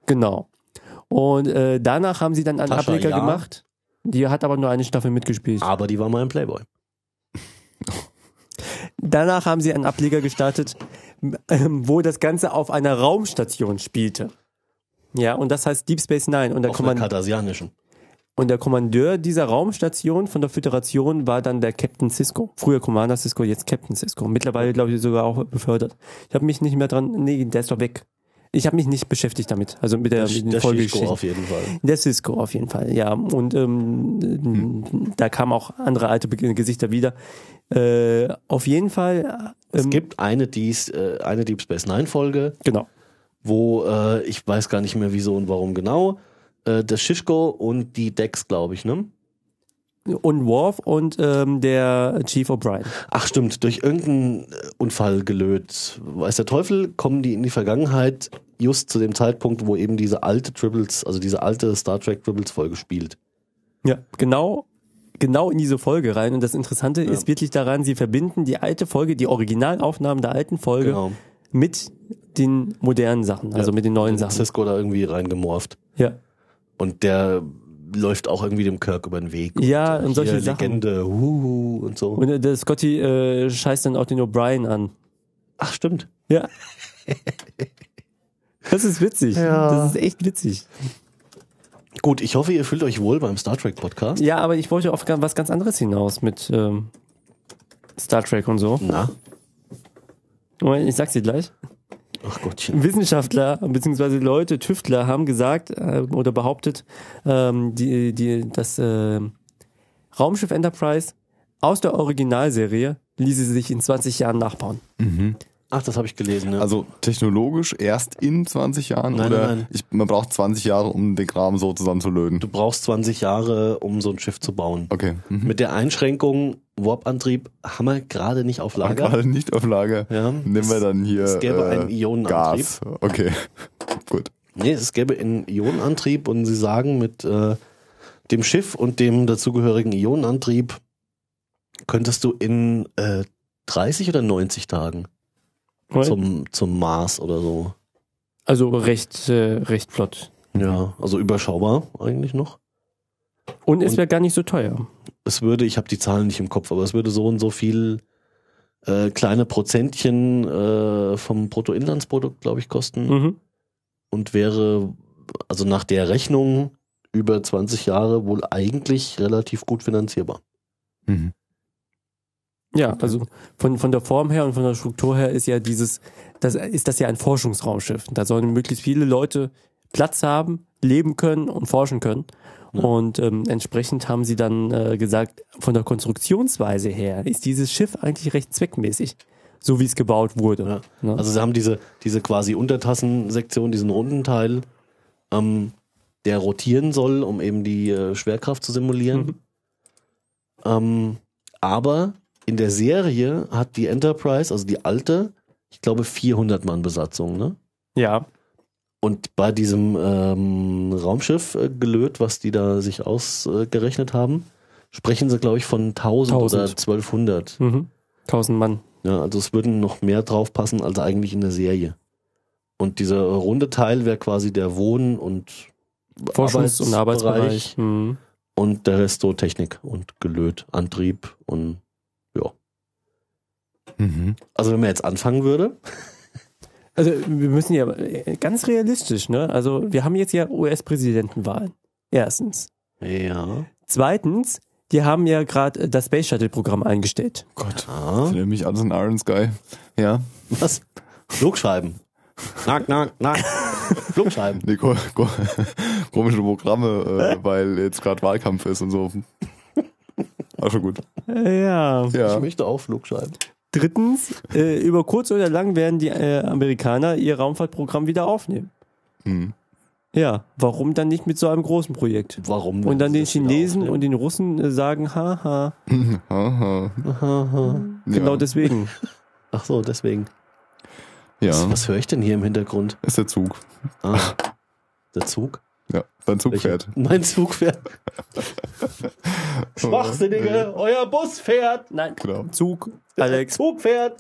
Speaker 6: genau. Und äh, danach haben sie dann einen
Speaker 4: Tascha
Speaker 6: Ableger
Speaker 4: Yar.
Speaker 6: gemacht. Die hat aber nur eine Staffel mitgespielt.
Speaker 4: Aber die war mal im Playboy.
Speaker 6: Danach haben sie einen Ableger gestartet, ähm, wo das Ganze auf einer Raumstation spielte. Ja, und das heißt Deep Space Nine. Und der,
Speaker 4: Auf der
Speaker 6: Kommand
Speaker 4: kartasianischen.
Speaker 6: und der Kommandeur dieser Raumstation von der Föderation war dann der Captain Cisco. Früher Commander Cisco, jetzt Captain Cisco. Mittlerweile, glaube ich, sogar auch befördert. Ich habe mich nicht mehr dran. Nee, der ist doch weg. Ich habe mich nicht beschäftigt damit. Also mit der,
Speaker 4: Der,
Speaker 6: mit
Speaker 4: der
Speaker 6: den
Speaker 4: Schischko
Speaker 6: Folgegeschichten. Ähm,
Speaker 4: auf jeden Fall.
Speaker 6: Der Cisco auf jeden Fall, ja. Und ähm,
Speaker 4: Hm.
Speaker 6: da kamen auch andere alte Be Gesichter wieder. Äh, auf jeden Fall. äh,
Speaker 4: Es
Speaker 6: ähm,
Speaker 4: gibt eine, dies, äh, eine Deep Space Nine Folge,
Speaker 6: Genau.
Speaker 4: wo äh, ich weiß gar nicht mehr wieso und warum genau, äh, der Schischko und die Dex, glaube ich, ne?
Speaker 6: Und Worf und ähm, der Chief O'Brien.
Speaker 4: Ach stimmt, durch irgendeinen äh, Unfall gelöt. Weiß der Teufel, kommen die in die Vergangenheit, just zu dem Zeitpunkt, wo eben diese alte Tribbles, also diese alte Star Trek Tribbles Folge spielt.
Speaker 6: Ja. Genau, genau in diese Folge rein. Und das Interessante ist wirklich daran, sie verbinden die alte Folge, die Originalaufnahmen der alten Folge
Speaker 4: Genau.
Speaker 6: mit den modernen Sachen, also mit den neuen
Speaker 4: Den
Speaker 6: Sachen.
Speaker 4: Cisco da irgendwie reingemorft.
Speaker 6: Ja.
Speaker 4: Und der läuft auch irgendwie dem Kirk über den Weg.
Speaker 6: Ja,
Speaker 4: äh,
Speaker 6: und solche
Speaker 4: hier
Speaker 6: Sachen.
Speaker 4: Legende, huhu und so.
Speaker 6: Und äh, der Scotty äh, scheißt dann auch den O'Brien an.
Speaker 4: Ach stimmt.
Speaker 6: Ja. Das ist witzig.
Speaker 4: Ja.
Speaker 6: Das ist echt witzig.
Speaker 4: Gut, ich hoffe, ihr fühlt euch wohl beim Star Trek Podcast.
Speaker 6: Ja, aber ich wollte auf ga- was ganz anderes hinaus mit ähm, Star Trek und so.
Speaker 4: Na,
Speaker 6: Moment, ich sag's dir gleich.
Speaker 4: ach Gottchen.
Speaker 6: Wissenschaftler bzw. Leute, Tüftler haben gesagt äh, oder behauptet, ähm, die, die, das äh, Raumschiff Enterprise aus der Originalserie ließe sich in 20 Jahren nachbauen.
Speaker 4: Ach, das habe ich gelesen. Ne?
Speaker 5: Also technologisch erst in 20 Jahren
Speaker 4: Nein,
Speaker 5: oder
Speaker 4: nein, nein.
Speaker 5: Ich, man braucht 20 Jahre, um den Graben so zusammenzulöten.
Speaker 4: du brauchst 20 Jahre, um so ein Schiff zu bauen.
Speaker 5: Okay. Mhm.
Speaker 4: Mit der Einschränkung Warp-Antrieb haben wir gerade nicht auf Lager.
Speaker 5: Gerade nicht auf Lager.
Speaker 4: Ja.
Speaker 5: Nehmen wir dann hier
Speaker 4: es gäbe
Speaker 5: äh,
Speaker 4: einen Ionenantrieb.
Speaker 5: Gas. Okay. Gut.
Speaker 4: Nee, es gäbe einen Ionenantrieb und sie sagen, mit äh, dem Schiff und dem dazugehörigen Ionenantrieb könntest du in äh, 30 oder 90 Tagen zum, zum Mars oder so.
Speaker 6: Also recht, äh, recht flott.
Speaker 4: Ja, also überschaubar eigentlich noch.
Speaker 6: Und es
Speaker 4: Und-
Speaker 6: wäre gar nicht so teuer.
Speaker 4: Es würde, ich habe die Zahlen nicht im Kopf, aber es würde so und so viel äh, kleine Prozentchen äh, vom Bruttoinlandsprodukt, glaube ich, kosten.
Speaker 6: Mhm.
Speaker 4: und wäre, also nach der Rechnung, über 20 Jahre wohl eigentlich relativ gut finanzierbar.
Speaker 5: Mhm.
Speaker 6: Ja, also von, von der Form her und von der Struktur her ist ja dieses, das ist das ja ein Forschungsraumschiff. Da sollen möglichst viele Leute Platz haben, leben können und forschen können.
Speaker 4: Ja.
Speaker 6: Und ähm, entsprechend haben sie dann äh, gesagt, von der Konstruktionsweise her ist dieses Schiff eigentlich recht zweckmäßig, so wie es gebaut wurde. Ne?
Speaker 4: Also sie haben diese, diese quasi Untertassensektion, diesen runden Teil, ähm, der rotieren soll, um eben die äh, Schwerkraft zu simulieren. Ähm, aber in der Serie hat die Enterprise, also die alte, ich glaube 400 Mann Besatzung, ne?
Speaker 6: ja,
Speaker 4: Und bei diesem ähm, Raumschiff äh, gelöt, was die da sich ausgerechnet haben, sprechen sie, glaube ich, von 1000,
Speaker 6: 1000.
Speaker 4: oder 1200.
Speaker 6: mhm. 1000 Mann.
Speaker 4: Ja, also es würden noch mehr draufpassen als eigentlich in der Serie. Und dieser runde Teil wäre quasi der Wohn- und
Speaker 6: Forschungs- und Arbeitsbereich. Mhm.
Speaker 4: Und der Rest so Technik und Gelöt, Antrieb und ja. Also wenn man jetzt anfangen würde,
Speaker 6: Also wir müssen ja äh, ganz realistisch, ne? Also wir haben jetzt ja US-Präsidentenwahlen. Erstens.
Speaker 4: ja,
Speaker 6: Zweitens, die haben ja gerade das Space Shuttle-Programm eingestellt.
Speaker 5: Oh Gott, ich nehme mich alles in Iron Sky. Ja,
Speaker 4: Ah. was? Flugscheiben. Nack, nack, nack. Flugscheiben.
Speaker 5: nee, ko ko komische Programme, äh, weil jetzt gerade Wahlkampf ist und so. War schon gut.
Speaker 4: Äh,
Speaker 6: Ja.
Speaker 5: Ja.
Speaker 4: Ich möchte auch Flugscheiben.
Speaker 6: Drittens, äh, über kurz oder lang werden die äh, Amerikaner ihr Raumfahrtprogramm wieder aufnehmen.
Speaker 5: Hm.
Speaker 6: Ja, warum dann nicht mit so einem großen Projekt?
Speaker 4: Warum?
Speaker 6: Und dann
Speaker 4: Sie
Speaker 6: den
Speaker 4: das wieder
Speaker 6: Chinesen
Speaker 4: aufnehmen?
Speaker 6: und den Russen äh, sagen, haha,
Speaker 5: Aha.
Speaker 6: genau deswegen.
Speaker 4: Ach so, deswegen. Was,
Speaker 5: Ja,
Speaker 4: was höre ich denn hier im Hintergrund?
Speaker 5: ist der Zug.
Speaker 4: Ah, der Zug.
Speaker 5: Ja, sein Zug
Speaker 4: Welcher-
Speaker 5: fährt.
Speaker 4: Mein Zug fährt. Schwachsinnige, euer Bus fährt.
Speaker 6: Nein,
Speaker 5: Genau.
Speaker 6: Zug, Alex.
Speaker 4: Zug fährt.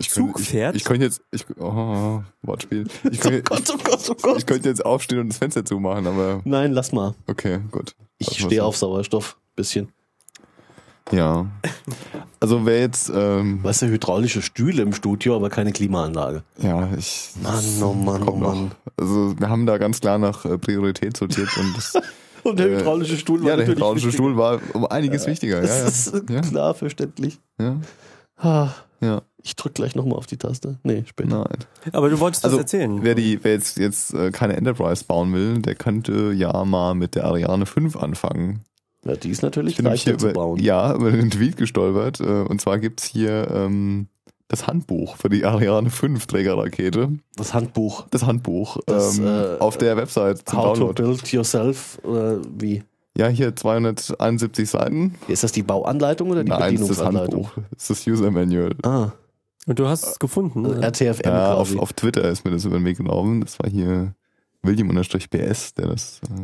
Speaker 5: Ich
Speaker 6: Zug
Speaker 5: könnte- ich,
Speaker 6: fährt?
Speaker 5: Ich könnte jetzt. Ich, oh, Wortspiel. Ich könnte, ich,
Speaker 4: oh Gott, oh Gott.
Speaker 5: ich könnte jetzt aufstehen und das Fenster zumachen, aber
Speaker 4: Nein, lass mal.
Speaker 5: okay, gut. Also,
Speaker 4: Ich
Speaker 5: Lass mal
Speaker 4: stehe
Speaker 5: so.
Speaker 4: auf Sauerstoff. Bisschen.
Speaker 5: Ja. Also wer jetzt. Ähm,
Speaker 4: Weißt du, hydraulische Stühle im Studio, aber keine Klimaanlage.
Speaker 5: ja, ich.
Speaker 4: Mann, oh Mann, oh
Speaker 5: kommt noch.
Speaker 4: Mann.
Speaker 5: Also wir haben da ganz klar nach äh, Priorität sortiert und das,
Speaker 4: Und der
Speaker 5: Äh,
Speaker 4: hydraulische Stuhl war
Speaker 5: ja, der
Speaker 4: natürlich
Speaker 5: hydraulische
Speaker 4: wichtiger.
Speaker 5: Stuhl war um einiges wichtiger. Ja, ja.
Speaker 4: Das ist
Speaker 5: Ja.
Speaker 4: klar verständlich.
Speaker 5: Ja,
Speaker 4: Ah,
Speaker 5: ja,
Speaker 4: Ich drück gleich nochmal auf die Taste. Nee, später.
Speaker 5: nein.
Speaker 6: Aber du wolltest
Speaker 5: Also
Speaker 6: das erzählen.
Speaker 5: wer die, wer jetzt jetzt äh, keine Enterprise bauen will, der könnte ja mal mit der Ariane 5 anfangen.
Speaker 4: Ja, die ist natürlich
Speaker 5: Ich bin nämlich hier
Speaker 4: leichter zu
Speaker 5: über,
Speaker 4: bauen.
Speaker 5: ja, über den Tweet gestolpert. Äh, und zwar gibt's hier ähm, das Handbuch für die Ariane 5 Trägerrakete.
Speaker 4: Das Handbuch.
Speaker 5: Das Handbuch
Speaker 4: Das,
Speaker 5: ähm,
Speaker 4: äh,
Speaker 5: auf der Website zum
Speaker 4: How to
Speaker 5: Download.
Speaker 4: build yourself. Oder wie?
Speaker 5: Ja, hier 271 Seiten.
Speaker 4: Ist das die Bauanleitung oder die
Speaker 5: Nein, das ist das
Speaker 4: Bedienungsanleitung?
Speaker 5: Handbuch. Das ist das User Manual.
Speaker 4: Ah,
Speaker 6: Und du hast es gefunden.
Speaker 4: also
Speaker 6: oder?
Speaker 4: RTFM
Speaker 5: Ja, auf,
Speaker 4: quasi.
Speaker 5: auf Twitter ist mir das über den Weg gelaufen. Das war hier William-BS, der das äh,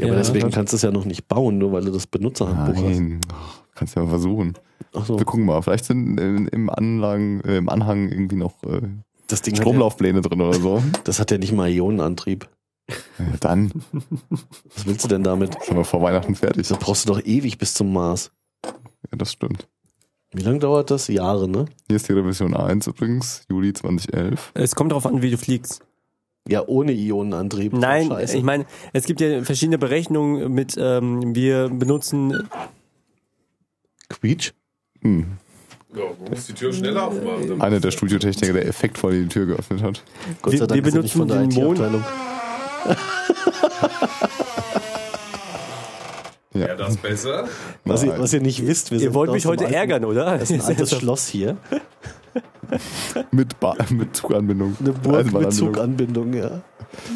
Speaker 4: ja, aber
Speaker 6: Ja.
Speaker 4: deswegen kannst du es ja noch nicht bauen, nur weil du das Benutzerhandbuch hast.
Speaker 5: Nein. Ach, Kannst ja mal versuchen.
Speaker 4: Ach so,
Speaker 5: Wir gucken mal. Vielleicht sind äh, im, Anlagen, äh, im Anhang irgendwie noch äh,
Speaker 4: das Ding
Speaker 5: Stromlaufpläne drin oder so.
Speaker 4: Hat ja, das hat ja nicht mal Ionenantrieb.
Speaker 5: Ja, dann
Speaker 4: Was willst du denn damit?
Speaker 5: sind wir vor Weihnachten fertig.
Speaker 4: Da brauchst du doch ewig bis zum Mars.
Speaker 5: Ja, das stimmt.
Speaker 4: Wie lange dauert das? Jahre, ne?
Speaker 5: Hier ist die Revision 1 übrigens, Juli 2011.
Speaker 6: Es kommt darauf an, wie du fliegst.
Speaker 4: Ja, ohne Ionenantrieb.
Speaker 6: Nein,
Speaker 4: Scheiße.
Speaker 6: ich meine, es gibt ja verschiedene Berechnungen mit, ähm, wir benutzen,
Speaker 4: Quietsch?
Speaker 5: Hm.
Speaker 8: Ja, man muss die Tür schneller aufmachen. damit-
Speaker 5: Einer der Studiotechniker, der effektvoll die Tür geöffnet hat.
Speaker 4: Gott
Speaker 6: Wir-
Speaker 4: sei Dank
Speaker 6: wir
Speaker 4: ist er nicht von der
Speaker 6: benutzen den Mond.
Speaker 4: IT-Abteilung.
Speaker 8: Ja, das ist besser.
Speaker 4: Was, ihr,
Speaker 5: Nein.
Speaker 4: was ihr nicht wisst, wir
Speaker 6: ihr
Speaker 4: sind
Speaker 6: wollt
Speaker 4: aus
Speaker 6: mich
Speaker 4: dem
Speaker 6: heute
Speaker 4: alten-
Speaker 6: ärgern, oder?
Speaker 4: Das ist ein altes Schloss hier.
Speaker 5: Mit, ba mit Zuganbindung.
Speaker 4: Eine Burg mit
Speaker 5: Eisenbahnanbindung.
Speaker 4: Zuganbindung, ja.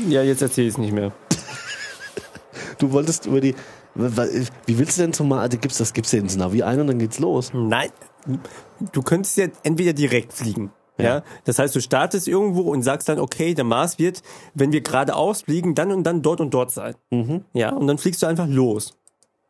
Speaker 6: Ja, jetzt erzähl ich es nicht mehr.
Speaker 4: Du wolltest über die. wa- wa- Wie willst du denn zum Mars? Also Gibt's, das gibst du ins Navi ein und dann geht's los.
Speaker 6: Nein, du könntest ja entweder direkt fliegen. Ja. das heißt, du startest irgendwo und sagst dann, okay, der Mars wird, wenn wir geradeaus fliegen, dann und dann dort und dort sein.
Speaker 4: Mhm.
Speaker 6: Ja, und dann fliegst du einfach los.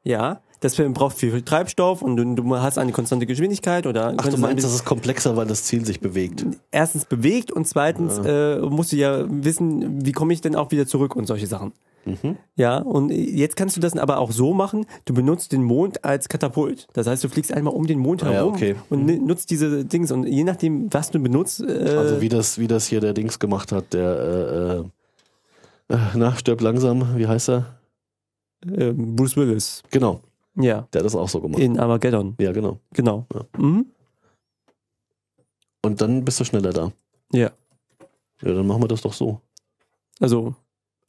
Speaker 6: Ja, das braucht viel Treibstoff und du, du hast eine konstante Geschwindigkeit oder
Speaker 4: Ach, du meinst, das ist komplexer, weil das Ziel sich bewegt.
Speaker 6: erstens bewegt und zweitens äh, musst du ja wissen, wie komme ich denn auch wieder zurück und solche Sachen.
Speaker 4: Mhm.
Speaker 6: Ja, und jetzt kannst du das aber auch so machen, du benutzt den Mond als Katapult. Das heißt, du fliegst einmal um den Mond
Speaker 4: Ah ja,
Speaker 6: herum
Speaker 4: okay. Mhm.
Speaker 6: und ni- nutzt diese Dings. Und je nachdem, was du benutzt, äh,
Speaker 4: Also wie das, wie das hier der Dings gemacht hat, der äh, äh, äh, na, stirb langsam, wie heißt er?
Speaker 6: äh, Bruce Willis.
Speaker 4: Genau,
Speaker 6: Ja,
Speaker 4: der hat das auch so gemacht.
Speaker 6: in Armageddon.
Speaker 4: Ja, genau.
Speaker 6: Genau.
Speaker 4: Ja.
Speaker 6: Mhm.
Speaker 4: Und dann bist du schneller da.
Speaker 6: ja.
Speaker 4: Ja, dann machen wir das doch so.
Speaker 6: Also,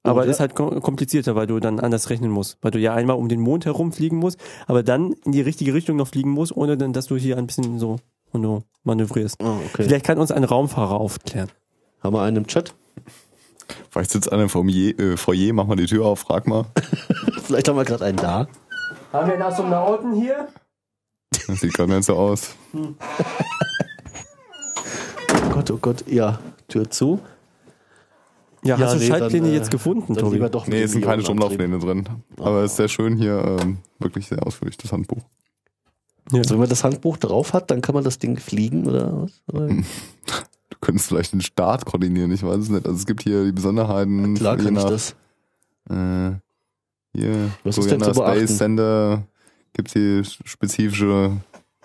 Speaker 6: aber
Speaker 4: Oder-
Speaker 6: das ist halt kom- komplizierter, weil du dann anders rechnen musst. Weil du ja einmal um den Mond herum fliegen musst, aber dann in die richtige Richtung noch fliegen musst, ohne dann, dass du hier ein bisschen so und so manövrierst.
Speaker 4: Ah, okay.
Speaker 6: Vielleicht kann uns ein Raumfahrer aufklären.
Speaker 4: Haben wir einen im Chat?
Speaker 5: Vielleicht sitzt einer im Foyer, äh, Foyer, mach mal die Tür auf, frag mal.
Speaker 4: Vielleicht haben wir gerade einen da.
Speaker 6: Haben wir einen Astronauten hier?
Speaker 5: Das sieht gar nicht so aus.
Speaker 4: Oh Gott, oh Gott, ja, Tür zu.
Speaker 6: Ja, hast du
Speaker 4: nee,
Speaker 6: Schaltpläne
Speaker 4: dann, äh,
Speaker 6: jetzt gefunden,
Speaker 4: dann
Speaker 6: Tobi?
Speaker 4: lieber doch mit
Speaker 5: Nee,
Speaker 4: dem
Speaker 5: es sind keine
Speaker 4: Ionenantrieb.
Speaker 5: Stromlaufpläne drin. Aber es ist sehr schön hier, ähm, wirklich sehr ausführlich, das Handbuch.
Speaker 4: Also wenn man das Handbuch drauf hat, dann kann man das Ding fliegen oder was? Oder?
Speaker 5: Du könntest vielleicht den Start koordinieren, ich weiß es nicht. Also es gibt hier die Besonderheiten.
Speaker 4: Klar
Speaker 5: je
Speaker 4: kann ich
Speaker 5: nach-
Speaker 4: das.
Speaker 5: Äh, hier,
Speaker 4: Was ist
Speaker 5: Guyana
Speaker 4: denn zu beachten?
Speaker 5: Space Center gibt hier spezifische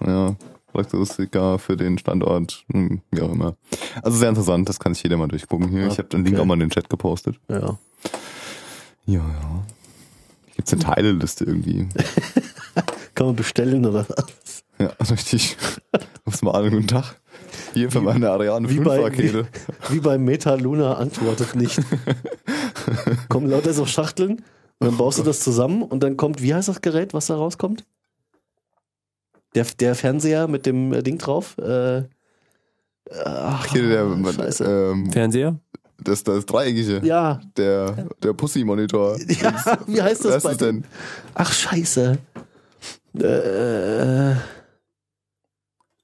Speaker 5: ja, Charakteristika für den Standort, hm, wie auch immer. Also sehr interessant, das kann sich jeder mal durchgucken hier. Ich habe den Link
Speaker 4: Okay.
Speaker 5: auch mal in den Chat gepostet.
Speaker 4: Ja.
Speaker 5: Ja, ja. Gibt's eine Teileliste irgendwie?
Speaker 4: Kann man bestellen oder was?
Speaker 5: Ja, richtig. Muss mal einen guten Tag. Hier für meine Ariane
Speaker 4: Wie
Speaker 5: 5
Speaker 4: bei, wie,
Speaker 5: Rakete.
Speaker 4: wie bei Meta Luna antwortet nicht. Kommen lauter so Schachteln und dann baust du das zusammen und dann kommt, wie heißt das Gerät, was da rauskommt? Der, der Fernseher mit dem äh, Ding drauf. Äh, ach,
Speaker 5: Hier der,
Speaker 4: Ah, scheiße.
Speaker 5: ähm,
Speaker 6: Fernseher?
Speaker 5: das, das Dreieckige.
Speaker 4: Ja,
Speaker 5: Der, der Pussy-Monitor.
Speaker 4: ja, wie heißt das
Speaker 5: Was ist denn?
Speaker 4: Ach, scheiße. Äh,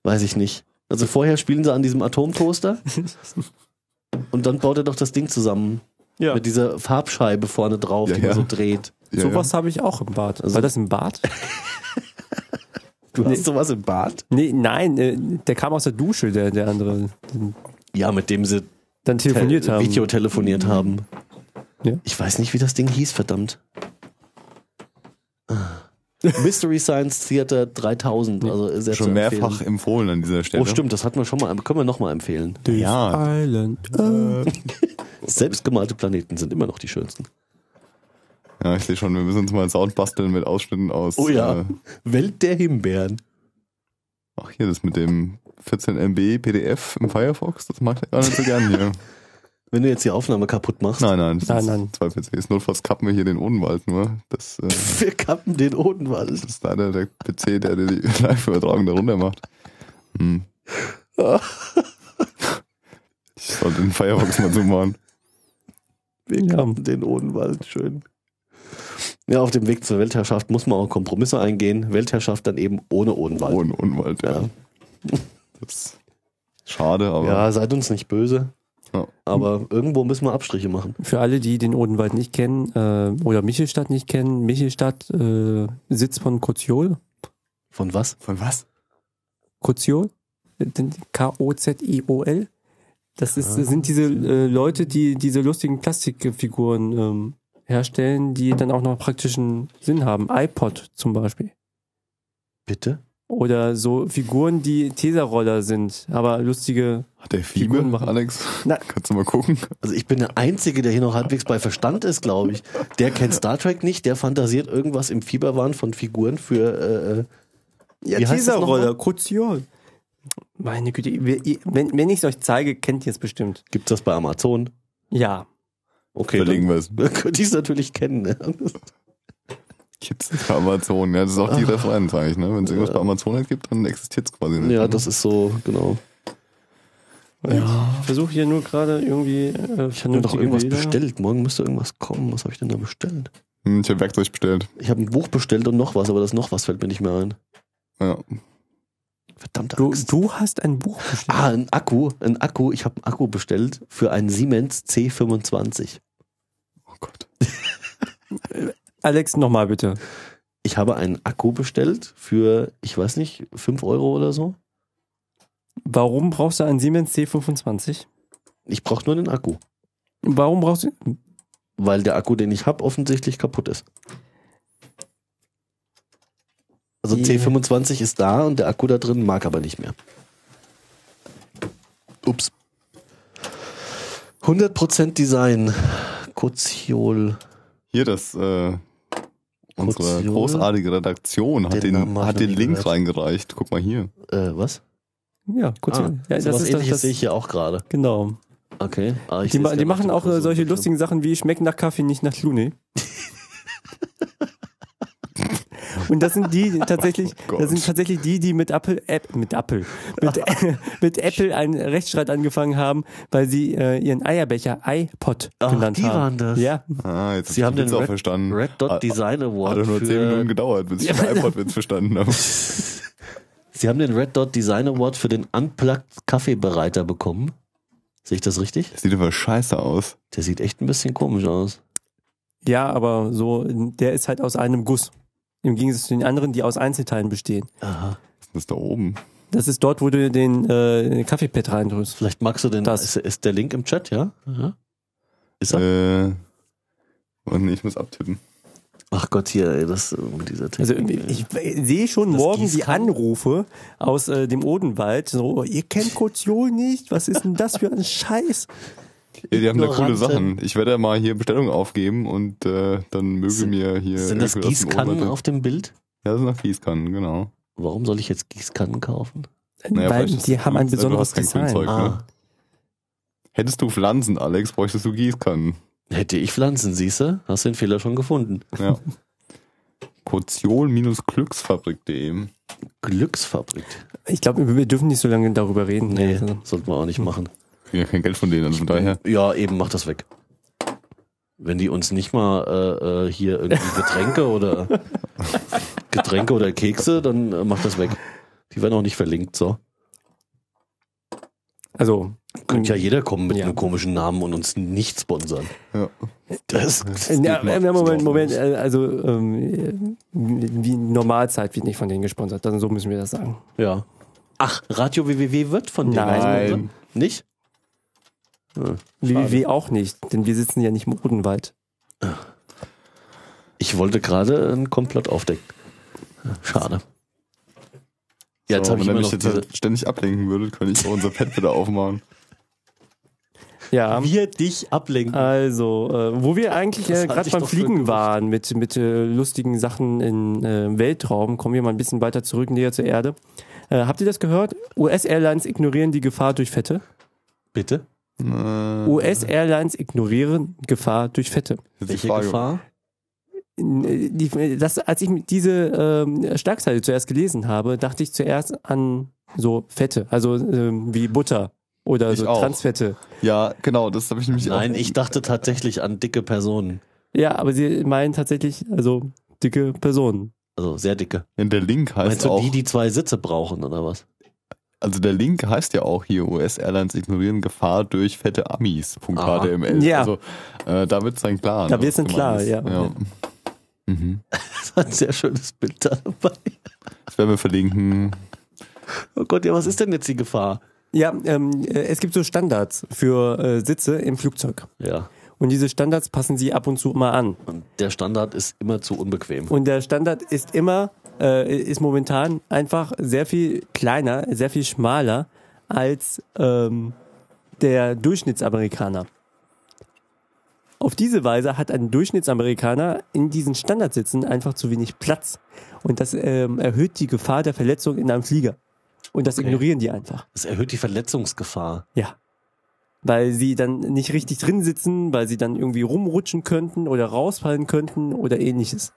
Speaker 4: weiß ich nicht. Also vorher spielen sie an diesem Atomtoaster und dann baut er doch das Ding zusammen.
Speaker 6: Ja.
Speaker 4: Mit dieser Farbscheibe vorne drauf,
Speaker 5: Ja,
Speaker 4: die man
Speaker 5: ja.
Speaker 4: so dreht.
Speaker 5: Ja,
Speaker 6: Sowas habe ich auch im Bad.
Speaker 4: Also-
Speaker 6: War das im Bad?
Speaker 4: Du hast sowas im Bad?
Speaker 6: Nee, nein, äh, der kam aus der Dusche, der, der andere. Den,
Speaker 4: Ja, mit dem sie
Speaker 6: dann telefoniert
Speaker 4: te-
Speaker 6: haben.
Speaker 4: Video telefoniert haben.
Speaker 6: Ja.
Speaker 4: Ich weiß nicht, wie das Ding hieß, verdammt. Ah. Mystery Science Theater 3000, also sehr
Speaker 5: ja.
Speaker 4: zu
Speaker 5: Schon
Speaker 4: empfehlen.
Speaker 5: mehrfach ne? empfohlen an dieser Stelle.
Speaker 4: Oh, stimmt, das hatten wir schon mal, können wir nochmal empfehlen.
Speaker 5: Oh Ja.
Speaker 6: Island. äh,
Speaker 4: Selbstgemalte Planeten sind immer noch die schönsten.
Speaker 5: Ja, ich sehe schon, wir müssen uns mal einen Sound basteln mit Ausschnitten aus. Äh,
Speaker 4: Oh Welt der Himbeeren.
Speaker 5: ach, hier, das mit dem 14 MB PDF im Firefox, das mag ich gar nicht so gern hier.
Speaker 4: Wenn du jetzt die Aufnahme kaputt machst,
Speaker 5: Nein, nein, das
Speaker 6: Nein,
Speaker 5: ist
Speaker 6: nein.
Speaker 5: zwei PCs. Notfalls kappen wir hier den Odenwald nur. Das, äh, das
Speaker 4: wir kappen den Odenwald.
Speaker 5: ist leider der PC, der die Live-Übertragung darunter macht. Hm. Ich sollte den Firefox mal zumachen.
Speaker 4: Wir
Speaker 6: Ja.
Speaker 4: kappen um den Odenwald, schön. Ja, auf dem Weg zur Weltherrschaft muss man auch Kompromisse eingehen. Weltherrschaft dann eben ohne Odenwald.
Speaker 5: Ohne Oh, Odenwald, ja.
Speaker 4: Ja.
Speaker 5: Das ist schade, aber.
Speaker 4: ja, seid uns nicht böse.
Speaker 5: Ja.
Speaker 4: Aber irgendwo müssen wir Abstriche machen.
Speaker 6: Für alle, die den Odenwald nicht kennen äh, oder Michelstadt nicht kennen, Michelstadt, äh, Sitz von Koziol.
Speaker 4: Von was?
Speaker 5: Von was?
Speaker 6: Koziol? K-O-Z-I-O-L? Das ist, sind diese äh, Leute, die diese lustigen Plastikfiguren ähm, herstellen, die dann auch noch praktischen Sinn haben. iPod zum Beispiel.
Speaker 4: Bitte?
Speaker 6: Oder so Figuren, die Teserroller sind, aber lustige.
Speaker 5: Hat der
Speaker 6: Figuren
Speaker 5: Fieber,
Speaker 6: machen.
Speaker 5: Alex?
Speaker 6: Na-
Speaker 5: Kannst du mal gucken?
Speaker 4: Also ich bin der Einzige, der hier noch halbwegs bei Verstand ist, glaube ich. Der kennt Star Trek nicht, der fantasiert irgendwas im Fieberwahn von Figuren für... äh,
Speaker 6: Ja,
Speaker 4: Wie heißt das nochmal?
Speaker 6: Koziol. Meine Güte, wir- ihr- wenn, wenn ich es euch zeige, kennt ihr es bestimmt.
Speaker 4: Äh, Gibt das bei Amazon?
Speaker 6: Ja.
Speaker 4: Okay,
Speaker 5: Verlinken wir es.
Speaker 4: dann, dann könnte ich es natürlich kennen. ne? ja.
Speaker 5: Gibt's das bei Amazon? Ja, das ist auch
Speaker 4: Ah.
Speaker 5: die Referenz eigentlich, ne? Wenn es irgendwas bei Amazon halt gibt, dann existiert es quasi nicht.
Speaker 4: Ja,
Speaker 5: ne?
Speaker 4: das ist so, genau.
Speaker 6: Ich versuche hier nur gerade irgendwie. Äh, ich
Speaker 4: Ich habe doch irgendwas bestellt. Morgen müsste irgendwas kommen. Was habe ich denn da bestellt?
Speaker 5: Hm, Ich habe Werkzeug bestellt.
Speaker 4: Ich habe ein Buch bestellt und noch was, aber das noch was fällt mir nicht mehr ein.
Speaker 5: Ja. Oh
Speaker 4: Verdammte
Speaker 6: Du,
Speaker 4: Axt.
Speaker 6: du hast ein Buch bestellt.
Speaker 4: Ah, ein Akku. Ein Akku. Ich habe einen Akku bestellt für einen Siemens C25.
Speaker 5: Oh Gott.
Speaker 6: Ah, Alex, nochmal bitte.
Speaker 4: Ich habe einen Akku bestellt für, ich weiß nicht, 5 Euro oder so.
Speaker 6: Warum brauchst du einen Siemens C25?
Speaker 4: Ich brauche nur den Akku,
Speaker 6: Warum brauchst du.
Speaker 4: weil der Akku, den ich habe, offensichtlich kaputt ist. Also
Speaker 6: Ja.
Speaker 4: C25 ist da und der Akku da drin mag aber nicht mehr.
Speaker 5: Ups.
Speaker 4: 100% Design. Koziol.
Speaker 5: Hier das, äh, unsere
Speaker 4: Kurzjunge.
Speaker 5: großartige Redaktion hat
Speaker 4: Den
Speaker 5: den,
Speaker 4: Namen hab ich
Speaker 5: hat
Speaker 4: noch
Speaker 5: den
Speaker 4: nie
Speaker 5: Link
Speaker 4: gehört.
Speaker 5: reingereicht. Guck mal hier.
Speaker 4: Äh, was?
Speaker 6: Ja, kurz.
Speaker 4: Ah,
Speaker 6: ja,
Speaker 4: so was ähnliches sehe ich hier auch gerade.
Speaker 6: Genau.
Speaker 4: Okay. Ah, ich
Speaker 6: Die,
Speaker 4: seh's
Speaker 6: ma-
Speaker 4: gerade
Speaker 6: die
Speaker 4: auf
Speaker 6: machen
Speaker 4: der
Speaker 6: auch äh,
Speaker 4: Konsole.
Speaker 6: solche lustigen Sachen wie schmecken nach Kaffee, nicht nach Clune. Und das sind die tatsächlich,
Speaker 4: Oh
Speaker 5: Gott.
Speaker 6: das sind tatsächlich die, die mit Apple, App, mit Apple, mit, mit Apple einen Rechtsstreit angefangen haben, weil sie äh, ihren Eierbecher iPod
Speaker 4: Ach,
Speaker 6: genannt
Speaker 4: die
Speaker 6: haben.
Speaker 4: waren das.
Speaker 6: Ja,
Speaker 5: Ah, jetzt hab
Speaker 4: Sie
Speaker 5: ich
Speaker 4: haben
Speaker 5: Witz
Speaker 4: den
Speaker 5: auch
Speaker 4: Red-
Speaker 5: verstanden.
Speaker 4: Red
Speaker 5: Ah,
Speaker 4: Dot Design
Speaker 5: ah, Hat
Speaker 4: Award.
Speaker 5: doch nur 10 Minuten
Speaker 4: Für,
Speaker 5: gedauert, bis ich den iPod-Witz verstanden habe.
Speaker 4: Sie haben den Red Dot Design Award für den Unplugged Kaffeebereiter bekommen. Sehe ich das richtig?
Speaker 5: Sieht aber scheiße aus.
Speaker 4: Der sieht echt ein bisschen komisch aus.
Speaker 6: ja, aber so, der ist halt aus einem Guss. Im Gegensatz zu den anderen, die aus Einzelteilen bestehen.
Speaker 4: Aha.
Speaker 5: Was ist das da oben?
Speaker 6: Das ist dort, wo du den äh, Kaffeepad reindrückst.
Speaker 4: Vielleicht magst du den.
Speaker 6: Das.
Speaker 4: Ist, ist der Link im Chat, ja? Ist er?
Speaker 5: Äh, oh nee, ich muss abtippen.
Speaker 4: Ach Gott, hier, ey, das äh, mit dieser Technik.
Speaker 6: Also ich äh, sehe schon morgen die Anrufe aus äh, dem Odenwald. So, ihr kennt Kaution nicht. Was ist denn das für ein Scheiß?
Speaker 5: Ja, die haben da coole
Speaker 4: Ignorante.
Speaker 5: Sachen. Ich werde mal hier Bestellungen aufgeben und äh, dann möge mir hier.
Speaker 4: Sind das
Speaker 5: Ökos aus dem
Speaker 4: Gießkannen
Speaker 5: Odenwald-
Speaker 4: auf dem Bild?
Speaker 5: Ja, das sind nach Gießkannen, genau.
Speaker 4: Warum soll ich jetzt Gießkannen kaufen?
Speaker 5: Naja,
Speaker 6: Weil
Speaker 5: vielleicht ist-
Speaker 6: die haben ein
Speaker 5: du hast
Speaker 6: besonderes
Speaker 5: kein
Speaker 6: Design.
Speaker 5: Grünzeug.
Speaker 4: Ah,
Speaker 5: Hättest du Pflanzen, Alex, bräuchtest du Gießkannen.
Speaker 4: Ah, hätte ich Pflanzen, siehst du? Hast den Fehler schon gefunden.
Speaker 5: Ja. Kotion-glücksfabrik.de
Speaker 4: Glücksfabrik.
Speaker 6: Ich glaube, wir dürfen nicht so lange darüber reden.
Speaker 4: Nee,
Speaker 6: Also,
Speaker 4: sollten wir auch nicht machen.
Speaker 5: Ja, kein Geld von denen, also von daher.
Speaker 4: Ja, eben, mach das weg. Wenn die uns nicht mal äh, äh, hier irgendwie Getränke oder Getränke oder Kekse, dann äh, mach das weg. Die werden auch nicht verlinkt, so.
Speaker 6: also
Speaker 4: Könnte ja jeder kommen mit
Speaker 6: Ja.
Speaker 4: einem komischen Namen und uns nicht sponsern.
Speaker 5: Ja.
Speaker 4: Das,
Speaker 6: Ja,
Speaker 5: geht noch.
Speaker 6: ja, äh, Moment, Moment,
Speaker 5: Ist
Speaker 6: äh, also ähm, wie Normalzeit wird nicht von denen gesponsert, dann so müssen wir das sagen.
Speaker 4: ja. Ach, Radio WWW wird von dir.
Speaker 6: Nein.
Speaker 4: gesponsert? Nicht?
Speaker 6: WWW auch nicht, denn wir sitzen ja nicht im Odenwald.
Speaker 4: Ich wollte gerade einen Komplott aufdecken. Schade. Ja, jetzt
Speaker 5: so,
Speaker 4: habe ich
Speaker 5: wenn
Speaker 4: immer
Speaker 5: er
Speaker 4: noch
Speaker 5: mich jetzt
Speaker 4: diese...
Speaker 5: halt ständig ablenken würde, könnte ich auch unser Pad wieder aufmachen.
Speaker 6: Ja,
Speaker 4: Wir dich ablenken.
Speaker 5: Ah.
Speaker 6: also, äh, wo wir eigentlich
Speaker 4: Das
Speaker 6: äh,
Speaker 4: hatte
Speaker 6: gerade
Speaker 4: ich
Speaker 6: beim
Speaker 4: doch für
Speaker 6: Fliegen
Speaker 4: gewusst.
Speaker 6: waren mit, mit äh, lustigen Sachen im äh, Weltraum, kommen wir mal ein bisschen weiter zurück, näher zur Erde. Äh, habt ihr das gehört? US-Airlines ignorieren die Gefahr durch Fette.
Speaker 4: Bitte?
Speaker 5: Äh,
Speaker 6: US-Airlines ignorieren Gefahr durch Fette. äh,
Speaker 5: Jetzt
Speaker 4: Welche
Speaker 5: die Frage.
Speaker 4: Gefahr?
Speaker 6: die, das, als ich diese ähm, Schlagzeile zuerst gelesen habe, dachte ich zuerst an so Fette, also ähm, wie Butter oder
Speaker 5: Ich
Speaker 6: so
Speaker 5: auch.
Speaker 6: Transfette.
Speaker 5: Ja, genau, das habe ich nämlich auch.
Speaker 4: Nein, ich dachte tatsächlich an dicke Personen.
Speaker 6: Ja, aber sie meinen tatsächlich also dicke Personen.
Speaker 4: Also sehr dicke.
Speaker 5: Denn der Link heißt
Speaker 4: Meinst du
Speaker 5: auch.
Speaker 4: die, die zwei Sitze brauchen oder was?
Speaker 5: also der Link heißt ja auch hier US Airlines ignorieren Gefahr durch fette Amis. Punkt
Speaker 4: Aha.
Speaker 5: HTML.
Speaker 6: Ja.
Speaker 5: Also äh, da wird's dann klar.
Speaker 6: Da
Speaker 5: ne,
Speaker 6: wird's
Speaker 5: was
Speaker 6: dann
Speaker 5: gemeint
Speaker 6: klar,
Speaker 5: ist.
Speaker 6: ja.
Speaker 5: Mhm.
Speaker 4: Das war ein sehr schönes Bild da dabei.
Speaker 5: Das werden wir verlinken.
Speaker 4: Oh Gott, ja, was ist denn jetzt die Gefahr?
Speaker 6: Ja, ähm, äh, es gibt so Standards für äh, Sitze im Flugzeug.
Speaker 4: Ja.
Speaker 6: Und diese Standards passen sie ab und zu mal an.
Speaker 4: Und der Standard ist immer zu unbequem.
Speaker 6: Und der Standard ist immer, äh, ist momentan einfach sehr viel kleiner, sehr viel schmaler als ähm, der Durchschnittsamerikaner. Auf diese Weise hat ein Durchschnittsamerikaner in diesen Standardsitzen einfach zu wenig Platz. Und das ähm, erhöht die Gefahr der Verletzung in einem Flieger. Und das ignorieren die einfach.
Speaker 4: Das erhöht die Verletzungsgefahr.
Speaker 6: Ja. Weil sie dann nicht richtig drin sitzen, weil sie dann irgendwie rumrutschen könnten oder rausfallen könnten oder ähnliches.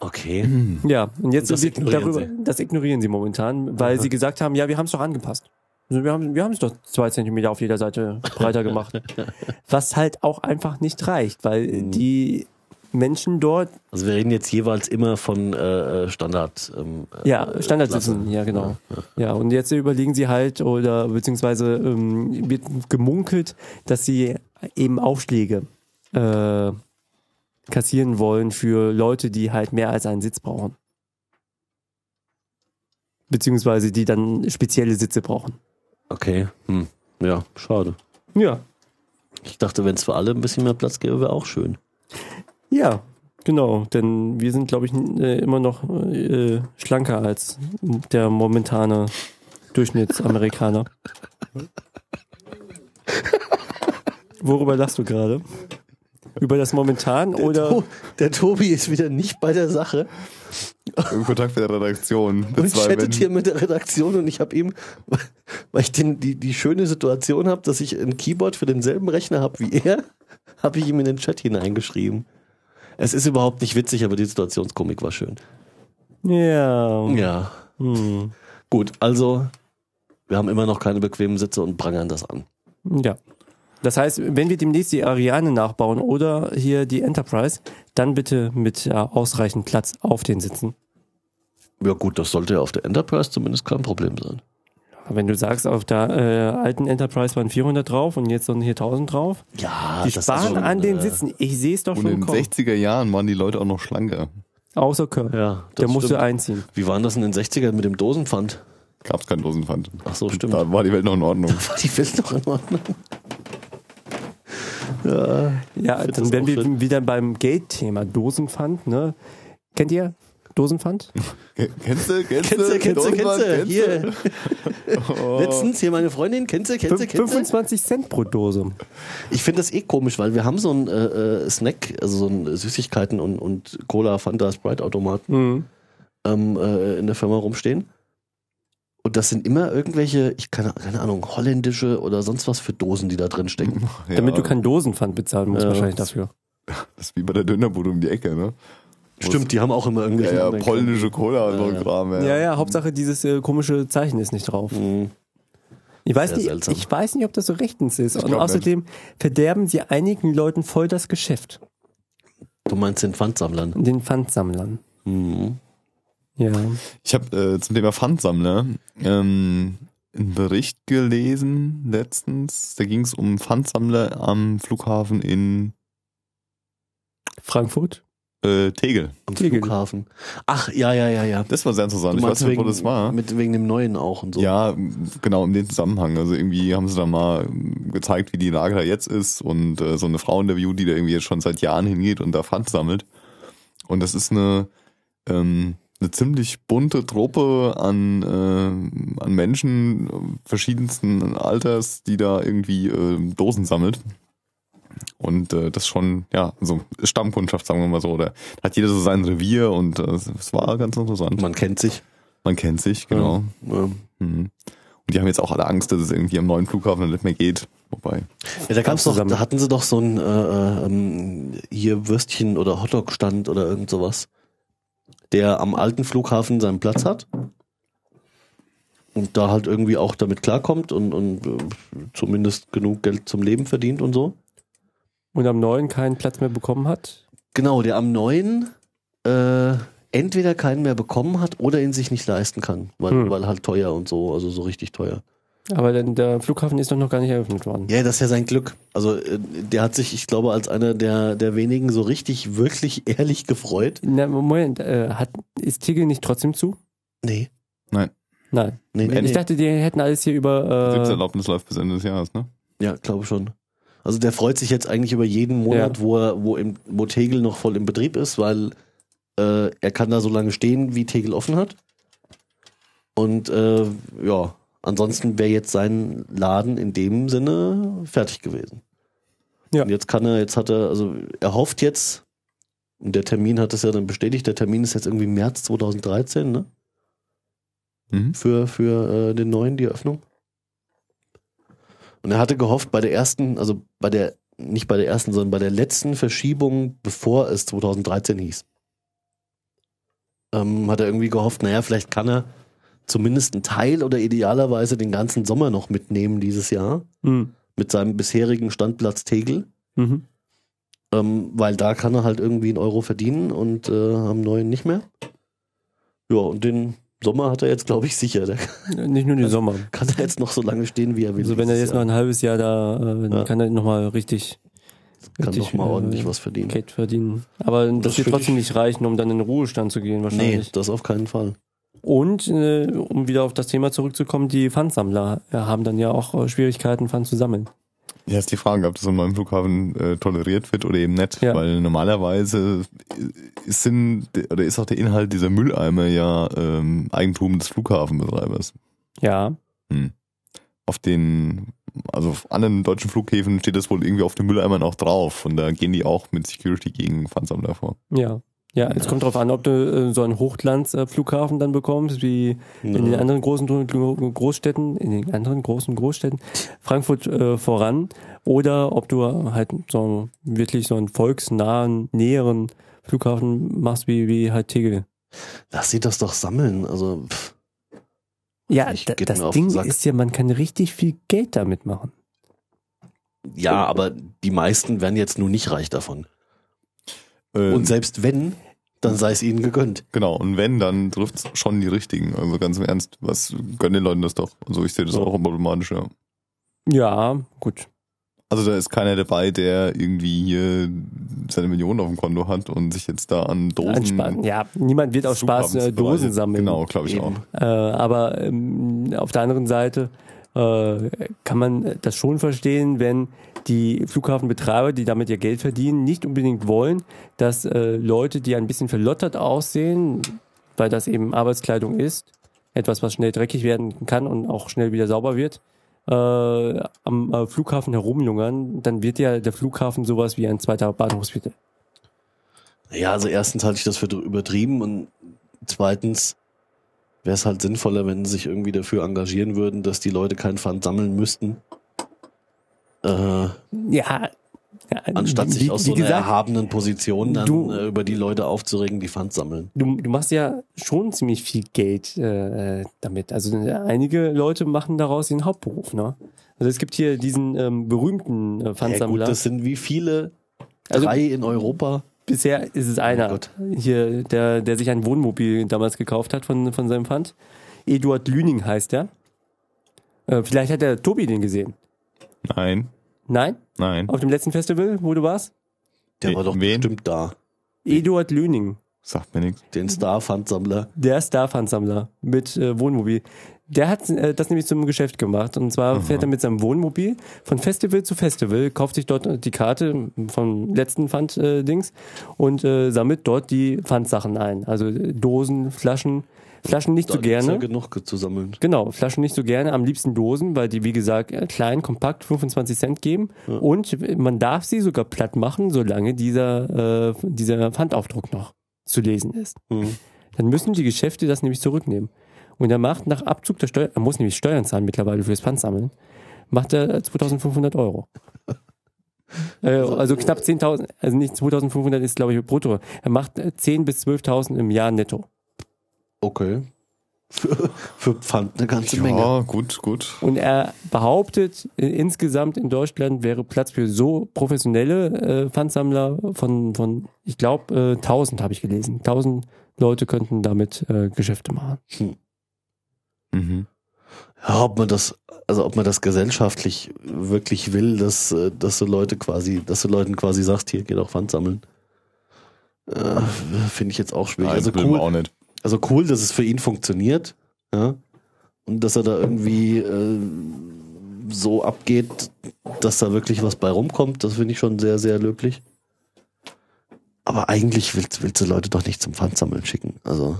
Speaker 4: Okay.
Speaker 6: Ja, und jetzt
Speaker 4: Und das
Speaker 6: sind wir
Speaker 4: ignorieren
Speaker 6: darüber,
Speaker 4: sie.
Speaker 6: das ignorieren sie momentan, weil sie gesagt haben, ja, wir haben es doch angepasst. Also wir haben wir haben es doch zwei Zentimeter auf jeder Seite breiter gemacht. Was halt auch einfach nicht reicht, weil
Speaker 4: Mhm.
Speaker 6: die Menschen dort,
Speaker 4: Also wir reden jetzt jeweils immer von äh, äh, Standard. Ähm, äh,
Speaker 6: ja, Standard
Speaker 4: Klasse.
Speaker 6: sitzen, ja, genau. Ja, und jetzt überlegen sie halt oder beziehungsweise ähm, wird gemunkelt, dass sie eben Aufschläge äh, kassieren wollen für Leute, die halt mehr als einen Sitz brauchen. Beziehungsweise die dann spezielle Sitze brauchen.
Speaker 4: Okay. Hm. Ja, schade.
Speaker 6: Ja.
Speaker 4: Ich dachte, wenn es für alle ein bisschen mehr Platz gäbe, wäre auch schön.
Speaker 6: Ja, genau. Denn wir sind, glaube ich, n- äh, immer noch äh, schlanker als der momentane Durchschnittsamerikaner. Worüber lachst du gerade? Über das momentan oder
Speaker 4: Oh, der Tobi ist wieder nicht bei der Sache.
Speaker 5: Im Kontakt mit der Redaktion. Mit
Speaker 4: und chattet
Speaker 5: Menschen.
Speaker 4: hier mit der Redaktion und ich habe ihm, weil ich den, die, die schöne Situation habe, dass ich ein Keyboard für denselben Rechner habe wie er, habe ich ihm in den Chat hineingeschrieben. Es ist überhaupt nicht witzig, aber die Situationskomik war schön.
Speaker 6: ja.
Speaker 4: Ja.
Speaker 6: Hm.
Speaker 4: Gut, also wir haben immer noch keine bequemen Sitze und prangern das an.
Speaker 6: Ja. Das heißt, wenn wir demnächst die Ariane nachbauen oder hier die Enterprise, dann bitte mit äh, ausreichend Platz auf den Sitzen.
Speaker 4: Ja gut, das sollte ja auf der Enterprise zumindest kein Problem sein.
Speaker 6: Aber Wenn du sagst, auf der äh, alten Enterprise waren 400 drauf und jetzt sind hier 1000 drauf,
Speaker 4: Ja,
Speaker 6: Die
Speaker 4: das ist
Speaker 6: sparen
Speaker 4: schon,
Speaker 6: an den
Speaker 4: äh,
Speaker 6: Sitzen. Ich sehe es doch
Speaker 5: Und in
Speaker 6: schon
Speaker 5: den
Speaker 6: kommen.
Speaker 5: 60er Jahren waren die Leute auch noch schlanker.
Speaker 6: Außer Kör.
Speaker 4: Ja, das
Speaker 6: der musste
Speaker 4: stimmt.
Speaker 6: einziehen.
Speaker 4: Wie waren das in den 60ern mit dem Dosenpfand?
Speaker 5: Gab's keinen Dosenpfand.
Speaker 4: Ach so, stimmt.
Speaker 5: Da war die Welt noch in Ordnung.
Speaker 4: War die Welt noch in Ordnung? Ja.
Speaker 6: Ja,
Speaker 4: find
Speaker 6: dann
Speaker 4: das
Speaker 6: wären
Speaker 4: auch
Speaker 6: wir
Speaker 4: schön.
Speaker 6: wieder beim Geldthema. Dosenpfand, ne? Kennt ihr Dosenpfand?
Speaker 5: Ke- Kennst du, kennst du,
Speaker 4: Kennst du, kennst du, kennst
Speaker 5: Dosenmann,
Speaker 4: du?
Speaker 5: kennst du?
Speaker 4: Hier. Letztens hier meine Freundin, kennst du, kennst du,
Speaker 6: Fünf-
Speaker 4: kennst du?
Speaker 6: 25 Cent pro Dose.
Speaker 4: Ich finde das eh komisch, weil wir haben so einen äh, äh, Snack, also so einen Süßigkeiten und, und Cola, Fanta, Sprite-Automaten ähm, äh, in der Firma rumstehen. Und das sind immer irgendwelche, ich kann, keine Ahnung, holländische oder sonst was für Dosen, die da drin stecken.
Speaker 5: Ja,
Speaker 6: Damit du keinen Dosenpfand bezahlen musst,
Speaker 4: Ja.
Speaker 6: wahrscheinlich dafür.
Speaker 5: Das ist wie bei der Dönerbude um die Ecke, ne?
Speaker 4: Stimmt, die haben auch immer irgendwelche.
Speaker 5: Ja, ja,
Speaker 4: anderen
Speaker 5: polnische Cola und so
Speaker 4: Ja,
Speaker 5: ein
Speaker 4: ja.
Speaker 5: Kram, ja.
Speaker 6: Ja, ja, Hauptsache dieses äh, komische Zeichen ist nicht drauf.
Speaker 4: Kram. Mhm.
Speaker 6: Ich weiß,
Speaker 4: Sehr
Speaker 6: nicht,
Speaker 4: seltsam.
Speaker 6: ich weiß nicht, ob das so rechtens ist. Und
Speaker 5: glaub
Speaker 6: außerdem verderben sie einigen Leuten voll das Geschäft.
Speaker 4: Du meinst den Pfandsammlern.
Speaker 6: Den Pfandsammlern.
Speaker 4: Mhm.
Speaker 6: Ja.
Speaker 5: Ich habe äh, zum Thema Pfandsammler ähm, einen Bericht gelesen letztens. Da ging es um Pfandsammler am Flughafen in
Speaker 6: Frankfurt?
Speaker 5: äh, Tegel.
Speaker 4: Am
Speaker 6: Tegel.
Speaker 4: Flughafen. Ach, ja, ja, ja, ja.
Speaker 5: Das war sehr interessant.
Speaker 4: Du
Speaker 5: Ich weiß
Speaker 4: meinst
Speaker 5: nicht, wo
Speaker 4: wegen,
Speaker 5: das war.
Speaker 4: Mit, wegen dem Neuen auch und so.
Speaker 5: Ja, m- genau, in dem Zusammenhang. Also irgendwie haben sie da mal m, gezeigt, wie die Lage da jetzt ist und äh, so eine Frau interviewt, die da irgendwie jetzt schon seit Jahren hingeht und da Pfand sammelt. Und das ist eine, ähm, eine ziemlich bunte Truppe an, äh, an Menschen verschiedensten Alters, die da irgendwie äh, Dosen sammelt. Und äh, das schon, ja, so Stammkundschaft, sagen wir mal so. Da hat jeder so sein Revier und äh, es war ganz interessant.
Speaker 4: Man kennt sich.
Speaker 5: Man kennt sich, genau.
Speaker 4: Ja.
Speaker 5: Mhm. Und die haben jetzt auch alle Angst, dass es irgendwie am neuen Flughafen nicht mehr geht. Wobei.
Speaker 4: Ja, da gab's doch,
Speaker 6: zusammen.
Speaker 4: da hatten sie doch so ein äh, ähm, hier Würstchen oder Hotdog-Stand oder irgend sowas, der am alten Flughafen seinen Platz hat und da halt irgendwie auch damit klarkommt und, und äh, zumindest genug Geld zum Leben verdient und so.
Speaker 6: Und am neuen keinen Platz mehr bekommen hat?
Speaker 4: Genau, der am neuen äh, entweder keinen mehr bekommen hat oder ihn sich nicht leisten kann, weil,
Speaker 6: Hm.
Speaker 4: weil halt teuer und so, also so richtig teuer.
Speaker 6: Aber dann, der Flughafen ist doch noch gar nicht eröffnet worden.
Speaker 4: Ja, das ist ja sein Glück. Also äh, der hat sich, ich glaube, als einer der, der wenigen so richtig, wirklich ehrlich gefreut.
Speaker 6: Na, Moment, äh, hat, ist Tegel nicht trotzdem zu?
Speaker 4: Nee.
Speaker 6: Nein.
Speaker 4: Nee, nee,
Speaker 6: Ich
Speaker 4: nee.
Speaker 6: dachte, die hätten alles hier
Speaker 5: Äh.
Speaker 6: über. äh,
Speaker 5: Betriebserlaubnis läuft bis Ende des Jahres, ne?
Speaker 4: Ja, glaube schon. Also der freut sich jetzt eigentlich über jeden Monat, wo er, wo, im, wo Tegel noch voll im Betrieb ist, weil äh, er kann da so lange stehen, wie Tegel offen hat. Und äh, ja, ansonsten wäre jetzt sein Laden in dem Sinne fertig gewesen.
Speaker 6: Ja.
Speaker 4: Und jetzt kann er, jetzt hat er, also er hofft jetzt, und der Termin hat es ja dann bestätigt, der Termin ist jetzt irgendwie März 2013, ne?
Speaker 5: Mhm.
Speaker 4: für, für äh, den neuen, die Eröffnung. Und er hatte gehofft, bei der ersten, also bei der, nicht bei der ersten, sondern bei der letzten Verschiebung, bevor es 2013 hieß, ähm, hat er irgendwie gehofft, naja, vielleicht kann er zumindest einen Teil oder idealerweise den ganzen Sommer noch mitnehmen dieses Jahr
Speaker 6: Äh, mhm.
Speaker 4: mit seinem bisherigen Standplatz Tegel.
Speaker 6: Mhm.
Speaker 4: Ähm, weil da kann er halt irgendwie einen Euro verdienen und äh, am neuen nicht mehr. Ja, und den Sommer hat er jetzt, glaube ich, sicher. Der
Speaker 6: Nicht nur den Sommer.
Speaker 4: kann er jetzt noch so lange stehen, Also, wie er will.
Speaker 6: Also wenn er
Speaker 4: dieses
Speaker 6: jetzt noch
Speaker 4: Jahr.
Speaker 6: ein halbes Jahr da, äh, dann
Speaker 4: Ja.
Speaker 6: kann er nochmal richtig
Speaker 4: kann
Speaker 6: richtig,
Speaker 4: noch mal
Speaker 6: äh,
Speaker 4: ordentlich was verdienen.
Speaker 6: Geld verdienen. Aber das,
Speaker 4: das
Speaker 6: wird
Speaker 4: finde
Speaker 6: trotzdem
Speaker 4: ich-
Speaker 6: nicht reichen, um dann in den Ruhestand zu gehen
Speaker 4: Nee,
Speaker 6: wahrscheinlich.
Speaker 4: das auf keinen Fall.
Speaker 6: Und äh, um wieder auf das Thema zurückzukommen, die Pfandsammler äh, haben dann ja auch äh, Schwierigkeiten, Pfand zu sammeln.
Speaker 5: Ja, ist die Frage, ob das am neuen Flughafen äh, toleriert wird oder eben nicht.
Speaker 6: Ja.
Speaker 5: Weil normalerweise äh, ist, sind, oder ist auch der Inhalt dieser Mülleimer ja ähm, Eigentum des Flughafenbetreibers.
Speaker 6: Ja.
Speaker 5: Auf den, also auf anderen deutschen Flughäfen steht das wohl irgendwie auf den Mülleimern auch drauf. Und da gehen die auch mit Security gegen Pfandsammler vor.
Speaker 6: Ja. Ja, es kommt drauf an, ob du äh, so einen Hochglanzflughafen dann bekommst, wie in
Speaker 4: Mhm.
Speaker 6: den anderen großen Gro- Großstädten, in den anderen großen Großstädten, Frankfurt äh, voran, oder ob du halt so wirklich so einen volksnahen, näheren Flughafen machst, wie, wie halt Tegel.
Speaker 4: Lass sie das doch sammeln. Also, pff,
Speaker 6: Ja,
Speaker 4: Ich
Speaker 6: da-
Speaker 4: geht mir
Speaker 6: das
Speaker 4: auf den
Speaker 6: Ding
Speaker 4: Sack.
Speaker 6: ist ja, man kann richtig viel Geld damit machen.
Speaker 4: ja, aber die meisten werden jetzt nun nicht reich davon.
Speaker 5: Ähm,
Speaker 4: Und selbst wenn, dann sei es ihnen gegönnt.
Speaker 5: Genau, und wenn, dann trifft's schon die richtigen. Also ganz im Ernst, was gönn den Leuten das doch. Also ich sehe das
Speaker 6: Ja.
Speaker 5: auch problematisch, ja.
Speaker 6: Ja, gut.
Speaker 5: Also da ist keiner dabei, der irgendwie hier seine Millionen auf dem Konto hat und sich jetzt da an Dosen. Genau,
Speaker 6: Ein Spaß. Ja, niemand wird aus Spaß äh,
Speaker 5: Zugabenbereiche-
Speaker 6: Dosen sammeln.
Speaker 5: Genau, glaube ich auch.
Speaker 6: Äh, aber ähm, auf der anderen Seite äh, kann man das schon verstehen, wenn die Flughafenbetreiber, die damit ihr Geld verdienen, nicht unbedingt wollen, dass äh, Leute, die ein bisschen verlottert aussehen, weil das eben Arbeitskleidung ist, etwas, was schnell dreckig werden kann und auch schnell wieder sauber wird, äh, am äh, Flughafen herumlungern, dann wird ja der Flughafen sowas wie ein zweiter Bahnhofsviertel.
Speaker 4: Ja, also erstens halte ich das für dr- übertrieben und zweitens wäre es halt sinnvoller, wenn sie sich irgendwie dafür engagieren würden, dass die Leute keinen Pfand sammeln müssten. Äh,
Speaker 6: Ja, ja,
Speaker 4: anstatt sich
Speaker 6: wie-
Speaker 4: aus
Speaker 6: wie
Speaker 4: so einer
Speaker 6: gesagt,
Speaker 4: erhabenen Position dann
Speaker 6: du-
Speaker 4: äh, über die Leute aufzuregen, die Pfand sammeln.
Speaker 6: du, du machst ja schon ziemlich viel Geld äh, damit. Also äh, einige Leute machen daraus ihren Hauptberuf, ne? Also es gibt hier diesen ähm, berühmten äh,
Speaker 4: Ja, gut,
Speaker 6: Pfandsammler.
Speaker 4: das sind wie viele?
Speaker 6: Also-
Speaker 4: Drei in Europa?
Speaker 6: Bisher ist es einer,
Speaker 4: Gott.
Speaker 6: hier, der, der sich ein Wohnmobil damals gekauft hat von, von seinem Pfand. Eduard Lüning heißt er. Äh, vielleicht hat der Tobi den gesehen.
Speaker 5: Nein,
Speaker 6: Nein?
Speaker 5: nein.
Speaker 6: Auf dem letzten Festival, wo du warst?
Speaker 4: Der war doch
Speaker 5: Wen?
Speaker 4: bestimmt da.
Speaker 6: Eduard Lüning.
Speaker 5: Sagt mir nichts.
Speaker 6: Mhm.
Speaker 4: Den Star-Pfandsammler.
Speaker 6: Der Star-Pfandsammler mit äh, Wohnmobil. Der hat äh, das nämlich zum Geschäft gemacht. Und zwar
Speaker 4: Mhm.
Speaker 6: fährt er mit seinem Wohnmobil von Festival zu Festival, kauft sich dort äh, die Karte vom letzten Pfand-Dings und äh, sammelt dort die Pfandsachen ein. Also äh, Dosen, Flaschen. Flaschen nicht
Speaker 4: Da
Speaker 6: so
Speaker 4: gibt's
Speaker 6: gerne.
Speaker 4: Ja genug ge- zu sammeln.
Speaker 6: Genau, Flaschen nicht so gerne, am liebsten Dosen, weil die, wie gesagt, äh, klein, kompakt, 25 Cent geben. Und man darf sie sogar platt machen, solange dieser, äh, dieser Pfandaufdruck noch zu lesen ist.
Speaker 4: Mhm.
Speaker 6: Dann müssen die Geschäfte das nämlich zurücknehmen. Und er macht nach Abzug der Steuern, er muss nämlich Steuern zahlen mittlerweile fürs Pfand sammeln, macht er äh, 2500 Euro. Äh, also knapp 10.000, also nicht 2.500 ist glaube ich brutto. Er macht äh, 10.000 bis 12.000 im Jahr netto.
Speaker 4: Okay. Für, für Pfand eine ganze
Speaker 5: Ja,
Speaker 4: Menge.
Speaker 5: gut, gut.
Speaker 6: Und er behauptet, äh, insgesamt in Deutschland wäre Platz für so professionelle äh, Pfandsammler von, von ich glaube, äh, 1000 habe ich gelesen. 1000 Leute könnten damit äh, Geschäfte machen.
Speaker 5: Mhm.
Speaker 4: Ja, ob man das, also ob man das gesellschaftlich wirklich will, dass, äh, dass du Leute quasi, dass du Leuten quasi sagst, hier geht auch Pfand sammeln. Äh, Finde ich jetzt auch schwierig.
Speaker 5: Nein,
Speaker 4: also
Speaker 5: will man
Speaker 4: cool,
Speaker 5: auch nicht.
Speaker 4: also cool, dass es für ihn funktioniert, ja. Und dass er da irgendwie äh, so abgeht, dass da wirklich was bei rumkommt, das finde ich schon sehr, sehr löblich. Aber eigentlich willst, willst du Leute doch nicht zum Pfandsammeln schicken. Also.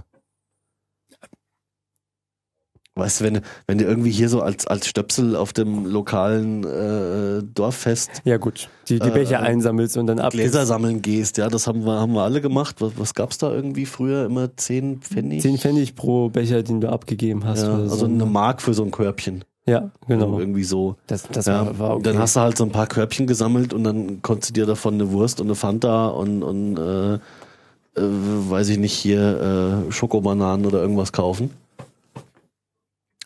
Speaker 4: Weißt du, wenn, wenn du irgendwie hier so als, als Stöpsel auf dem lokalen äh, Dorffest
Speaker 6: Ja gut, die, die
Speaker 4: Äh,
Speaker 6: Becher
Speaker 4: äh,
Speaker 6: einsammelst und dann abgibst.
Speaker 4: Gläser sammeln gehst, ja, das haben wir, haben wir alle gemacht. Was, was gab's da irgendwie früher? Immer 10 Pfennig?
Speaker 6: 10 Pfennig pro Becher, den du abgegeben hast.
Speaker 4: Ja,
Speaker 6: oder so.
Speaker 4: also eine Mark für so ein Körbchen.
Speaker 6: ja genau.
Speaker 4: Irgendwie so.
Speaker 6: Das, das
Speaker 4: Ja,
Speaker 6: war, war okay.
Speaker 4: Dann hast du halt so ein paar Körbchen gesammelt und dann konntest du dir davon eine Wurst und eine Fanta und, und äh, äh, weiß ich nicht, hier äh, Schokobananen oder irgendwas kaufen.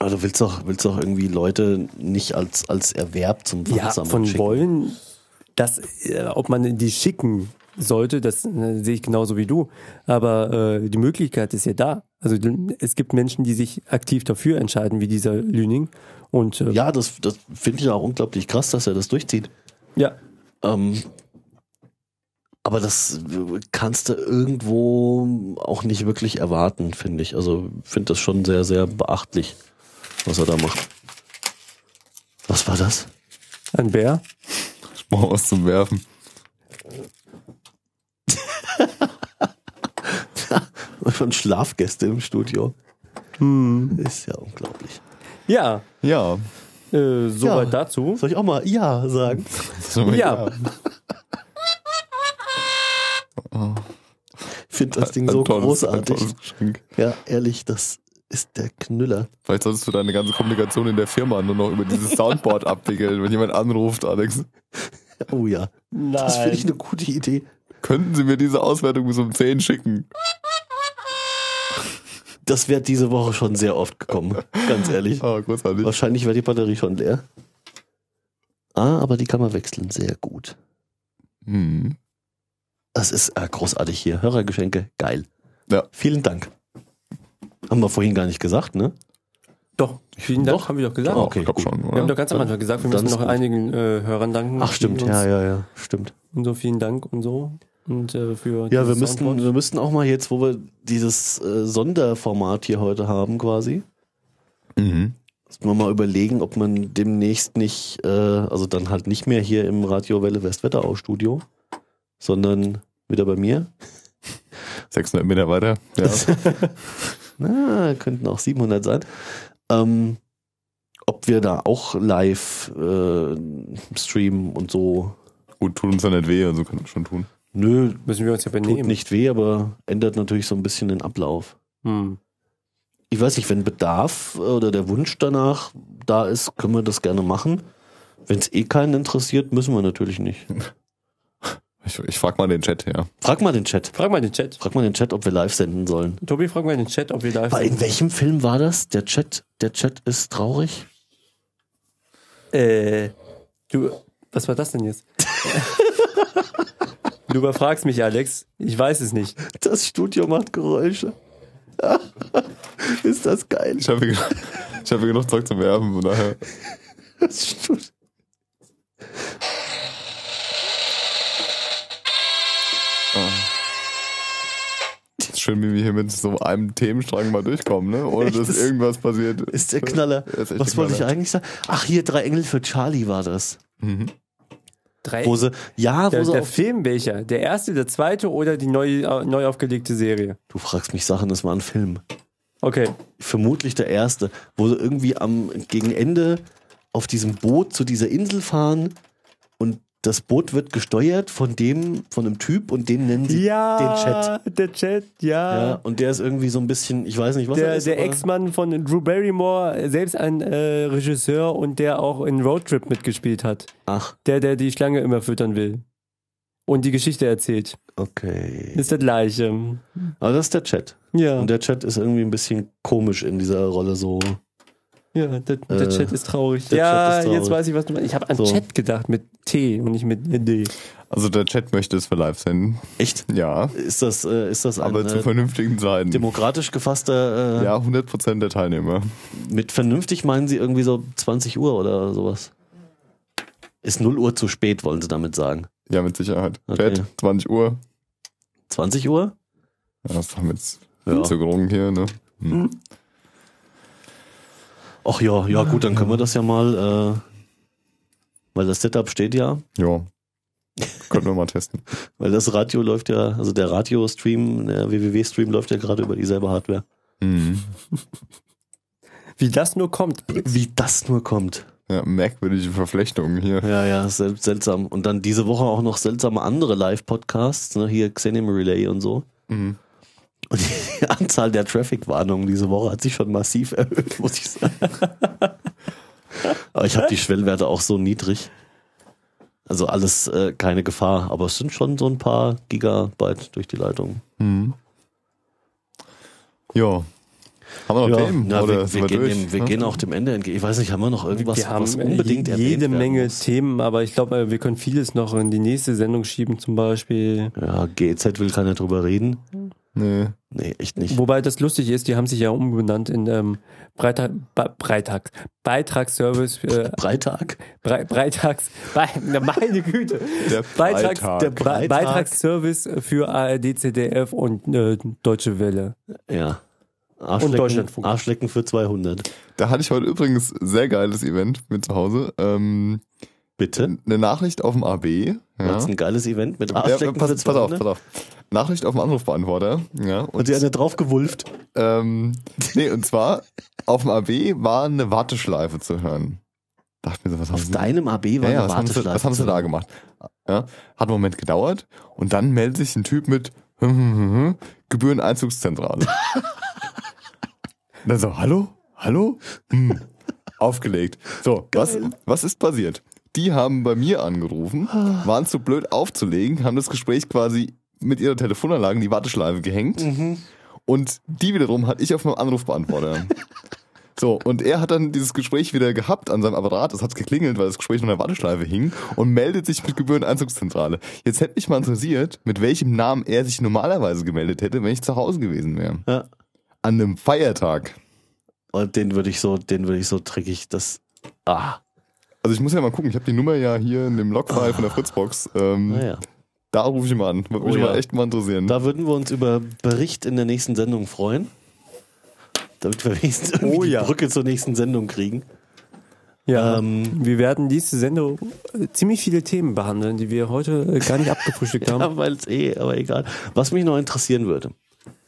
Speaker 4: Aber du willst doch, willst doch irgendwie Leute nicht als, als Erwerb zum
Speaker 6: ja,
Speaker 4: Pfandsammeln
Speaker 6: von
Speaker 4: schicken.
Speaker 6: wollen, das, äh, ob man die schicken sollte, das äh, sehe ich genauso wie du. Aber äh, die Möglichkeit ist ja da. Also du- es gibt Menschen, die sich aktiv dafür entscheiden, wie dieser Lüning. Und äh,
Speaker 4: Ja, das, das finde ich auch unglaublich krass, dass er das durchzieht.
Speaker 6: ja,
Speaker 4: Ähm, aber das kannst du irgendwo auch nicht wirklich erwarten, finde ich. Also finde das schon sehr, sehr beachtlich, was er da macht. Was war das?
Speaker 6: ein Bär.
Speaker 5: Ich brauche was zum Werfen.
Speaker 4: Schon Schlafgäste im Studio.
Speaker 5: Hm.
Speaker 4: Ist ja unglaublich.
Speaker 6: Ja,
Speaker 5: Ja.
Speaker 6: äh,
Speaker 4: Ja.
Speaker 6: soweit dazu.
Speaker 4: Soll ich auch mal Ja sagen?
Speaker 6: Ja,
Speaker 4: Ich finde das Ding so
Speaker 5: Ein tolles- ein
Speaker 4: großartig.
Speaker 5: tolles Geschenk.
Speaker 4: Ja, ehrlich, das ist der Knüller.
Speaker 5: Vielleicht solltest du deine ganze Kommunikation in der Firma nur noch über dieses Soundboard abwickeln, wenn jemand anruft, Alex.
Speaker 4: Oh ja. Das finde ich eine gute Idee.
Speaker 5: Könnten Sie mir diese Auswertung bis um 10 schicken?
Speaker 4: Das wäre diese Woche schon sehr oft gekommen, ganz ehrlich.
Speaker 5: Ah, großartig.
Speaker 4: Wahrscheinlich wäre die Batterie schon leer. Ah, aber die kann man wechseln. Sehr gut.
Speaker 5: Hm.
Speaker 4: Das ist äh, großartig hier. Hörergeschenke, geil.
Speaker 5: Ja.
Speaker 4: Vielen Dank. Haben wir vorhin gar nicht gesagt, ne?
Speaker 6: doch. Vielen Dank,
Speaker 4: Doch.
Speaker 6: haben wir doch gesagt.
Speaker 4: Doch. Ah, Okay,
Speaker 5: ich glaub
Speaker 4: gut.
Speaker 5: schon,
Speaker 6: Wir haben doch
Speaker 5: oder?
Speaker 6: ganz am Anfang gesagt, wir
Speaker 4: Genau. Dann
Speaker 6: müssen
Speaker 4: ist
Speaker 6: noch
Speaker 4: gut.
Speaker 6: einigen äh, Hörern danken.
Speaker 4: Ach, stimmt.
Speaker 6: die uns-
Speaker 4: Ja, ja, ja. Stimmt.
Speaker 6: Und so vielen Dank und so. Und äh, für
Speaker 4: Ja, wir
Speaker 6: dieses
Speaker 4: müssten,
Speaker 6: Soundboard.
Speaker 4: wir müssten auch mal jetzt, wo wir dieses äh, Sonderformat hier heute haben, quasi,
Speaker 5: Mhm.
Speaker 4: Müssen wir mal überlegen, ob man demnächst nicht, äh, also dann halt nicht mehr hier im Radio Welle Westwetterau Studio, sondern wieder bei mir.
Speaker 5: 600 Meter weiter. Ja.
Speaker 4: Na, könnten auch 700 sein. Ähm, ob wir da auch live äh, streamen und so.
Speaker 5: Gut, tut uns ja nicht weh, also können wir schon tun.
Speaker 4: Nö,
Speaker 6: Müssen wir uns ja
Speaker 4: tut
Speaker 6: benehmen.
Speaker 4: nicht weh, aber ändert natürlich so ein bisschen den Ablauf.
Speaker 6: Hm.
Speaker 4: Ich weiß nicht, wenn Bedarf äh, oder der Wunsch danach da ist, können wir das gerne machen. Wenn es eh keinen interessiert, müssen wir natürlich nicht.
Speaker 5: Ich, ich frag mal den Chat, ja.
Speaker 4: Frag mal den Chat.
Speaker 6: Frag mal den Chat.
Speaker 4: Frag mal den Chat, ob wir live senden sollen.
Speaker 6: Tobi, frag mal den Chat, ob wir live
Speaker 4: Aber in
Speaker 6: sind.
Speaker 4: welchem Film war das? Der Chat, der Chat ist traurig.
Speaker 6: Äh, du, was war das denn jetzt? du überfragst mich, Alex. Ich weiß es nicht.
Speaker 4: Das Studio macht Geräusche. ist das geil?
Speaker 5: Ich habe hier, gen- ich hab hier genug Zeug zum Werben, von daher.
Speaker 4: Das Studio.
Speaker 5: Ist schön, wie wir hier mit so einem Themenstrang mal durchkommen, ne? Ohne
Speaker 4: Echt,
Speaker 5: dass
Speaker 4: das-
Speaker 5: irgendwas passiert.
Speaker 4: Ist der Knaller.
Speaker 5: Das ist echt
Speaker 4: Was
Speaker 5: der
Speaker 4: wollte ich
Speaker 5: Knaller.
Speaker 4: eigentlich sagen? Ach, hier, Drei Engel für Charlie war das.
Speaker 6: Drei.
Speaker 4: Wo sie, ja, wo
Speaker 6: der,
Speaker 4: sie
Speaker 6: der
Speaker 4: auf
Speaker 6: Film welcher? Der erste, der zweite oder die neu, äh, neu aufgelegte Serie?
Speaker 4: Du fragst mich Sachen, das war ein Film.
Speaker 6: Okay.
Speaker 4: Vermutlich der erste, wo sie irgendwie am gegen Ende auf diesem Boot zu dieser Insel fahren und das Boot wird gesteuert von dem, von einem Typ und den nennen sie den Chat.
Speaker 6: Der Chat,
Speaker 4: Ja,
Speaker 6: ja.
Speaker 4: und der ist irgendwie so ein bisschen, ich weiß nicht, was er
Speaker 6: Der,
Speaker 4: ist.
Speaker 6: der
Speaker 4: aber-
Speaker 6: Ex-Mann von Drew Barrymore, äh, selbst ein äh, Regisseur und der auch in Road Trip mitgespielt hat.
Speaker 4: Ach,
Speaker 6: Der, der die Schlange immer füttern will. Und die Geschichte erzählt.
Speaker 4: okay.
Speaker 6: Ist der gleiche.
Speaker 4: Aber das ist der Chat.
Speaker 6: Ja.
Speaker 4: Und der Chat ist irgendwie ein bisschen komisch in dieser Rolle so.
Speaker 6: Ja, der, der
Speaker 4: Äh,
Speaker 6: Chat ist traurig.
Speaker 4: der
Speaker 6: ja,
Speaker 4: Chat ist traurig.
Speaker 6: jetzt weiß ich, was du meinst. Ich habe an
Speaker 4: So.
Speaker 6: Chat gedacht mit T und nicht mit D.
Speaker 5: Also der Chat möchte es für live senden.
Speaker 4: Echt?
Speaker 5: Ja.
Speaker 4: Ist das, äh, ist das
Speaker 5: Aber
Speaker 4: ein
Speaker 5: zu
Speaker 4: äh,
Speaker 5: vernünftigen Zeiten.
Speaker 4: demokratisch gefasster, äh,
Speaker 5: Ja, 100% der Teilnehmer.
Speaker 4: Mit vernünftig meinen sie irgendwie so 20 Uhr oder sowas. Ist 0 Uhr zu spät, wollen sie damit sagen.
Speaker 5: Ja, mit Sicherheit.
Speaker 4: Okay.
Speaker 5: Chat, 20 Uhr.
Speaker 4: 20 Uhr?
Speaker 5: Ja, das haben wir jetzt
Speaker 4: Ja.
Speaker 5: zu gerungen hier, ne? Hm.
Speaker 4: Ach ja, ja gut, dann können wir das ja mal, äh, weil das Setup steht ja,
Speaker 5: Ja. Könnten wir mal testen.
Speaker 4: weil das Radio läuft ja, also der Radio-Stream, der WWW-Stream läuft ja gerade über dieselbe Hardware. Mhm.
Speaker 5: Hm.
Speaker 6: Wie das nur kommt.
Speaker 4: Wie das nur kommt.
Speaker 5: Ja, merkwürdige Verflechtungen hier.
Speaker 4: Ja, ja, sel seltsam. Und dann diese Woche auch noch seltsame andere Live-Podcasts, ne? hier Xenim Relay und so.
Speaker 5: Mhm.
Speaker 4: Und die Anzahl der Traffic-Warnungen diese Woche hat sich schon massiv erhöht, muss ich sagen. aber ich habe die Schwellwerte auch so niedrig. Also alles äh, keine Gefahr, aber es sind schon so ein paar Gigabyte durch die Leitung.
Speaker 5: Ja. Haben wir noch Themen?
Speaker 4: na,
Speaker 5: Oder
Speaker 4: wir,
Speaker 5: sind
Speaker 4: wir, gehen,
Speaker 5: durch? Hm?
Speaker 4: dem, wir
Speaker 5: Ja?
Speaker 4: gehen auch dem Ende entgegen. Ich weiß nicht, haben wir noch irgendwas,
Speaker 6: wir haben
Speaker 4: was unbedingt
Speaker 6: äh,
Speaker 4: erwähnt
Speaker 6: jede
Speaker 4: werden
Speaker 6: Menge
Speaker 4: muss?
Speaker 6: Themen, aber ich glaube, äh, wir können vieles noch in die nächste Sendung schieben, zum Beispiel.
Speaker 4: Ja, GEZ will keiner drüber reden.
Speaker 5: Nee.
Speaker 4: Nee, echt nicht.
Speaker 6: Wobei das lustig ist, die haben sich ja umbenannt in ähm, Breitag, Ba- Breitag, Beitragsservice, äh,
Speaker 4: Freitag?
Speaker 6: Bre Beitrags, Be na, meine Güte,
Speaker 5: Der
Speaker 6: Beitrags,
Speaker 5: Freitag.
Speaker 6: der Bre
Speaker 4: Freitag.
Speaker 6: Beitragsservice für ARD, CDF und äh, Deutsche Welle.
Speaker 4: Ja. Arschlecken,
Speaker 6: Deutschlandfunk.
Speaker 4: Arschlecken für 200.
Speaker 5: Da hatte ich heute übrigens sehr geiles Event mit zu Hause. Ähm,
Speaker 4: Bitte?
Speaker 5: eine Nachricht auf dem AB. Ja.
Speaker 4: Das ist ein geiles Event mit
Speaker 5: Ja,
Speaker 4: Arschlecken für
Speaker 5: pass, pass
Speaker 4: 200.
Speaker 5: auf, pass auf. Nachricht auf dem Anrufbeantworter. Ja,
Speaker 4: Und sie hat eine draufgewulft.
Speaker 5: Ähm, nee, und zwar, auf dem AB war eine Warteschleife zu hören. Dachte mir so, was haben
Speaker 4: Auf
Speaker 5: sie
Speaker 4: deinem AB war
Speaker 5: Mhm. ja, ja,
Speaker 4: eine
Speaker 5: was haben, sie,
Speaker 4: Warteschleife.
Speaker 5: was haben sie da gemacht? Ja, hat einen Moment gedauert und dann meldet sich ein Typ mit hm, hm, hm, hm, Gebühreneinzugszentrale. Und dann so, hallo? Hallo? Hm. Aufgelegt. So, was, was ist passiert? Die haben bei mir angerufen,
Speaker 4: Ah.
Speaker 5: waren zu blöd aufzulegen, haben das Gespräch quasi mit ihrer Telefonanlage in die Warteschleife gehängt.
Speaker 4: Mhm.
Speaker 5: Und die wiederum hatte ich auf meinem Anrufbeantworter. So, und er hat dann dieses Gespräch wieder gehabt an seinem Apparat. Es hat geklingelt, weil das Gespräch noch in der Warteschleife hing und meldet sich mit Gebühreneinzugszentrale. Jetzt hätte mich mal interessiert, mit welchem Namen er sich normalerweise gemeldet hätte, wenn ich zu Hause gewesen wäre.
Speaker 4: Ja.
Speaker 5: An einem Feiertag.
Speaker 4: Und den würde ich so, den würde ich so dreckig, das. Ah,
Speaker 5: Also ich muss ja mal gucken, ich habe die Nummer ja hier in dem Logfile von der Fritzbox. Ähm,
Speaker 4: naja.
Speaker 5: Da rufe ich mal an. Würde mich
Speaker 4: Ah, Oh ja.
Speaker 5: mal echt mal interessieren.
Speaker 4: Da würden wir uns über Bericht in der nächsten Sendung freuen. damit wir wenigstens irgendwie
Speaker 6: Oh ja.
Speaker 4: die Brücke zur nächsten Sendung kriegen.
Speaker 6: Ja,
Speaker 4: Ähm,
Speaker 6: wir werden diese Sendung äh, ziemlich viele Themen behandeln, die wir heute äh, gar nicht abgefrühstückt haben.
Speaker 4: Ja, weil es eh, aber egal. Was mich noch interessieren würde,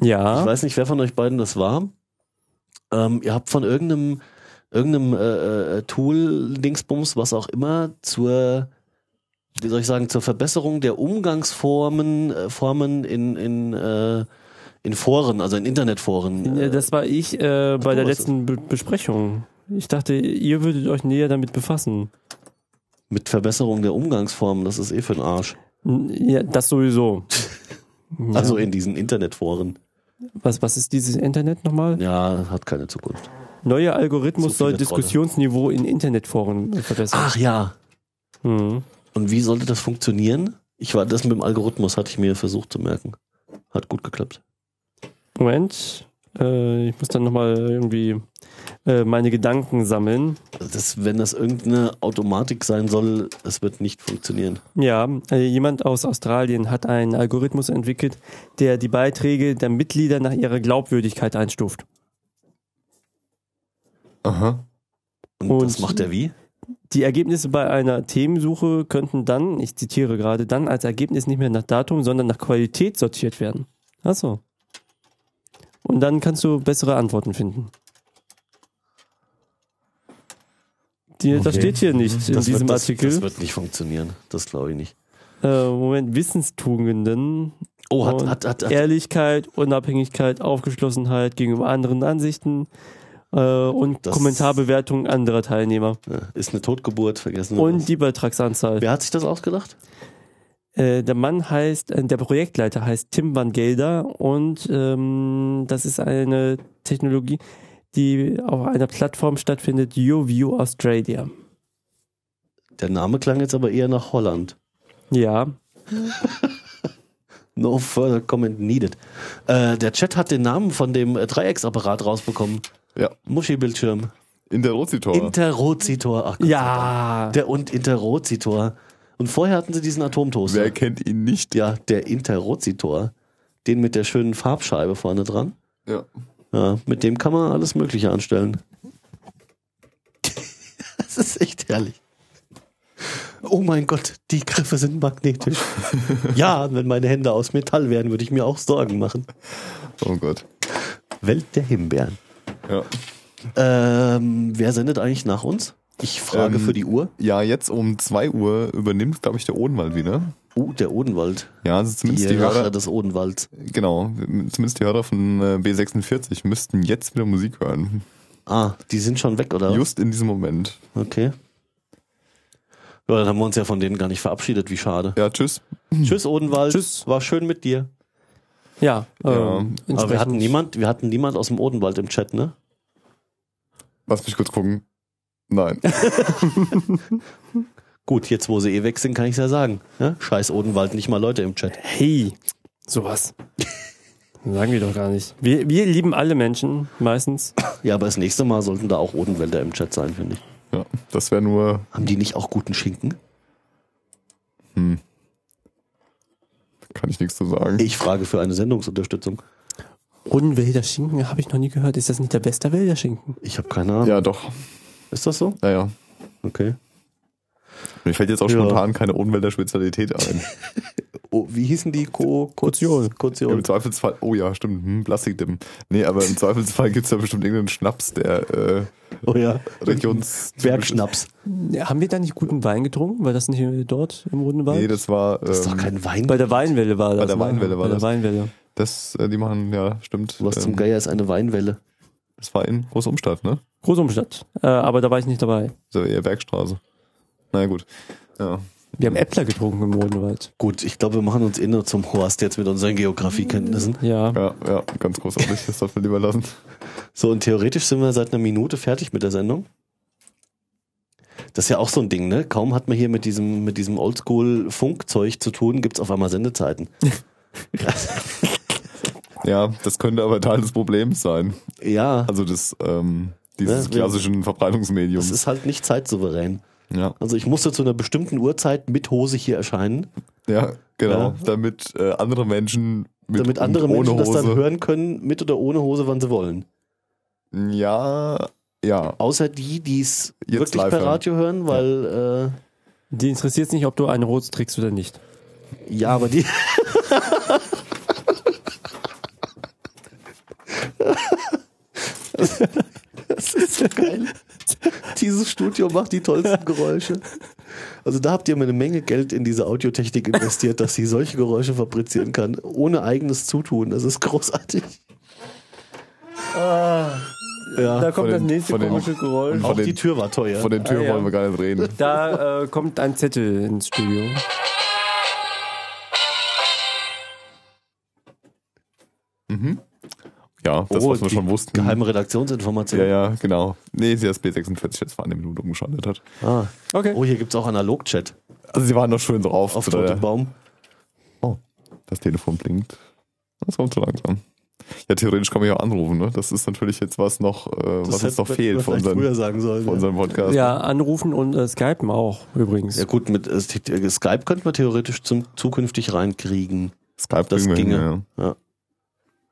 Speaker 6: Ja,
Speaker 4: ich weiß nicht, wer von euch beiden das war. Ähm, ihr habt von irgendeinem, irgendeinem äh, äh, Tool, Dingsbums, was auch immer, zur, wie soll ich sagen, zur Verbesserung der Umgangsformen äh, Formen in, in, äh, in Foren, also in Internetforen.
Speaker 6: Ja,
Speaker 4: Äh,
Speaker 6: das war ich äh, bei
Speaker 4: du
Speaker 6: der
Speaker 4: warst
Speaker 6: letzten Be Besprechung. Ich dachte, ihr würdet euch näher damit befassen.
Speaker 4: mit Verbesserung der Umgangsformen, das ist eh für den Arsch.
Speaker 6: N- Ja, das sowieso.
Speaker 4: Also in diesen Internetforen.
Speaker 6: Was, was ist dieses Internet nochmal?
Speaker 4: Ja, hat keine Zukunft.
Speaker 6: Neuer
Speaker 4: So
Speaker 6: Algorithmus
Speaker 4: viele
Speaker 6: soll
Speaker 4: Trolle.
Speaker 6: Diskussionsniveau in Internetforen verbessern.
Speaker 4: Ach ja, Ah.
Speaker 6: Mhm.
Speaker 4: Und wie sollte das funktionieren? Ich war das mit dem Algorithmus, hatte ich mir versucht zu merken. Hat gut geklappt.
Speaker 6: Moment, äh, ich muss dann nochmal irgendwie äh, meine Gedanken sammeln.
Speaker 4: Das, wenn das irgendeine Automatik sein soll, es wird nicht funktionieren.
Speaker 6: Ja, äh, jemand aus Australien hat einen Algorithmus entwickelt, der die Beiträge der Mitglieder nach ihrer Glaubwürdigkeit einstuft.
Speaker 5: Aha.
Speaker 4: Und,
Speaker 6: Und-
Speaker 4: das macht er wie?
Speaker 6: Die Ergebnisse bei einer Themensuche könnten dann, ich zitiere gerade, dann als Ergebnis nicht mehr nach Datum, sondern nach Qualität sortiert werden. Achso. Und dann kannst du bessere Antworten finden. Die, Das
Speaker 5: Okay.
Speaker 6: steht hier nicht in
Speaker 4: das
Speaker 6: diesem
Speaker 4: wird, das,
Speaker 6: Artikel.
Speaker 4: Das wird nicht funktionieren. Das glaube ich nicht.
Speaker 6: äh, Moment, Wissenstugenden,
Speaker 4: Oh, hat,
Speaker 6: Und
Speaker 4: hat, hat, hat
Speaker 6: Ehrlichkeit, Unabhängigkeit, Aufgeschlossenheit gegenüber anderen Ansichten äh, und
Speaker 4: Das-
Speaker 6: Kommentarbewertungen anderer Teilnehmer.
Speaker 4: ja, äh, ist eine Totgeburt, vergessen wir
Speaker 6: Und
Speaker 4: das.
Speaker 6: die Beitragsanzahl.
Speaker 4: Wer hat sich das ausgedacht?
Speaker 6: Äh, der Mann heißt, äh, der Projektleiter heißt Tim Van Gelder und ähm, das ist eine Technologie, die auf einer Plattform stattfindet, YouView Australia.
Speaker 4: Der Name klang jetzt aber eher nach Holland.
Speaker 6: Ja,
Speaker 4: No further comment needed. Äh, der Chat hat den Namen von dem äh, Dreiecksapparat rausbekommen.
Speaker 5: Ja.
Speaker 4: Muschibildschirm.
Speaker 5: Interrozitor.
Speaker 4: Interrozitor. Ach, Gott sei Dank.
Speaker 6: ja,
Speaker 4: Der und Interrozitor. Und vorher hatten sie diesen Atomtoaster.
Speaker 5: Wer kennt ihn nicht?
Speaker 4: ja, der Interrozitor. Den mit der schönen Farbscheibe vorne dran.
Speaker 5: Ja.
Speaker 4: Ja, mit dem kann man alles Mögliche anstellen. das ist echt herrlich. Oh mein Gott, die Griffe sind magnetisch. ja, wenn meine Hände aus Metall wären, würde ich mir auch Sorgen machen.
Speaker 5: Oh Gott.
Speaker 4: Welt der Himbeeren.
Speaker 5: Ja.
Speaker 4: Ähm, wer sendet eigentlich nach uns? Ich frage
Speaker 5: Ähm,
Speaker 4: für die Uhr.
Speaker 5: Ja, jetzt um 2 Uhr übernimmt, glaube ich, der Odenwald wieder.
Speaker 4: Oh, der Odenwald.
Speaker 5: Ja, also zumindest
Speaker 4: Die
Speaker 5: die, Hörer,
Speaker 4: Rache des Odenwalds.
Speaker 5: genau, zumindest die Hörer von äh, B46 müssten jetzt wieder Musik hören.
Speaker 4: Ah, die sind schon weg, oder?
Speaker 5: Just in diesem Moment.
Speaker 4: Okay. Ja, dann haben wir uns ja von denen gar nicht verabschiedet, wie schade.
Speaker 5: Ja, tschüss.
Speaker 4: Tschüss, Odenwald.
Speaker 6: Tschüss.
Speaker 4: War schön mit dir.
Speaker 6: ja. Äh,
Speaker 5: Ja.
Speaker 4: Aber wir
Speaker 6: entsprechend.
Speaker 4: hatten niemand, wir hatten niemand aus dem Odenwald im Chat, ne?
Speaker 5: Lass mich kurz gucken. Nein.
Speaker 4: Gut, jetzt wo sie eh weg sind, kann ich's ja sagen. Ne? Scheiß Odenwald, nicht mal Leute im Chat.
Speaker 6: Hey, sowas. Sagen wir doch gar nicht. Wir, wir lieben alle Menschen, meistens.
Speaker 4: Ja, aber das nächste Mal sollten da auch Odenwälder im Chat sein, finde ich.
Speaker 5: Ja, das wäre nur.
Speaker 4: Haben die nicht auch guten Schinken?
Speaker 5: Kann ich nichts zu sagen.
Speaker 4: Ich frage für eine Sendungsunterstützung.
Speaker 6: Rundenwälder Schinken habe ich noch nie gehört. Ist das nicht der beste Wälder Schinken?
Speaker 4: Ich habe keine Ahnung.
Speaker 5: Ja, doch.
Speaker 4: Ist das so?
Speaker 5: Naja.
Speaker 4: Okay.
Speaker 5: Mir fällt jetzt auch
Speaker 4: Ja.
Speaker 5: spontan keine Odenwälder Spezialität ein.
Speaker 4: Oh, wie hießen die? Ko Kotion.
Speaker 5: Im Zweifelsfall, oh ja, stimmt, hm, Plastikdimm. Nee, aber im Zweifelsfall gibt es da bestimmt irgendeinen Schnaps, der äh,
Speaker 4: Oh ja.
Speaker 5: Regions.
Speaker 4: Bergschnaps.
Speaker 6: Ja, haben wir da nicht guten Wein getrunken? War das nicht äh, dort im Rundenwald?
Speaker 5: Nee, das war. Ähm,
Speaker 4: Das ist doch kein Wein.
Speaker 6: bei der Weinwelle war das.
Speaker 5: der
Speaker 6: ne?
Speaker 5: Weinwelle war
Speaker 6: bei
Speaker 5: das.
Speaker 6: der Weinwelle.
Speaker 5: das, äh, die machen, ja, stimmt.
Speaker 4: Was zum
Speaker 5: ähm,
Speaker 4: Geier ist eine Weinwelle?
Speaker 5: Das war in Großumstadt, ne?
Speaker 6: Großumstadt. Äh, aber da war ich nicht dabei.
Speaker 5: Das war eher Bergstraße. Na naja, gut. Ja.
Speaker 6: Wir haben Äppler getrunken im Rundenwald.
Speaker 4: Gut, ich glaube, wir machen uns eh nur zum Horst jetzt mit unseren Geografiekenntnissen.
Speaker 6: Ja.
Speaker 5: ja, ja, ganz großartig. Das darf man lieber lassen.
Speaker 4: So, und theoretisch sind wir seit einer Minute fertig mit der Sendung. Das ist ja auch so ein Ding, ne? Kaum hat man hier mit diesem, mit diesem Oldschool-Funkzeug zu tun, gibt's auf einmal Sendezeiten.
Speaker 5: Ja, das könnte aber Teil des Problems sein.
Speaker 4: ja,
Speaker 5: Also des, ähm, dieses
Speaker 4: Ja, wir-
Speaker 5: klassischen
Speaker 4: das
Speaker 5: Verbreitungsmediums.
Speaker 4: ist halt nicht zeitsouverän.
Speaker 5: Ja,
Speaker 4: Also ich musste zu einer bestimmten Uhrzeit mit Hose hier erscheinen,
Speaker 5: ja, genau.
Speaker 4: Ja.
Speaker 5: Damit äh, andere Menschen mit
Speaker 4: damit andere
Speaker 5: und
Speaker 4: Menschen
Speaker 5: ohne
Speaker 4: das dann
Speaker 5: Hose
Speaker 4: hören können, mit oder ohne Hose, wann sie wollen.
Speaker 5: Ja, ja.
Speaker 4: Außer die, die es
Speaker 5: Jetzt
Speaker 4: wirklich
Speaker 5: live
Speaker 4: per
Speaker 5: hören.
Speaker 4: Radio hören, weil
Speaker 6: Die interessiert nicht, ob du eine Rot trägst oder nicht.
Speaker 4: äh, ja, aber die. das ist so geil. Dieses Studio macht die tollsten Geräusche. Also da habt ihr mir eine Menge Geld in diese Audiotechnik investiert, dass sie solche Geräusche fabrizieren kann, ohne eigenes Zutun. Das ist großartig. ja.
Speaker 6: Da kommt
Speaker 5: Von
Speaker 6: das
Speaker 5: den-
Speaker 6: nächste
Speaker 5: von den-
Speaker 6: komische Geräusch.
Speaker 5: von
Speaker 4: Auch
Speaker 5: den-
Speaker 4: die Tür war teuer.
Speaker 5: Von den Türen
Speaker 6: Ah, ja.
Speaker 5: wollen wir gar nicht reden.
Speaker 6: Da äh, kommt ein Zettel ins Studio.
Speaker 5: Ja, das, was wir
Speaker 4: Oh, die
Speaker 5: schon wussten.
Speaker 4: Geheime Redaktionsinformation.
Speaker 5: Ja, ja, genau. Nee, sie hat B46 jetzt vor einer Minute umgeschaltet hat.
Speaker 4: Ah.
Speaker 6: Okay.
Speaker 4: Oh, hier gibt es auch Analog-Chat
Speaker 5: Also sie waren noch schön drauf.
Speaker 4: auf
Speaker 5: zu
Speaker 4: Totem
Speaker 5: der,
Speaker 4: Baum.
Speaker 5: das Telefon blinkt. Das kommt zu langsam. Ja, theoretisch kann man ja auch anrufen, ne? Das ist natürlich jetzt was noch, äh, was
Speaker 4: hätte
Speaker 5: jetzt noch
Speaker 4: man
Speaker 5: fehlt von
Speaker 4: vielleicht
Speaker 5: unseren,
Speaker 4: früher sagen sollen.
Speaker 5: von unserem Podcast.
Speaker 6: Ja, anrufen und äh, skypen auch übrigens.
Speaker 4: Ja gut, mit äh, Skype könnten wir theoretisch zum, zukünftig reinkriegen.
Speaker 5: Skype
Speaker 4: Das
Speaker 5: kriegen wir hin,
Speaker 4: ginge.
Speaker 5: ja.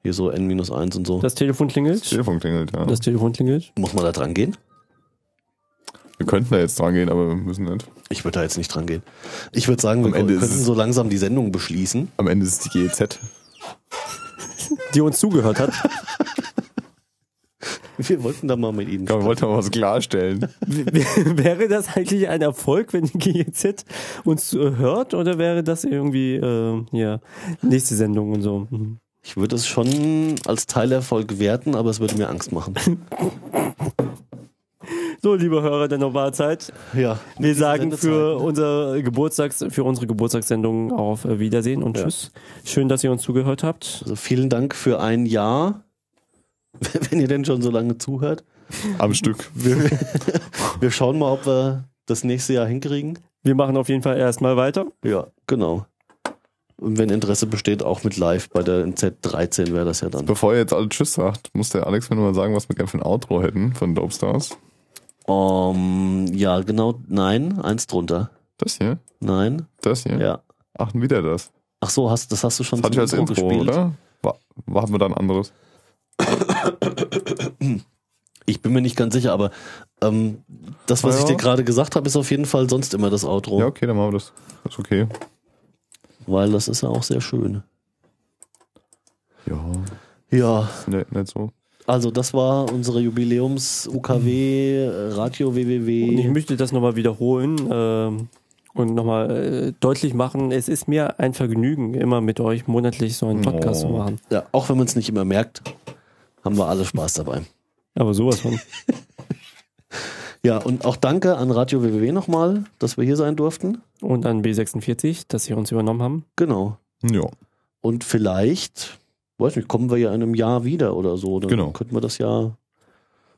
Speaker 4: Hier so N-1 und so.
Speaker 6: Das Telefon
Speaker 5: Das
Speaker 6: klingelt.
Speaker 5: Telefon klingelt, ja.
Speaker 6: Das Telefon klingelt.
Speaker 4: Muss man da dran gehen?
Speaker 5: wir könnten da jetzt dran gehen, aber wir müssen nicht.
Speaker 4: Ich würde da jetzt nicht dran gehen. Ich würde sagen, wir
Speaker 5: Am Ende ist
Speaker 4: könnten
Speaker 5: es-
Speaker 4: so langsam die Sendung beschließen.
Speaker 5: Am Ende ist es die E GEZ.
Speaker 6: Die uns zugehört hat.
Speaker 4: Wir wollten da mal mit Ihnen.
Speaker 5: Ja, wir wollten mal was klarstellen.
Speaker 6: W- w- wäre das eigentlich ein Erfolg, wenn die GEZ uns äh, hört? Oder wäre das irgendwie, äh, ja, nächste Sendung und so? Mhm.
Speaker 4: Ich würde es schon als Teilerfolg werten, aber es würde mir Angst machen.
Speaker 6: So, liebe Hörer der Normalzeit,
Speaker 4: ja.
Speaker 6: wir sagen
Speaker 4: Sendezeit,
Speaker 6: für, unser Geburtstags-, für unsere Geburtstagssendung auf äh, Wiedersehen und
Speaker 4: Ja.
Speaker 6: Tschüss. Schön, dass ihr uns zugehört habt.
Speaker 4: Also vielen Dank für ein Jahr, wenn ihr denn schon so lange zuhört.
Speaker 5: Am Stück.
Speaker 4: Wir, wir schauen mal, ob wir das nächste Jahr hinkriegen.
Speaker 6: Wir machen auf jeden Fall erstmal weiter.
Speaker 4: Ja, genau. Und wenn Interesse besteht, auch mit live bei der Z13 wäre das ja dann.
Speaker 5: Bevor ihr jetzt alle Tschüss sagt, muss der Alex mir nochmal sagen, was wir gerne für ein Outro hätten von Dope Stars.
Speaker 4: Um, ja, genau. Nein, eins drunter.
Speaker 5: Das hier?
Speaker 4: Nein,
Speaker 5: Das hier?
Speaker 4: ja.
Speaker 5: Ach, wieder das.
Speaker 4: Ach so, hast, das hast du schon
Speaker 5: Das hatte ich als
Speaker 4: zum
Speaker 5: Intro, oder? War, war, hatten wir da ein anderes?
Speaker 4: Ich bin mir nicht ganz sicher, aber ähm, das, was
Speaker 5: Ah, Ja.
Speaker 4: ich dir gerade gesagt habe, ist auf jeden Fall sonst immer das Outro,
Speaker 5: Ja, okay, dann machen wir das. Ist okay.
Speaker 4: weil das ist ja auch sehr schön.
Speaker 5: Ja,
Speaker 4: Ja,
Speaker 5: ne, nicht so.
Speaker 4: also das war unsere Jubiläums-UKW, Radio
Speaker 6: Und ich
Speaker 4: WWW.
Speaker 6: möchte das nochmal wiederholen ähm, und nochmal äh, deutlich machen, es ist mir ein Vergnügen, immer mit euch monatlich so einen Podcast
Speaker 5: Oh.
Speaker 6: zu machen.
Speaker 4: Ja, auch wenn man es nicht immer merkt, haben wir alle Spaß dabei.
Speaker 6: Aber sowas von.
Speaker 4: Ja, und auch danke an Radio WWW nochmal, dass wir hier sein durften.
Speaker 6: Und an B46, dass sie uns übernommen haben.
Speaker 4: Genau.
Speaker 5: Ja,
Speaker 4: Und vielleicht, weiß nicht, kommen wir ja in einem Jahr wieder oder so. Dann
Speaker 5: Genau.
Speaker 4: könnten wir das ja,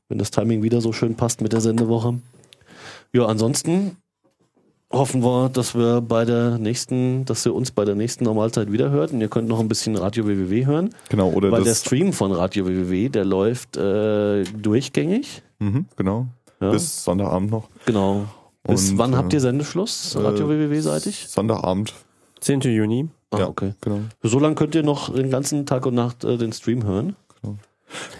Speaker 4: wenn das Timing wieder so schön passt mit der Sendewoche. Ja, ansonsten hoffen wir, dass wir bei der nächsten, dass ihr uns bei der nächsten Normalzeit wieder hört. Und ihr könnt noch ein bisschen Radio WWW hören,
Speaker 5: genau. Oder
Speaker 4: weil der
Speaker 5: das.
Speaker 4: Stream von Radio WWW, der läuft äh, durchgängig.
Speaker 5: Mhm, genau.
Speaker 4: Ja,
Speaker 5: Bis Sonntagabend noch.
Speaker 4: genau. Bis
Speaker 5: Und,
Speaker 4: wann
Speaker 5: äh,
Speaker 4: habt ihr Sendeschluss? Radio
Speaker 5: äh,
Speaker 4: WWW-seitig?
Speaker 5: Sonntagabend.
Speaker 6: 10. Juni.
Speaker 4: Ah,
Speaker 5: ja.
Speaker 4: okay.
Speaker 5: Genau.
Speaker 4: So lange könnt ihr noch den ganzen Tag und Nacht äh, den Stream hören.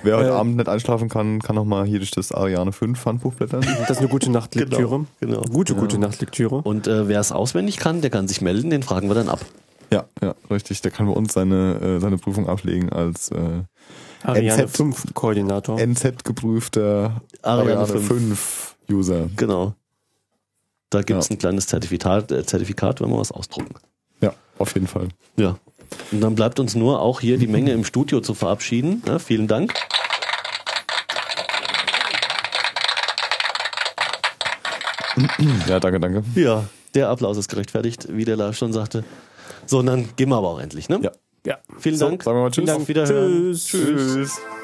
Speaker 5: Wer heute
Speaker 6: Äh,
Speaker 5: Abend nicht einschlafen kann, kann nochmal hier durch das Ariane 5 Handbuch blättern.
Speaker 6: Das ist eine gute Nachtlektüre.
Speaker 4: Genau.
Speaker 6: Gute, gute Nachtlektüre.
Speaker 4: Und äh, wer es auswendig kann, der kann sich melden, den fragen wir dann ab.
Speaker 5: ja, ja, richtig. Der kann bei uns seine, äh, seine Prüfung ablegen als äh,
Speaker 6: Ariane
Speaker 5: NZ.
Speaker 6: 5 Koordinator.
Speaker 5: NZ-geprüfter
Speaker 4: Ariane
Speaker 5: Ariane,
Speaker 4: 5.
Speaker 5: 5 User.
Speaker 4: Genau. Da gibt es
Speaker 5: Ja.
Speaker 4: ein kleines Zertifikat, äh, Zertifikat, wenn wir was ausdrucken.
Speaker 5: Ja, auf jeden Fall.
Speaker 4: Ja. Und dann bleibt uns nur auch hier die Menge im Studio zu verabschieden. Ja, vielen Dank.
Speaker 5: Ja, danke, danke.
Speaker 4: Ja, der Applaus ist gerechtfertigt, wie der Lars schon sagte. So, und dann gehen wir aber auch endlich, ne?
Speaker 5: Ja.
Speaker 6: ja.
Speaker 4: Vielen Dank.
Speaker 5: Sagen wir mal Tschüss.
Speaker 4: Vielen Dank. Auf Wiederhören.
Speaker 5: Tschüss.
Speaker 2: Oh. Oh,